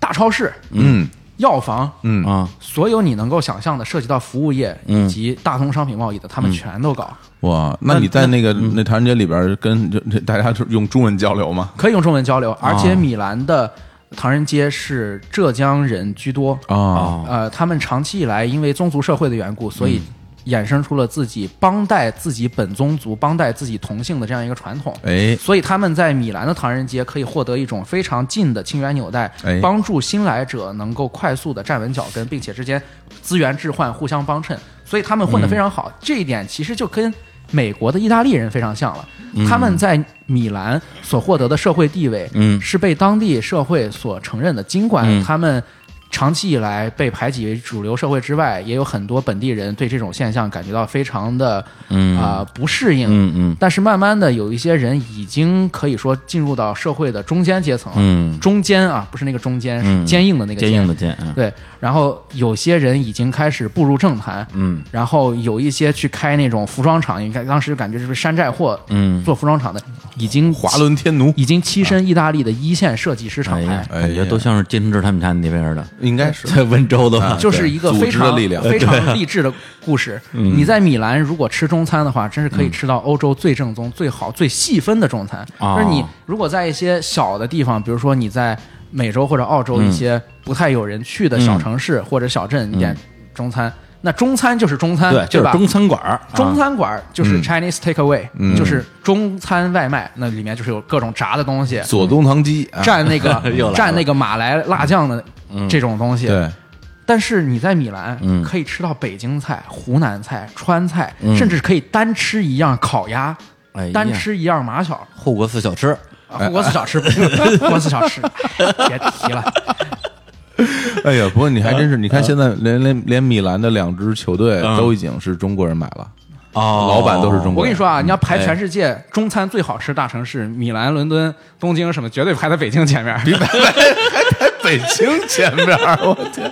Speaker 3: 大超市、
Speaker 2: 嗯
Speaker 3: 药房，
Speaker 2: 嗯
Speaker 1: 啊，
Speaker 3: 所有你能够想象的涉及到服务业以及大宗商品贸易的，
Speaker 2: 嗯
Speaker 3: 他们全都搞。
Speaker 2: 哇，那你在那个
Speaker 3: 嗯
Speaker 2: 那唐人街里边跟这这大家是用中文交流吗？啊
Speaker 3: 可以用中文交流，而且米兰的唐人街是浙江人居多
Speaker 2: 啊嗯
Speaker 3: 呃，他们长期以来因为宗族社会的缘故，所以衍生出了自己帮带自己本宗族、帮带自己同姓的这样一个传统。
Speaker 2: 哎
Speaker 3: 所以他们在米兰的唐人街可以获得一种非常近的亲缘纽带，
Speaker 2: 哎
Speaker 3: 帮助新来者能够快速的站稳脚跟，并且之间资源置换、互相帮衬，所以他们混得非常好。这一点其实就跟美国的意大利人非常像了，他们在米兰所获得的社会地位，
Speaker 4: 嗯
Speaker 3: 是被当地社会所承认的，尽管他们。长期以来被排挤为主流社会之外，也有很多本地人对这种现象感觉到非常的，嗯啊、不适应，
Speaker 4: 嗯嗯
Speaker 3: 但是慢慢的，有一些人已经可以说进入到社会的中间阶层了。
Speaker 4: 嗯，
Speaker 3: 中间啊，不是那个中间，是
Speaker 4: 嗯
Speaker 3: 坚硬的那个
Speaker 4: 坚硬的。坚，嗯
Speaker 3: 对，然后有些人已经开始步入政坛，
Speaker 4: 嗯，
Speaker 3: 然后有一些去开那种服装厂，应该当时感觉是不是山寨货，
Speaker 4: 嗯
Speaker 3: 做服装厂的已经
Speaker 2: 华伦天奴
Speaker 3: 已经跻身意大利的一线设计师厂
Speaker 4: 哎呀
Speaker 3: 牌，，
Speaker 2: 哎呀
Speaker 4: 感觉都像是金承志他们家那边的，
Speaker 2: 应该是
Speaker 4: 在温州的话，
Speaker 3: 就是一个
Speaker 2: 组织
Speaker 3: 非常
Speaker 2: 的力量
Speaker 3: 非常励志的故 事。
Speaker 4: 嗯
Speaker 3: 你在米兰如果吃中餐的话，真是可以吃到欧洲最正宗、最好、最细分的中餐。
Speaker 4: 哦
Speaker 3: 就是你如果在一些小的地方，比如说你在美洲或者澳
Speaker 4: 嗯
Speaker 3: 洲一些不太有人去的小城市或者小镇，你点中餐，那中餐就是中餐，
Speaker 4: 对，
Speaker 3: 对
Speaker 4: 就是
Speaker 3: 吧？
Speaker 4: 中餐馆儿，
Speaker 3: 中
Speaker 4: 啊嗯
Speaker 3: 餐馆儿就是 Chinese takeaway，、就是中餐外卖，那里面就是有各种炸的东西，
Speaker 2: 左宗棠鸡啊，
Speaker 3: 蘸那个
Speaker 4: 又来了
Speaker 3: 蘸那个马来辣酱的这种东西。
Speaker 2: 对，
Speaker 3: 但是你在米兰，
Speaker 4: 嗯
Speaker 3: 可以吃到北京菜、湖南菜、川菜，
Speaker 2: 嗯
Speaker 3: 甚至可以单吃一样烤鸭，
Speaker 4: 哎呀
Speaker 3: 单吃一样马小，
Speaker 2: 哎
Speaker 4: 护国寺小吃，
Speaker 3: 啊护国寺小吃，不是 护国寺小吃， 哎别提了。
Speaker 2: 哎呀，不过你还真是，
Speaker 3: 嗯
Speaker 2: 你看现在连连连米兰的两支球队都已经是中国人买了，
Speaker 4: 哦
Speaker 2: 老板都是中
Speaker 3: 我
Speaker 2: 国人。
Speaker 3: 跟你说啊，你要排全世界中餐最好吃大城市，米兰、伦敦、东京什么，绝对排在北京前面。
Speaker 2: 哎北京前面儿，我 天！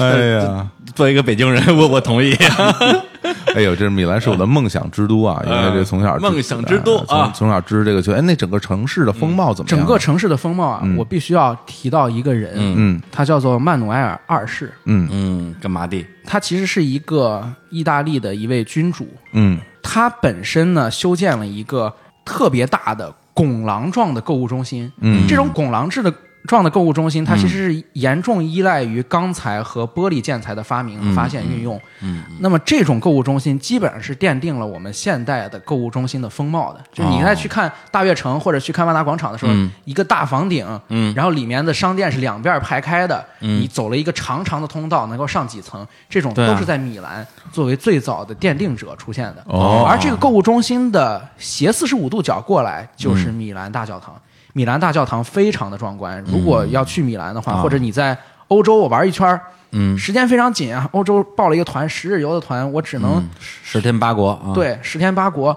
Speaker 2: 哎呀，
Speaker 1: 作为一个北京人，我我同意。
Speaker 2: 哎呦，这米兰是我
Speaker 3: 嗯
Speaker 2: 的梦想之都啊！因为这从小哎
Speaker 1: 梦想之都
Speaker 2: 从
Speaker 1: 啊
Speaker 2: 从小知这个球。哎，那整个城市的风貌怎么样？
Speaker 3: 嗯整个城市的风貌啊，我必须要提到一个人，
Speaker 2: 嗯，
Speaker 3: 他叫做曼努埃尔二世，
Speaker 4: 嗯，干嘛的？
Speaker 3: 他其实是一个意大利的一位君主，
Speaker 2: 嗯
Speaker 3: 他本身呢修建了一个特别大的拱廊状的购物中心。嗯，这种拱廊制的状的购物中心，它其实是严重依赖于钢材和玻璃建材的发明、发现、运用。嗯，那么这种购物中心基本上是奠定了我们现代的购物中心的风貌的。就是你在去看大悦城或者去看万达广场的时候，一个大房顶，嗯，然后里面的商店是两边排开的，你走了一个长长的通道，能够上几层，这种
Speaker 4: 对啊
Speaker 3: 都是在米兰作为最早的奠定者出现的。
Speaker 2: 哦
Speaker 3: 而这个购物中心的斜四十五度角过来就是米兰大教堂。米兰大教堂非常的壮观。如果要去米兰的话，或者你在欧洲我玩一圈嗯，时间非常紧啊，欧洲报了一个团，十日游的团，我只能、
Speaker 4: 十天八国啊，，
Speaker 3: 对十天八国。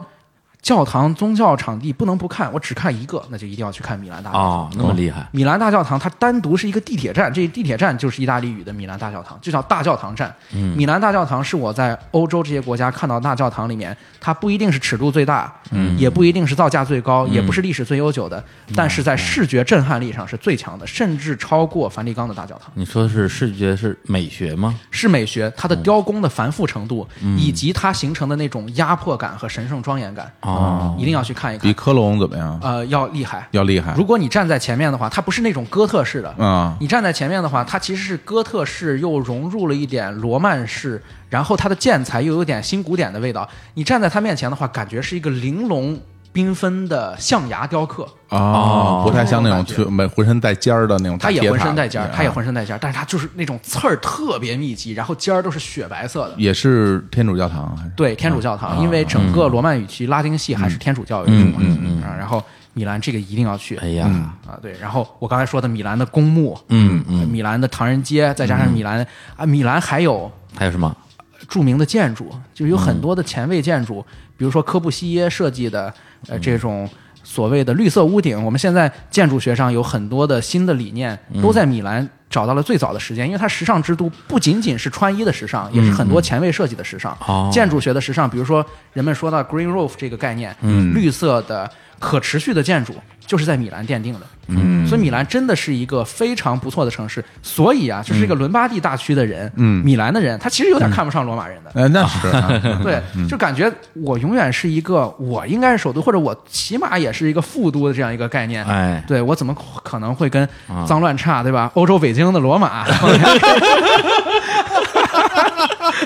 Speaker 3: 教堂、宗教场地不能不看，我只看一个，那就一定要去看米兰大教堂。
Speaker 4: 哦，那么厉害，
Speaker 3: 米兰大教堂它单独是一个地铁站，这地铁站就是意大利语的米兰大教堂，就叫大教堂站。
Speaker 4: 嗯
Speaker 3: 米兰大教堂是我在欧洲这些国家看到的大教堂里面，它不一定是尺度最大，
Speaker 4: 嗯
Speaker 3: 也不一定是造价最高，也不是历史最悠久的，但是在视觉震撼力上是最强的，甚至超过梵蒂冈的大教堂。
Speaker 4: 你说是视觉是美学吗？嗯
Speaker 3: 是美学，它的雕工的繁复程度，以及它形成的那种压迫感和神圣庄严感，
Speaker 4: 哦
Speaker 3: 一定要去看一
Speaker 2: 比
Speaker 3: 看。
Speaker 2: 科隆怎么样？啊
Speaker 3: 呃，要厉害，
Speaker 2: 要厉害
Speaker 3: 如果你站在前面的话，它不是那种哥特式的，
Speaker 2: 啊！
Speaker 3: 你站在前面的话，它其实是哥特式，又融入了一点罗曼式，然后它的建材又有点新古典的味道。你站在它面前的话，感觉是一个玲珑缤纷的象牙雕刻，
Speaker 2: 哦，不太像那种
Speaker 3: 这种感觉
Speaker 2: 去没浑身带尖儿的那种大
Speaker 3: 它
Speaker 2: 嗯铁塔。
Speaker 3: 也浑身带尖儿，
Speaker 2: 对啊
Speaker 3: 它也浑身带尖儿，但是它就是那种刺儿特别密集，然后尖儿都是雪白色的。
Speaker 2: 也是天主教堂还是？
Speaker 3: 对天主教堂，因为整个罗曼语区、拉丁系还是天主教为主嘛，啊，然后米兰这个一定要去，
Speaker 4: 哎呀，
Speaker 3: 啊，对，然后我刚才说的米兰的公墓，嗯嗯，米兰的唐人街，再加上米兰、啊，米兰还有
Speaker 4: 嗯还有什么？嗯
Speaker 3: 著名的建筑，就有很多的前卫建筑，比如说科布西耶设计的
Speaker 4: 嗯
Speaker 3: 呃这种所谓的绿色屋顶。我们现在建筑学上有很多的新的理念，
Speaker 4: 嗯
Speaker 3: 都在米兰找到了最早的时间，因为它时尚之都不仅仅是穿衣的时尚，也是很多前卫设计的时尚。
Speaker 4: 嗯哦
Speaker 3: 建筑学的时
Speaker 4: 嗯
Speaker 3: 尚，比如说人们说到 green roof 这个概念，绿色的可持续的建筑，就是在米兰奠定的。嗯，所以米兰真的是一个非常不错的城市。所以啊，就是这个伦巴第大区的人，嗯，米兰的人，他其实有点看不上罗马人的。
Speaker 2: 呃，那 是啊
Speaker 3: 对，就感觉我永远是一个我应该是首都，或者我起码也是一个副都的这样一个概念。
Speaker 4: 哎
Speaker 3: 对我怎么可能会跟脏乱差对吧？欧洲北京的罗 马，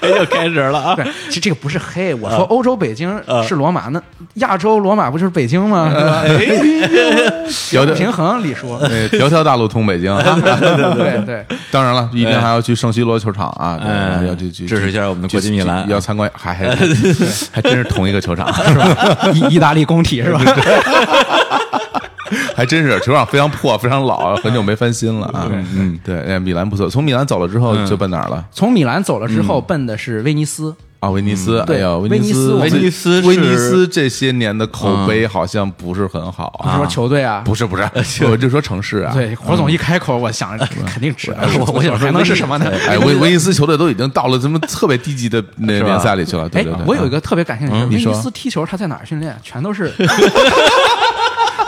Speaker 1: 又开始了啊！
Speaker 3: 对，这这个不是黑，我说欧洲北京是罗马，那亚洲罗马不就是北京吗？对吧？
Speaker 2: 有的
Speaker 3: 平衡，李叔。
Speaker 2: 对，条条大路通北京。啊
Speaker 3: 对对，
Speaker 2: 当然了，一定还要去圣西罗球场啊，
Speaker 1: 哎
Speaker 2: 对要去去
Speaker 1: 支持一下我们的国际米兰
Speaker 2: 要参观，还还 还真是同一个球场，是吧？
Speaker 3: 意意大利工体是吧？
Speaker 2: 还真是球场非常破，非常老，很久没翻新了啊。嗯，对，哎米兰不错。从米兰走了之
Speaker 1: 嗯
Speaker 2: 后就奔哪儿了？
Speaker 3: 从米兰走了之
Speaker 2: 嗯
Speaker 3: 后，奔的是威尼斯。
Speaker 2: 啊，威尼
Speaker 1: 嗯
Speaker 2: 斯，哎
Speaker 3: 对
Speaker 2: 呀，
Speaker 3: 威
Speaker 2: 尼
Speaker 3: 尼斯我
Speaker 2: 威
Speaker 3: 们
Speaker 2: 尼
Speaker 1: 是
Speaker 2: 威尼斯这些年的
Speaker 1: 嗯
Speaker 2: 口碑好像不是很好
Speaker 3: 你
Speaker 2: 啊。
Speaker 3: 说球队啊？
Speaker 2: 不是不 是，我就说城市啊。
Speaker 3: 对，火总一开口，我想着肯定值。 我 我想还能是什么呢？
Speaker 2: 哎，威威尼斯球队都已经到了什么特别低级的那个联赛里去了。对
Speaker 3: 哎
Speaker 2: 对对，，
Speaker 3: 我有一个特别感兴趣的，
Speaker 2: 嗯
Speaker 3: 威
Speaker 2: 你说
Speaker 3: 尼斯踢球他在哪儿训练？全都是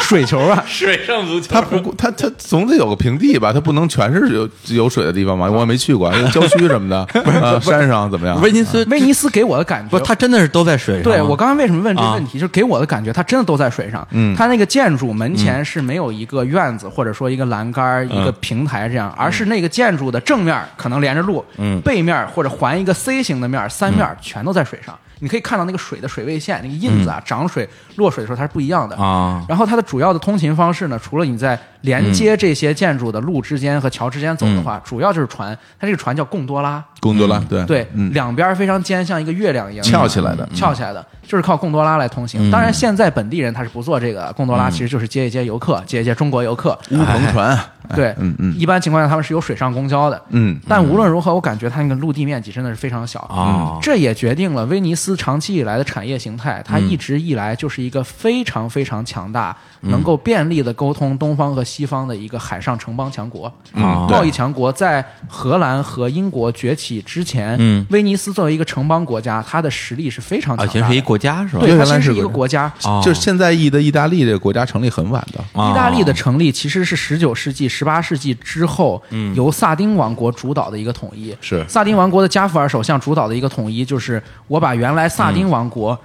Speaker 3: 水球啊！
Speaker 1: 水上足球
Speaker 2: 他不过，他他总得有个平地吧，他不能全是有有水的地方吧？我也没去过，郊区什么的，啊，山上怎么样？
Speaker 4: 威尼斯
Speaker 3: 威尼斯给我的感觉
Speaker 4: 不，，它真的是都在水上。啊
Speaker 3: 对我刚刚为什么问这个问题，就是给我的感觉，它真的都在水上。嗯，它那个建筑门
Speaker 4: 嗯
Speaker 3: 前是没有一个院子，或者说一个栏杆儿、一个平台这样，
Speaker 4: 嗯
Speaker 3: 而是那个建筑的正面可能连着路，嗯，背面或者环一个 C 型的面，
Speaker 4: 嗯
Speaker 3: 三面全都在水上。你可以看到那个水的水位线，那个印子啊，涨水、落水的时候它是不一样的
Speaker 4: 嗯啊。嗯
Speaker 3: 然后它的主要的通勤方式呢，除了你在连接这些建筑的路之间和桥之间走的话，主要就是船。它这个船叫贡多拉，
Speaker 2: 贡多拉，对
Speaker 3: 对，
Speaker 2: 嗯，
Speaker 3: 两边非常尖，像一个月亮一样
Speaker 2: 翘起来的嗯嗯
Speaker 3: 翘起来的，就是靠贡多拉来通行。当然，现在本地人他是不坐这个贡多拉，其实就是接一接游客，接一接中国游客。
Speaker 2: 乌篷船，啊
Speaker 3: 对，嗯嗯，一般情况下他们是有水上公交的，
Speaker 2: 嗯，
Speaker 3: 但无论如何，我感觉它那个陆地面积真的是非常小
Speaker 4: 哦
Speaker 3: 这也决定了威尼斯长期以来的产业形态，它一直以来就是一个非常非常强大，能够便利的沟通东方和西方的一个海上城邦强国。嗯
Speaker 4: 哦
Speaker 3: 贸易强国在荷兰和英国崛起之前，
Speaker 4: 嗯
Speaker 3: 威尼斯作为一个城邦国家，它的实力是非常
Speaker 4: 啊，
Speaker 3: 强
Speaker 4: 以
Speaker 3: 大的。
Speaker 4: 前是一国家是吧？
Speaker 3: 对，它
Speaker 2: 原
Speaker 3: 其
Speaker 2: 来
Speaker 3: 实
Speaker 2: 是
Speaker 3: 是一个
Speaker 2: 国
Speaker 3: 国家。
Speaker 4: 哦
Speaker 2: 就是现在意的意大利这个国家成立很晚的，
Speaker 4: 哦
Speaker 3: 意大利的成立其实是十九世纪、十八世纪之后，
Speaker 4: 嗯
Speaker 3: 由萨丁王国主导的一个统一。
Speaker 2: 是
Speaker 3: 萨丁王国的加夫尔首相主导的一个统一，就是我把原来萨丁王
Speaker 4: 嗯
Speaker 3: 国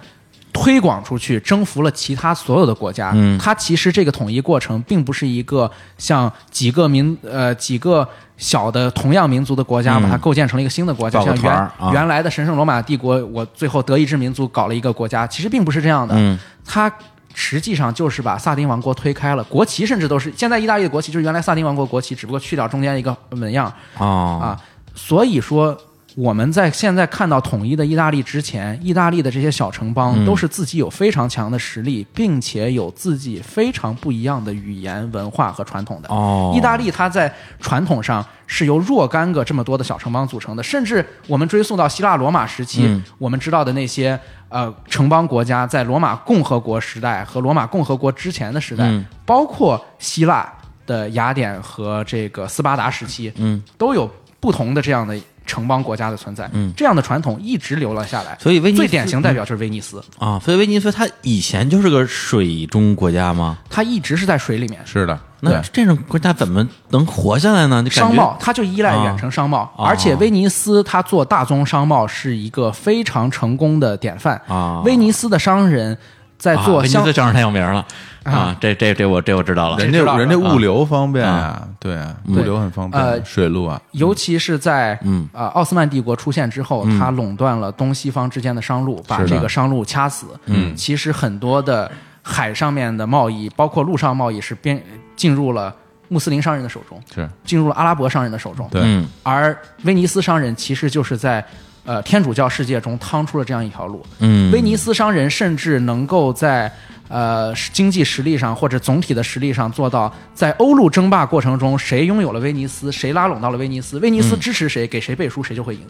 Speaker 3: 推广出去，征服了其他所有的国家。
Speaker 4: 嗯
Speaker 3: 它其实这个统一过程并不是一个像几个民呃几个小的同样民族的国家把它构建成了一个新的国家，
Speaker 4: 嗯搞个
Speaker 3: 像
Speaker 4: 团
Speaker 3: 原、
Speaker 4: 儿啊
Speaker 3: 原来的神圣罗马帝国，我最后德意志民族搞了一个国家，其实并不是这样的。
Speaker 4: 嗯
Speaker 3: 它实际上就是把萨丁王国推开了，国旗甚至都是现在意大利的国旗，就是原来萨丁王国国旗，只不过去掉中间一个纹样
Speaker 4: 哦
Speaker 3: 啊。所以说，我们在现在看到统一的意大利之前，意大利的这些小城邦
Speaker 4: 嗯
Speaker 3: 都是自己有非常强的实力，并且有自己非常不一样的语言、文化和传统的。
Speaker 4: 哦
Speaker 3: 意大利它在传统上是由若干个这么多的小城邦组成的，甚至我们追溯到希腊罗马时期，
Speaker 4: 嗯
Speaker 3: 我们知道的那些呃城邦国家，在罗马共和国时代和罗马共和国之前的时代，
Speaker 4: 嗯
Speaker 3: 包括希腊的雅典和这个斯巴达时期，嗯，都有不同的这样的。城邦国家的存在，嗯，这样的传统一直留了下来。
Speaker 4: 所以威尼斯
Speaker 3: 最典型代表就是威尼斯，
Speaker 4: 啊，所以威尼斯它以前就是个水中国家吗？
Speaker 3: 它一直是在水里面，
Speaker 2: 是的，
Speaker 4: 那这种国家怎么能活下来呢？就感觉
Speaker 3: 商贸，它就依赖远程商贸，而且威尼斯它做大宗商贸是一个非常成功的典范
Speaker 4: 啊
Speaker 3: 威尼斯的商人在
Speaker 1: 啊
Speaker 3: 做
Speaker 1: 威尼
Speaker 3: 相、
Speaker 1: 斯正是太有名了啊！这这这我这我知道了。
Speaker 2: 人
Speaker 3: 知道
Speaker 2: 家
Speaker 3: 了
Speaker 2: 人家物流方便啊，对啊，物流很方便，
Speaker 3: 呃
Speaker 2: 水路啊，
Speaker 3: 尤其是在嗯呃奥斯曼帝国出现之后，它垄断了东西方之间的商路，把
Speaker 2: 是的
Speaker 3: 这个商路掐死。嗯，其实很多的海上面的贸易，包括陆上贸易，是边进入了穆斯林商人的手中，
Speaker 2: 是
Speaker 3: 进入了阿拉伯商人的手中。
Speaker 2: 对，
Speaker 4: 嗯
Speaker 3: 而威尼斯商人其实就是在呃天主教世界中趟出了这样一条路。
Speaker 4: 嗯
Speaker 3: 威尼斯商人甚至能够在呃经济实力上或者总体的实力上做到，在欧陆争霸过程中，谁拥有了威尼斯，谁拉拢到了威尼斯，威尼斯
Speaker 4: 嗯
Speaker 3: 支持谁，给谁背书，谁就会赢。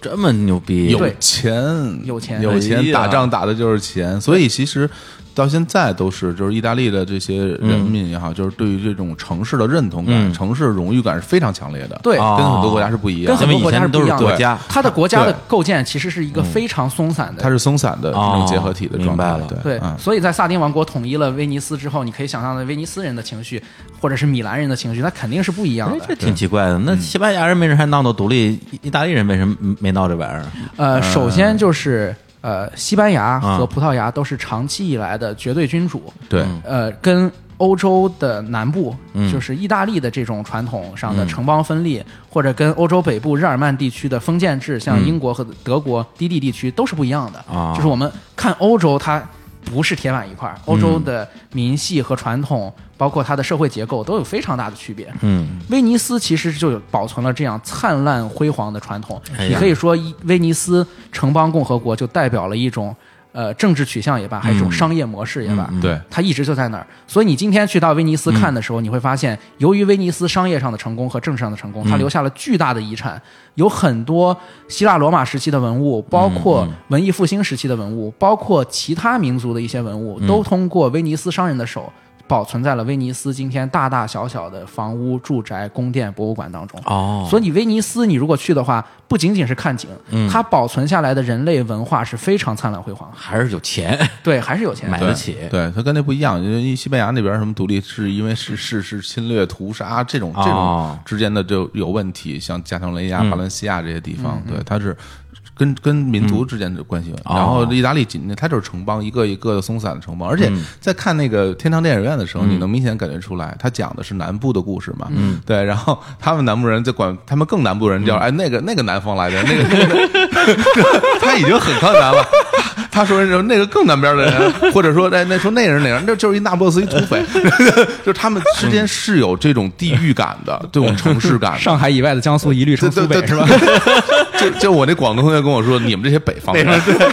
Speaker 4: 这么牛逼，
Speaker 2: 有
Speaker 3: 对
Speaker 2: 钱，
Speaker 3: 有钱
Speaker 2: 有
Speaker 1: 哎
Speaker 2: 钱，
Speaker 1: 呀
Speaker 2: 打仗打的就是钱，所以其实到现在都是，就是意大利的这些人民也好，就是对于这种城市的认同感、城市荣誉感是非常强烈的。
Speaker 3: 对
Speaker 2: 跟很多国家是不一样
Speaker 3: 跟
Speaker 2: 的。
Speaker 3: 很多国家不一样
Speaker 2: 咱们以前都是
Speaker 3: 的。
Speaker 2: 国家
Speaker 3: 它的国家的
Speaker 2: 对
Speaker 3: 构建其实是一个非常松散
Speaker 4: 嗯
Speaker 3: 的
Speaker 2: 它是松散的这种结合体的状态，
Speaker 4: 哦明白了
Speaker 3: 对，
Speaker 2: 嗯
Speaker 3: 所以在萨丁王国统一了威尼斯之后，你可以想象的威尼斯人的情绪，或者是米兰人的情绪，那肯定是不一样
Speaker 4: 哎，这
Speaker 3: 的。
Speaker 4: 挺奇怪的。
Speaker 2: 嗯
Speaker 4: 那西班牙人没人还闹闹独立，意意大利人为什么没闹这玩意儿？
Speaker 3: 呃，首先就是呃，西班牙和葡萄牙都是长期以来的绝对君主，
Speaker 2: 对，
Speaker 3: 呃，跟欧洲的南部，就是意大利的这种传统上的城邦分立，或者跟欧洲北部日耳曼地区的封建制，像英国和德国低地地区都是不一样的。
Speaker 4: 啊
Speaker 3: 就是我们看欧洲，它不是铁板一块儿，欧洲的民系和传统，包括它的社会结构都有非常大的区别。
Speaker 4: 嗯，
Speaker 3: 威尼斯其实就有保存了这样灿烂辉煌的传统。
Speaker 4: 哎呀
Speaker 3: 你可以说一，威尼斯城邦共和国就代表了一种呃政治取向也罢，还
Speaker 4: 嗯
Speaker 3: 是一种商业模式也罢，
Speaker 2: 对，
Speaker 3: 它一直就在那儿。所以你今天去到威尼斯看的时候，你会发现，由于威尼斯商业上的成功和政治上的成
Speaker 4: 嗯
Speaker 3: 功，它留下了巨大的遗产，有很多希腊罗马时期的文物，包
Speaker 4: 嗯
Speaker 3: 括文艺复兴时期的文物，包括其他民族的一些文物，
Speaker 4: 嗯
Speaker 3: 都通过威尼斯商人的手。保存在了威尼斯今天大大小小的房屋、住宅、宫殿、博物馆当中。
Speaker 4: 哦
Speaker 3: 所以威尼斯，你如果去的话，不仅仅是看景，
Speaker 4: 嗯
Speaker 3: 它保存下来的人类文化是非常灿烂辉煌的。
Speaker 4: 还是有钱
Speaker 3: 对，还是有钱。
Speaker 4: 买得起。
Speaker 2: 对，它跟那不一样，因为西班牙那边什么独立是因为是是是侵略、屠杀这种这种
Speaker 4: 哦嗯
Speaker 2: 之间的就有问题，像加泰罗尼亚、巴伦西亚这些地方，对，它是。跟跟民
Speaker 4: 嗯
Speaker 2: 族之间的关系，
Speaker 4: 哦
Speaker 2: 然后意大利紧，它就是城邦，一个一个的松散的城邦。而且
Speaker 4: 嗯
Speaker 2: 在看那个天堂电影院的时候，你能明显感觉出来，它讲的是南部的故事嘛。嗯，对。然后他们南部人就管他们更南部人
Speaker 4: 嗯
Speaker 2: 叫哎那个那个南方来的那个那个 他已经很抗南了。 他说什么那个更南边的人，或者说哎那说那人哪人，那就是一那不勒斯一土匪， 就是他们之间是有这种地域感的，这种城市感的。
Speaker 3: 上海以外的江苏一律
Speaker 2: 对
Speaker 3: 称
Speaker 2: 对
Speaker 3: 苏北
Speaker 2: 对，
Speaker 3: 是吧？
Speaker 2: 就就我那广东同学跟我说，你们这些北方人，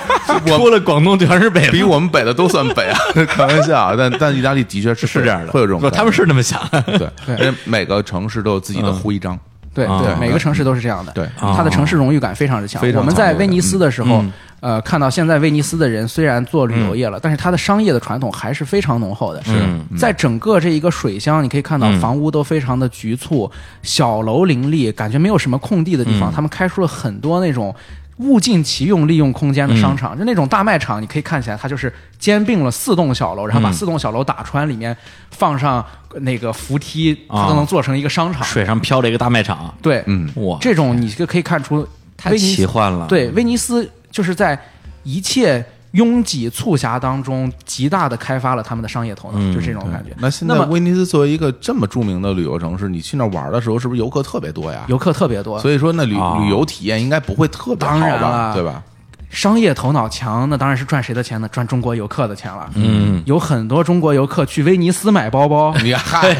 Speaker 2: 我
Speaker 1: 除了广东全是北
Speaker 2: 比我们北的都算北啊，开玩笑啊。但但意大利的确是
Speaker 1: 是这样的，
Speaker 2: 会有这种
Speaker 1: 不
Speaker 2: 感觉，
Speaker 1: 他们是那么想。
Speaker 2: 对，而且每个城市都有自己的徽章。
Speaker 3: 对对，每个城市都是这样的。
Speaker 2: 对
Speaker 3: 它的城市荣誉感非常之强
Speaker 2: 非。常
Speaker 3: 我们
Speaker 2: 强
Speaker 3: 在
Speaker 2: 烈
Speaker 3: 威尼斯的时候，呃，看到现在威尼斯的人虽然做旅游业了，但是它的商业的传统还是非常浓厚的。是，在整个这一个水乡，你可以看到房屋都非常的局促，小楼林立，感觉没有什么空地的地方，他们开出了很多那种。物尽其用，利用空间的商场，就那种大卖场，你可以看起来它就是兼并了四栋小楼，然后把四栋小楼打穿，里面放上那个扶梯，它都能做成一个商场。
Speaker 4: 水上漂了一个大卖场，
Speaker 3: 对，嗯
Speaker 4: 哇，
Speaker 3: 这种你就可以看出
Speaker 4: 太
Speaker 3: 威尼斯
Speaker 4: 奇幻了。，
Speaker 3: 对，威尼斯就是在一切拥挤促狭当中，极大的开发了他们的商业头脑，
Speaker 4: 嗯
Speaker 3: 就是这种感觉。
Speaker 2: 那现在
Speaker 3: 那么
Speaker 2: 威尼斯作为一个这么著名的旅游城市，你去那玩的时候，是不是游客特别多呀？
Speaker 3: 游客特别多，
Speaker 2: 所以说那旅、旅游体验应该不会特别好
Speaker 3: 啊当然
Speaker 2: 吧，
Speaker 3: 了
Speaker 2: 对 吧？
Speaker 3: 商业头脑强，那当然是赚谁的钱呢？赚中国游客的钱了。嗯，有很多中国游客去威尼斯买包包。
Speaker 2: 你嗨，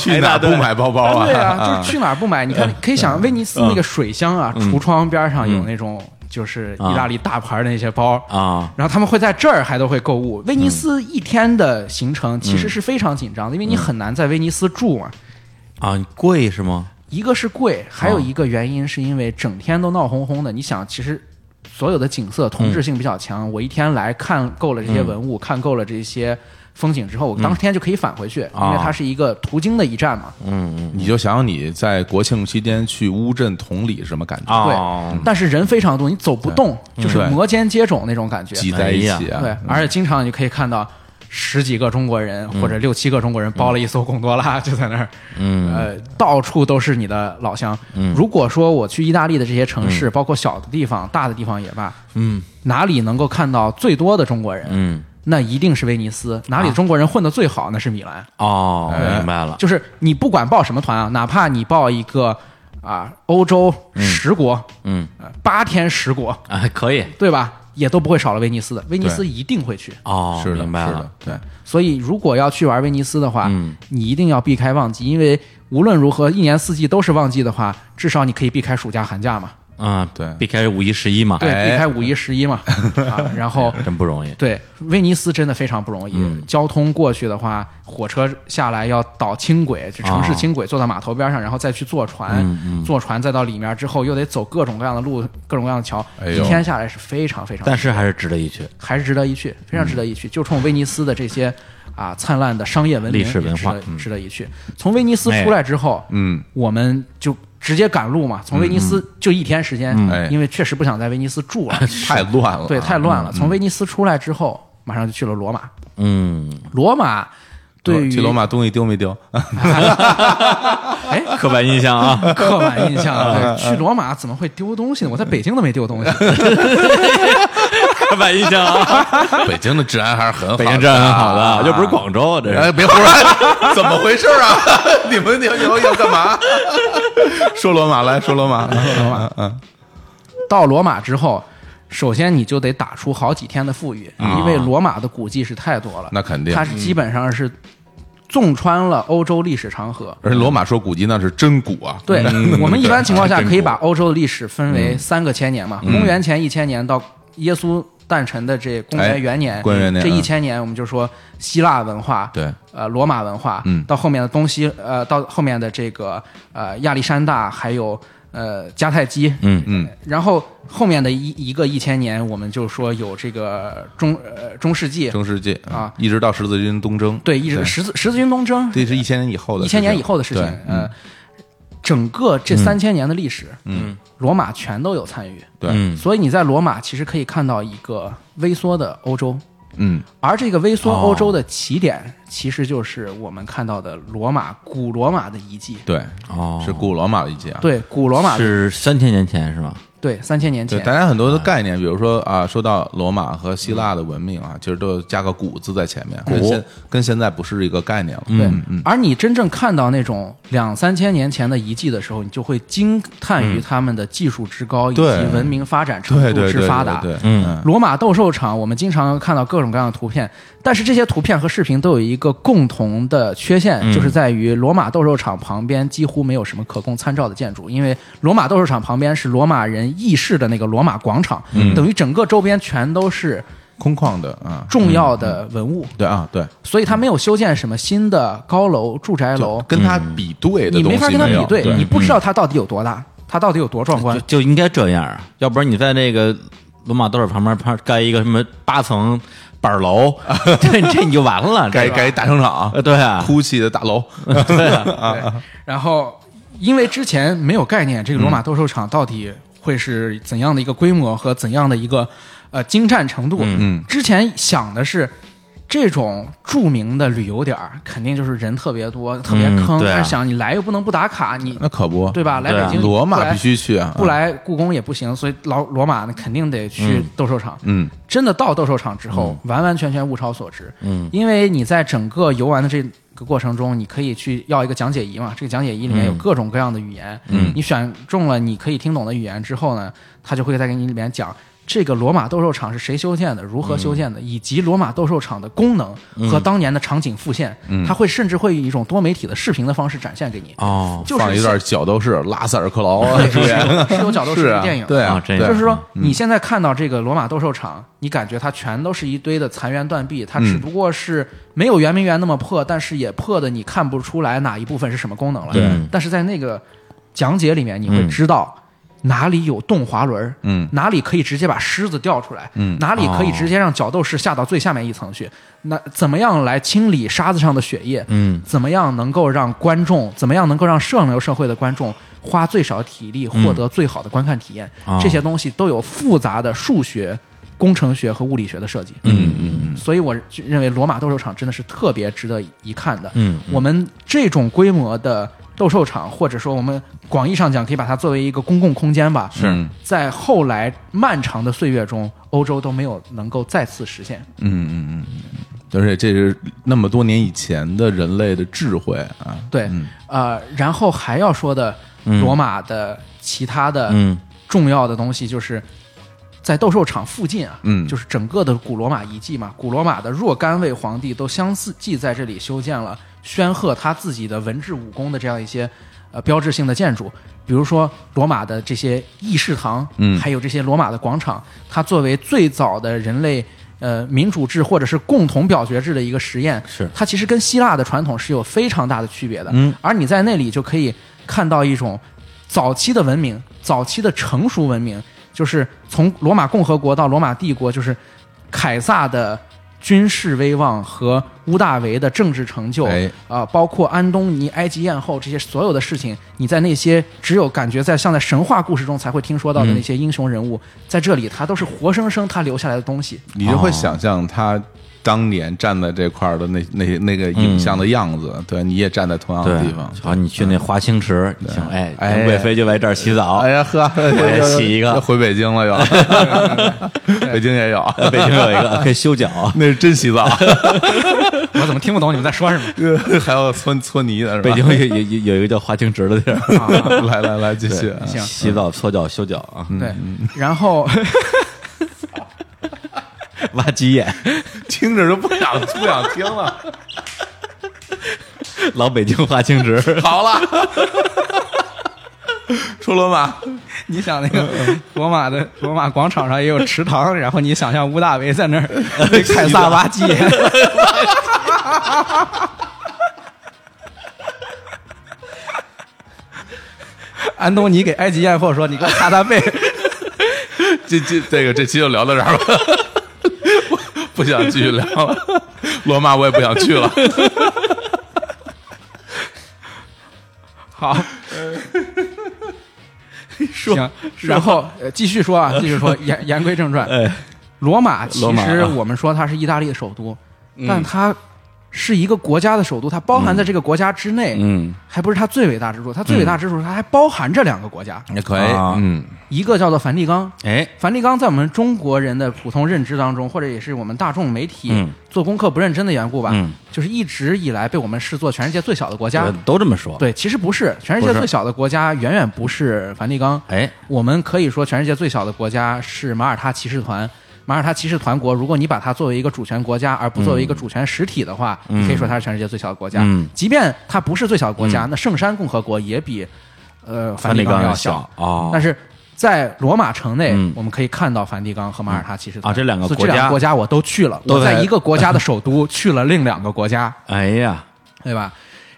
Speaker 2: 去哪儿不买包包啊？
Speaker 3: 对 啊，就是去哪儿不
Speaker 4: 嗯
Speaker 3: 买？你看，可以想威尼斯那个水乡啊，橱窗边上有那种就是意大利大牌的那些包
Speaker 4: 啊，
Speaker 3: 然后他们会在这儿还都会购物。威尼斯一天的行程其
Speaker 4: 嗯
Speaker 3: 实是非常紧张的，因为你很难在威尼斯住嘛。
Speaker 4: 啊，贵是吗？
Speaker 3: 一个是贵，还有一个原因是因为整天都闹哄哄
Speaker 4: 嗯
Speaker 3: 的。你想，其实所有的景色同质性比较强，我一天来看够了这些文
Speaker 4: 嗯
Speaker 3: 物，看够了这些风景之后，我当天就可以返回去，因
Speaker 4: 啊
Speaker 3: 为它是一个途经的一站嘛。
Speaker 2: 你就想想你在国庆期间去乌镇同里是什么感觉？
Speaker 3: 啊
Speaker 2: 哦
Speaker 3: 对，但是人非常多，你走不动，就是
Speaker 2: 对
Speaker 3: 摩肩接踵那种感觉。
Speaker 2: 挤在一起啊！
Speaker 3: 对，而且经常你可以看到十几个中国人或者六七个中国人包了一艘贡多拉， 就在那儿，嗯，呃，到处都是你的老乡。如果说我去意大利的这些城市，包括小的地方、大的地方也罢，嗯，哪里能够看到最多的中国人？嗯。那一定是威尼斯，哪里中国人混得最好？那是米兰。
Speaker 4: 哦，明白了。
Speaker 3: 啊就是你不管报什么团啊，哪怕你报一个啊、欧洲十国，
Speaker 4: 嗯
Speaker 3: 呃，八天十国，
Speaker 4: 哎，可以
Speaker 3: 对吧？也都不会少了威尼斯的。威尼斯
Speaker 2: 对
Speaker 3: 一定会去。
Speaker 4: 哦，
Speaker 2: 是的，
Speaker 4: 明白
Speaker 2: 是
Speaker 4: 了
Speaker 2: 的。，对。
Speaker 3: 所以，如果要去玩威尼斯的话，
Speaker 2: 嗯
Speaker 3: 你一定要避开旺季，因为无论如何，一年四季都是旺季的话，至少你可以避开暑假、寒假嘛。
Speaker 4: 啊，
Speaker 2: 对
Speaker 4: 避开五一十一嘛，
Speaker 3: 对，
Speaker 2: 哎
Speaker 3: 避开五一十 一嘛，啊，然后
Speaker 4: 真不容易。
Speaker 3: 对，威尼斯真的非常不容易。
Speaker 4: 嗯
Speaker 3: 交通过去的话，火车下来要倒轻轨，就城
Speaker 4: 啊
Speaker 3: 市轻轨，坐到码头边上，然后再去坐船，
Speaker 4: 嗯
Speaker 3: 坐船再到里面之后，又得走各种各样的路，各种各样的桥，
Speaker 2: 哎
Speaker 3: 一
Speaker 2: 呦
Speaker 3: 天下来是非常非常。
Speaker 4: 但是还是值得一去，嗯
Speaker 3: 还是值得一去，非常值得一去。就冲威尼斯的这些啊灿烂的商业文明、
Speaker 4: 历史文化嗯哎
Speaker 3: 也值得值得一去。从威尼斯出来之后，
Speaker 2: 嗯，
Speaker 3: 我们就直接赶路嘛，从威尼
Speaker 4: 嗯
Speaker 3: 斯就一天时间，
Speaker 2: 哎
Speaker 3: 因为确实不想在威尼斯住 了，
Speaker 2: 太乱了，啊
Speaker 3: 对，太乱了。
Speaker 2: 嗯
Speaker 3: 从威尼斯出来之后，马上就去了罗马。
Speaker 4: 嗯，
Speaker 3: 罗马对于
Speaker 2: 去罗马东西丢没丢？
Speaker 3: 哎。
Speaker 1: 刻板印象啊，
Speaker 3: 刻板印象，啊对，去罗马怎么会丢东西呢？我
Speaker 2: 嗯
Speaker 3: 在北京都没 丢东西，
Speaker 1: 刻板印象啊，
Speaker 2: 北京的治安还是很好的，啊
Speaker 1: 北京治安很好的，啊又不是广州，这
Speaker 2: 哎，
Speaker 1: 是
Speaker 2: 别胡乱，怎么回事啊？ 你们你们以后要干嘛？ 说罗马来说罗马，
Speaker 3: 罗 马，到罗马之后，首先你就得打出好几天的富裕，因为罗马的古迹是太多了，
Speaker 2: 啊那肯定
Speaker 3: 它是基本上是纵穿了欧洲历史长河。
Speaker 2: 而且罗马说古迹那是真古啊，
Speaker 3: 对 我们一般情况下可以把欧洲的历史分
Speaker 2: 嗯
Speaker 3: 为三个千年嘛，公元前一千年到耶稣诞辰的这公元元年，
Speaker 2: 哎公元元年
Speaker 3: 这
Speaker 2: 嗯
Speaker 3: 一千年我们就说希腊文化，
Speaker 2: 对
Speaker 3: 呃，罗马文化，嗯，到后面的东西，呃，到后面的这个呃亚历山大，还有呃迦太基，嗯
Speaker 2: 嗯，
Speaker 3: 然后后面的一一个一千年，我们就说有这个中呃中世纪，
Speaker 2: 中世纪
Speaker 3: 啊
Speaker 2: 一直到十字军东征，
Speaker 3: 对，一直十字十字军东征，
Speaker 2: 这是一千年以后的
Speaker 3: 一
Speaker 2: 事情，
Speaker 3: 千年以后的事情
Speaker 2: 对，嗯
Speaker 3: 呃，整个这三千年的历史，嗯，罗马全都有参与，
Speaker 2: 对，
Speaker 4: 嗯
Speaker 3: 所以你在罗马其实可以看到一个微缩的欧洲，
Speaker 2: 嗯，哦
Speaker 3: 而这个微缩欧洲的起点，其实就是我们看到的罗马古罗马的遗迹，
Speaker 2: 对，
Speaker 4: 哦
Speaker 2: 是古罗马的遗迹啊。
Speaker 3: 对，古罗马的
Speaker 4: 是三千年前是吧？
Speaker 3: 对三千年
Speaker 2: 对，
Speaker 3: 前，
Speaker 2: 大家很多的概念，比如说啊，说到罗马和希腊的文明啊，其实都加个“古”嗯字在前面，跟现跟现在不是一个概念了。
Speaker 3: 对，而你真正看到那种两三千年前的遗迹的时候，你就会惊叹于他们的技术之高以及
Speaker 2: 嗯对
Speaker 3: 文明发展程
Speaker 2: 对
Speaker 3: 度
Speaker 2: 对
Speaker 3: 之
Speaker 2: 对
Speaker 3: 发达。
Speaker 2: 对，对嗯，
Speaker 3: 罗马斗兽场，我们经常看到各种各样的图片，但是这些图片和视频都有一个共同的缺陷，就是在于罗马斗兽场旁边几乎没有什么可供参照的建筑，因为罗马斗兽场旁边是罗马人议事的那个罗马广场，等于整个周边全都是
Speaker 2: 空旷的啊，
Speaker 3: 重要的文物，
Speaker 2: 对啊，对，
Speaker 3: 所以它没有修建什么新的高楼、住宅
Speaker 2: 就
Speaker 3: 楼，
Speaker 2: 跟它比对的
Speaker 3: 你
Speaker 2: 东
Speaker 3: 没
Speaker 2: 西
Speaker 3: 法跟它
Speaker 2: 有
Speaker 3: 比对，你不知
Speaker 2: 嗯
Speaker 3: 道它到底有多大，它到底有多壮观
Speaker 4: 就。就应该这样啊，要不然你在那个罗马斗士旁边旁盖一个什么八层板楼，这这你就完了，
Speaker 2: 该
Speaker 4: 这个
Speaker 2: 该大商场
Speaker 4: 呃对啊，
Speaker 2: 哭泣的大楼，
Speaker 4: 对啊，
Speaker 3: 然后，因为之前没有概念，这个罗马斗兽场到底会是怎样的一个规模和怎样的一个呃精湛程度？嗯，之前想的是。这种著名的旅游点儿，肯定就是人特别多，特别坑。
Speaker 4: 对啊
Speaker 3: 但是想你来又不能不打卡，你
Speaker 2: 那可不
Speaker 3: 对吧？来
Speaker 4: 对啊
Speaker 3: 北京，
Speaker 2: 罗
Speaker 3: 不
Speaker 2: 马
Speaker 3: 来
Speaker 2: 必须去啊，
Speaker 3: 不来故宫也不行，所以老罗马呢肯定得去斗兽场。
Speaker 2: 嗯，
Speaker 3: 真的到斗兽场之后，完完全全物超所值。嗯，因为你在整个游玩的这个过程中，你可以去要一个讲解仪嘛，这个讲解仪里
Speaker 2: 嗯
Speaker 3: 面有各种各样的语言。嗯，你选中了你可以听懂的语言之后呢，他就会再给你里面讲。这个罗马斗兽场是谁修建的？如何
Speaker 2: 嗯
Speaker 3: 修建的？以及罗马斗兽场的功能和当年的场景复现，
Speaker 2: 嗯
Speaker 3: 它会甚至会以一种多媒体的视频的方式展现给你。
Speaker 4: 哦
Speaker 3: 就是
Speaker 2: 放一段角斗士拉塞尔克劳啊，
Speaker 3: 对，
Speaker 2: 是
Speaker 3: 是
Speaker 2: 不
Speaker 3: 有是有角 斗
Speaker 2: 是
Speaker 3: 士
Speaker 2: 啊
Speaker 3: 的电影，
Speaker 2: 对啊
Speaker 4: 啊，真有
Speaker 2: 对
Speaker 3: 就是说，你现在看到这个罗马斗兽场，你感觉它全都是一堆的残垣断壁，它只不过是没有圆明园那么破，但是也破的你看不出来哪一部分是什么功能了。
Speaker 4: 对
Speaker 3: 但是在那个讲解里面，你会知道哪里有动滑轮，
Speaker 2: 嗯，
Speaker 3: 哪里可以直接把狮子吊出来，嗯，哪里可以直接让角斗士下到最下面一层去，那怎么样来清理沙子上的血液？
Speaker 4: 嗯，
Speaker 3: 怎么样能够让观众，怎么样能够让上流社会的观众花最少体力获得最好的观看体验？
Speaker 4: 哦
Speaker 3: 这些东西都有复杂的数学、工程学和物理学的设计。
Speaker 4: 嗯嗯嗯，
Speaker 3: 所以我认为罗马斗兽场真的是特别值得一看的。
Speaker 4: 嗯，
Speaker 3: 我们这种规模的斗兽场，或者说我们广义上讲，可以把它作为一个公共空间吧。是
Speaker 2: 嗯
Speaker 3: 在后来漫长的岁月中，欧洲都没有能够再次实现。
Speaker 2: 嗯嗯嗯嗯，就是这是那么多年以前的人类的智慧啊，
Speaker 3: 对，
Speaker 4: 嗯
Speaker 3: 呃，然后还要说的罗马的其他的
Speaker 4: 嗯
Speaker 3: 重要的东西，就是在斗兽场附近啊，
Speaker 2: 嗯
Speaker 3: 就是整个的古罗马遗迹嘛，古罗马的若干位皇帝都相似继在这里修建了宣赫他自己的文治武功的这样一些呃标志性的建筑。比如说罗马的这些议事堂，
Speaker 2: 嗯
Speaker 3: 还有这些罗马的广场，它作为最早的人类呃民主制或者是共同表决制的一个实验，
Speaker 4: 是
Speaker 3: 它其实跟希腊的传统是有非常大的区别的。嗯，而你在那里就可以看到一种早期的文明，早期的成熟文明，就是从罗马共和国到罗马帝国，就是凯撒的军事威望和屋大维的政治成就，啊、
Speaker 2: 哎
Speaker 3: 包括安东尼、埃及艳后这些所有的事情，你在那些只有感觉在像在神话故事中才会听说到的那些英雄人物，在这里他都是活生生他留下来的东西。
Speaker 2: 你
Speaker 1: 哦
Speaker 2: 就会想象他当年站在这块儿的那那那个影像
Speaker 1: 嗯
Speaker 2: 的样子，对，你也站在同样的地
Speaker 4: 对
Speaker 2: 方，，
Speaker 4: 好，你去那花清池，你想，哎，
Speaker 2: 哎
Speaker 1: 杨贵妃就在这儿洗澡，
Speaker 2: 哎呀呵，我
Speaker 1: 也起一个
Speaker 2: 回北 京了又，北京也有，
Speaker 1: 北京有一
Speaker 4: 呃
Speaker 1: 个可以修脚，
Speaker 2: 那是真洗澡，
Speaker 3: 我怎么听不懂你们在说什么？
Speaker 2: 还有搓搓泥的是吧？
Speaker 1: 北京有有有有一个叫花清池的地儿，
Speaker 2: 来来来，继续，啊
Speaker 3: 行，
Speaker 1: 洗澡、搓脚、修脚啊，
Speaker 3: 对，然后。
Speaker 1: 挖鸡 眼，
Speaker 2: 听着都不想不想听了。
Speaker 1: 老北京花清池，
Speaker 2: 好 了，出罗马，
Speaker 3: 你想那个罗马的罗马广场上也有池塘，然后你想象屋大维在那儿被凯撒挖鸡，安东尼给埃及艳后说：“你给我擦擦背。
Speaker 2: 这这这个这期就聊到这儿吧， 我不想继续聊了。罗马我也不想去了。”
Speaker 3: 好，行，然后呃继 续说啊，继续说，言言归正传。罗马其
Speaker 1: 哎罗马
Speaker 3: 实
Speaker 1: 啊嗯
Speaker 3: 我们说它是意大利的首都，但它是一个国家的首都，它包含在这个国家之内。
Speaker 1: 嗯，
Speaker 3: 还不是它最伟大之处，它最伟大之处是它还包含这两个国家，
Speaker 2: 也可
Speaker 1: 以
Speaker 2: 嗯，
Speaker 3: 一个叫做梵蒂冈。
Speaker 1: 哎，
Speaker 3: 梵蒂冈在我们中国人的普通认知当中，或者也是我们大众媒体
Speaker 1: 嗯
Speaker 3: 做功课不认真的缘故吧，
Speaker 1: 嗯
Speaker 3: 就是一直以来被我们视作全世界最小的国家
Speaker 1: 我。都这么说，
Speaker 3: 对，其实不是，全世界
Speaker 1: 不是
Speaker 3: 最小的国家远远不是梵蒂冈。
Speaker 1: 哎，
Speaker 3: 我们可以说，全世界最小的国家是马耳他骑士团。马耳他骑士团国，如果你把它作为一个主权国家，而不作为一个主权实体的话，你可以说它是全世界最小的国家。
Speaker 1: 嗯
Speaker 3: 即便它不是最小的国家，那圣山共和国也比呃梵蒂冈要
Speaker 1: 要小哦
Speaker 3: 但是在罗马城内，
Speaker 1: 嗯
Speaker 3: 我们可以看到梵蒂冈和马耳他骑士团
Speaker 1: 啊这两个
Speaker 3: 所以
Speaker 1: 国
Speaker 3: 这两
Speaker 1: 家
Speaker 3: 个国家我都去了，
Speaker 1: 都
Speaker 3: 我在
Speaker 1: 在
Speaker 3: 一个国家的首 都去了另两个国家，
Speaker 1: 哎呀，
Speaker 3: 对吧？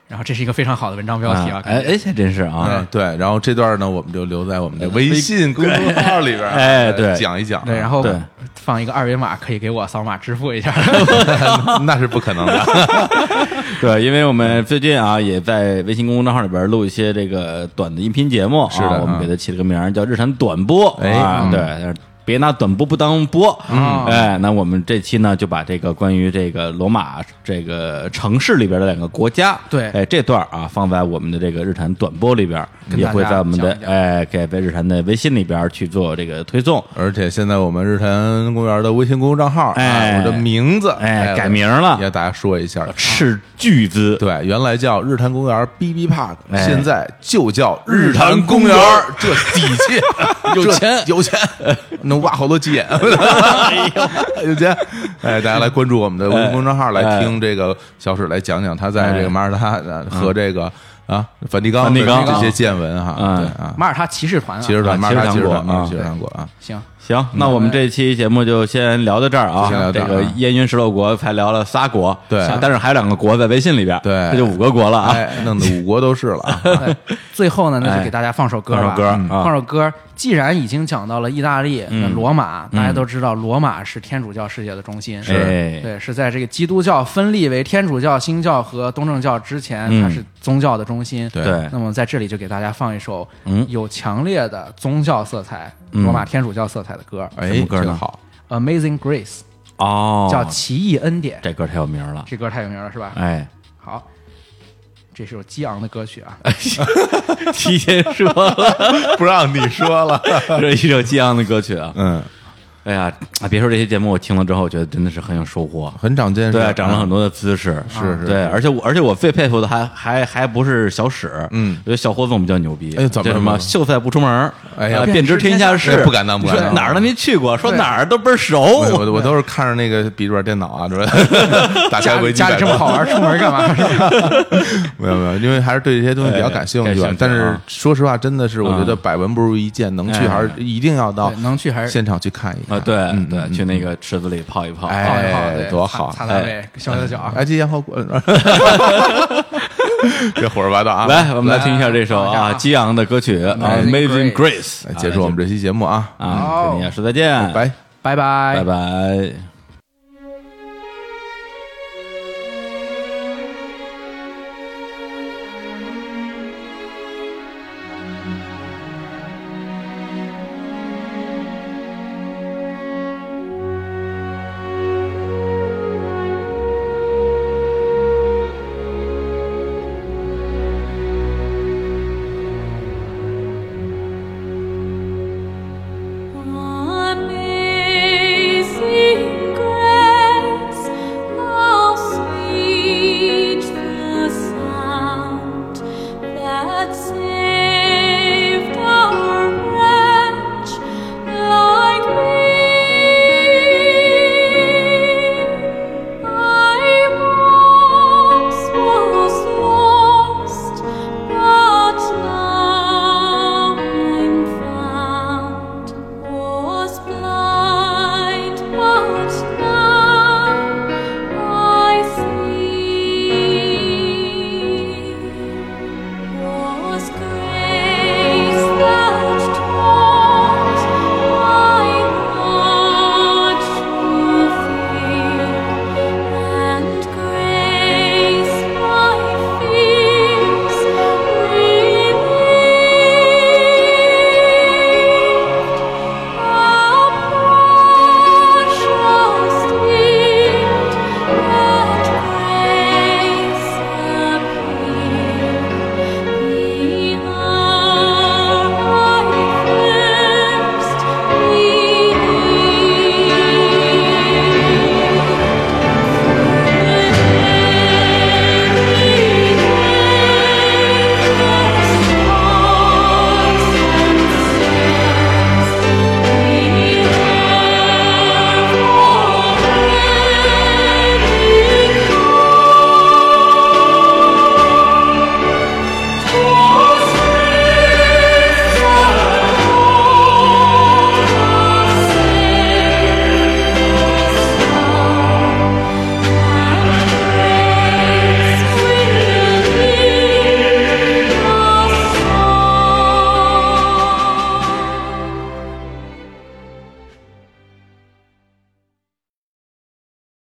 Speaker 3: 然后这是一个非常好的文章标题啊！
Speaker 1: 啊
Speaker 3: 感
Speaker 1: 哎
Speaker 3: 觉
Speaker 1: 哎，还真是啊，呃
Speaker 2: 对。然后这段呢，我们就留在我们的微信公众号里边儿，
Speaker 1: 哎对
Speaker 2: 讲一讲。啊
Speaker 3: 对，然后
Speaker 1: 对
Speaker 3: 放一个二维码，可以给我扫码支付一下。
Speaker 2: 那是不可能的。
Speaker 1: 对，因为我们最近啊也在微信公众号里边录一些这个短的音频节目啊，
Speaker 2: 是的
Speaker 1: 我
Speaker 2: 嗯
Speaker 1: 们给它起了个名儿叫“日产短波”
Speaker 2: 哎
Speaker 1: 啊，对。但是别拿短波不当波，
Speaker 3: 嗯
Speaker 1: 哎，那我们这期呢就把这个关于这个罗马这个城市里边的两个国家，
Speaker 3: 对
Speaker 1: 哎这段啊放在我们的这个日产短波里边，
Speaker 3: 跟
Speaker 1: 也
Speaker 3: 大
Speaker 1: 会
Speaker 3: 家
Speaker 1: 在我们的
Speaker 3: 讲一讲
Speaker 1: 哎给在日产的微信里边去做这个推送，
Speaker 2: 而且现在我们日坛公园的微信公众账号，
Speaker 1: 哎
Speaker 2: 啊我的名字，
Speaker 1: 哎改名了
Speaker 2: 也给大家说一下。
Speaker 1: 斥巨资，
Speaker 2: 对，原来叫日坛公园 B B Park，
Speaker 1: 哎
Speaker 2: 现在就叫
Speaker 1: 日
Speaker 2: 坛
Speaker 1: 坛
Speaker 2: 公
Speaker 1: 公
Speaker 2: 园
Speaker 1: 园。
Speaker 2: 这底气，有钱，有钱，能挖好多鸡眼，有钱。哎，大家来关注我们的微信公众号，来听这个小史来讲讲他在这个马耳他呃和这个啊梵蒂冈
Speaker 1: 梵蒂
Speaker 2: 的
Speaker 1: 冈
Speaker 2: 这些见闻哈。
Speaker 1: 嗯
Speaker 2: 对啊，
Speaker 3: 马耳他骑士团啊，
Speaker 2: 骑士团，
Speaker 1: 啊
Speaker 2: 马耳他骑
Speaker 1: 骑
Speaker 2: 士
Speaker 1: 士团
Speaker 2: 团，马
Speaker 1: 国
Speaker 2: 耳他骑士团国啊。
Speaker 3: 行，
Speaker 1: 行，那我们这期节目就先聊到这儿啊。
Speaker 2: 哎先聊到这
Speaker 1: 这
Speaker 2: 儿
Speaker 1: 个烟云十六国才聊了仨国，啊
Speaker 2: 对
Speaker 1: 但是还有两个国在微信里边，
Speaker 2: 对
Speaker 1: 这就五个国了啊。
Speaker 2: 哎，弄得五国都是了啊。
Speaker 3: 哎最后呢，那就给大家放首歌吧。
Speaker 1: 放首歌嗯
Speaker 3: 放首歌。既然已经讲到了意大利、那罗马，大家都知道，罗马是天主教世界的中心，
Speaker 1: 嗯是哎
Speaker 3: 对，是在这个基督教分立为天主教、新教和东正教之前，
Speaker 1: 嗯
Speaker 3: 它是宗教的中心。
Speaker 2: 对
Speaker 1: 对
Speaker 3: 那么在这里就给大家放一首
Speaker 1: 嗯
Speaker 3: 有强烈的宗教色彩、罗马天主教色彩的歌
Speaker 2: 哎，
Speaker 1: 什么歌呢
Speaker 2: 这个好，
Speaker 3: 《Amazing Grace》，
Speaker 1: 哦，
Speaker 3: 叫《奇异恩典》。
Speaker 1: 这歌太有名了。
Speaker 3: 这歌太有名了，是吧？
Speaker 1: 哎，
Speaker 3: 好，这是首激昂的歌曲啊。
Speaker 1: 提前说了，
Speaker 2: 不让你说了。
Speaker 1: 这是一首激昂的歌曲啊。
Speaker 2: 嗯，
Speaker 1: 哎呀，啊别说这些节目，我听了之后，我觉得真的是很有收获，
Speaker 2: 很长见识，
Speaker 1: 对，长了很多的姿势，是
Speaker 2: 啊是
Speaker 1: 对，而且我而且我最佩服的还还还不是小史，
Speaker 2: 嗯
Speaker 1: 我觉得小伙子我们比较牛逼，
Speaker 2: 哎怎
Speaker 1: 叫
Speaker 2: 么
Speaker 1: 什
Speaker 2: 怎么
Speaker 1: 么秀才不出门，
Speaker 2: 哎呀
Speaker 1: 呃便知天下
Speaker 2: 哎
Speaker 1: 事，
Speaker 2: 不敢当不敢当
Speaker 1: 说哪儿都没去过，说
Speaker 3: 对
Speaker 1: 哪儿都倍儿熟，
Speaker 2: 我我我都是看着那个笔记本电脑啊， 说打
Speaker 3: 家
Speaker 2: 开维基
Speaker 3: 家
Speaker 2: 百
Speaker 3: 里
Speaker 2: 科，
Speaker 3: 这么好玩，出门干嘛？是吧
Speaker 2: 没有没有，因为还是对这些东西比较感兴
Speaker 1: 哎感
Speaker 2: 趣
Speaker 1: 兴
Speaker 2: 吧
Speaker 1: 趣。
Speaker 2: 但是
Speaker 1: 啊
Speaker 2: 说实话，真的是我觉得百闻不如一见，能去还是一定要到
Speaker 3: 嗯哎对能去还是
Speaker 2: 现场去看一看
Speaker 1: 啊，对
Speaker 2: 嗯
Speaker 1: 对，
Speaker 2: 嗯
Speaker 1: 去那个池子里泡一泡，
Speaker 2: 哎
Speaker 1: 泡一泡
Speaker 3: 对
Speaker 2: 多好
Speaker 3: 擦擦背，消消脚。
Speaker 2: 哎，这烟火 滚， 别胡说八道啊！
Speaker 1: 来，我们来听一下这首
Speaker 3: 来
Speaker 1: 啊，激昂的歌曲《
Speaker 3: Amazing
Speaker 1: Amazing
Speaker 3: Grace
Speaker 1: Grace
Speaker 2: 来》，结束我们这期节目啊，
Speaker 3: 哎
Speaker 1: 啊，跟大家说再见，
Speaker 2: 拜。
Speaker 3: 拜拜
Speaker 1: 拜拜。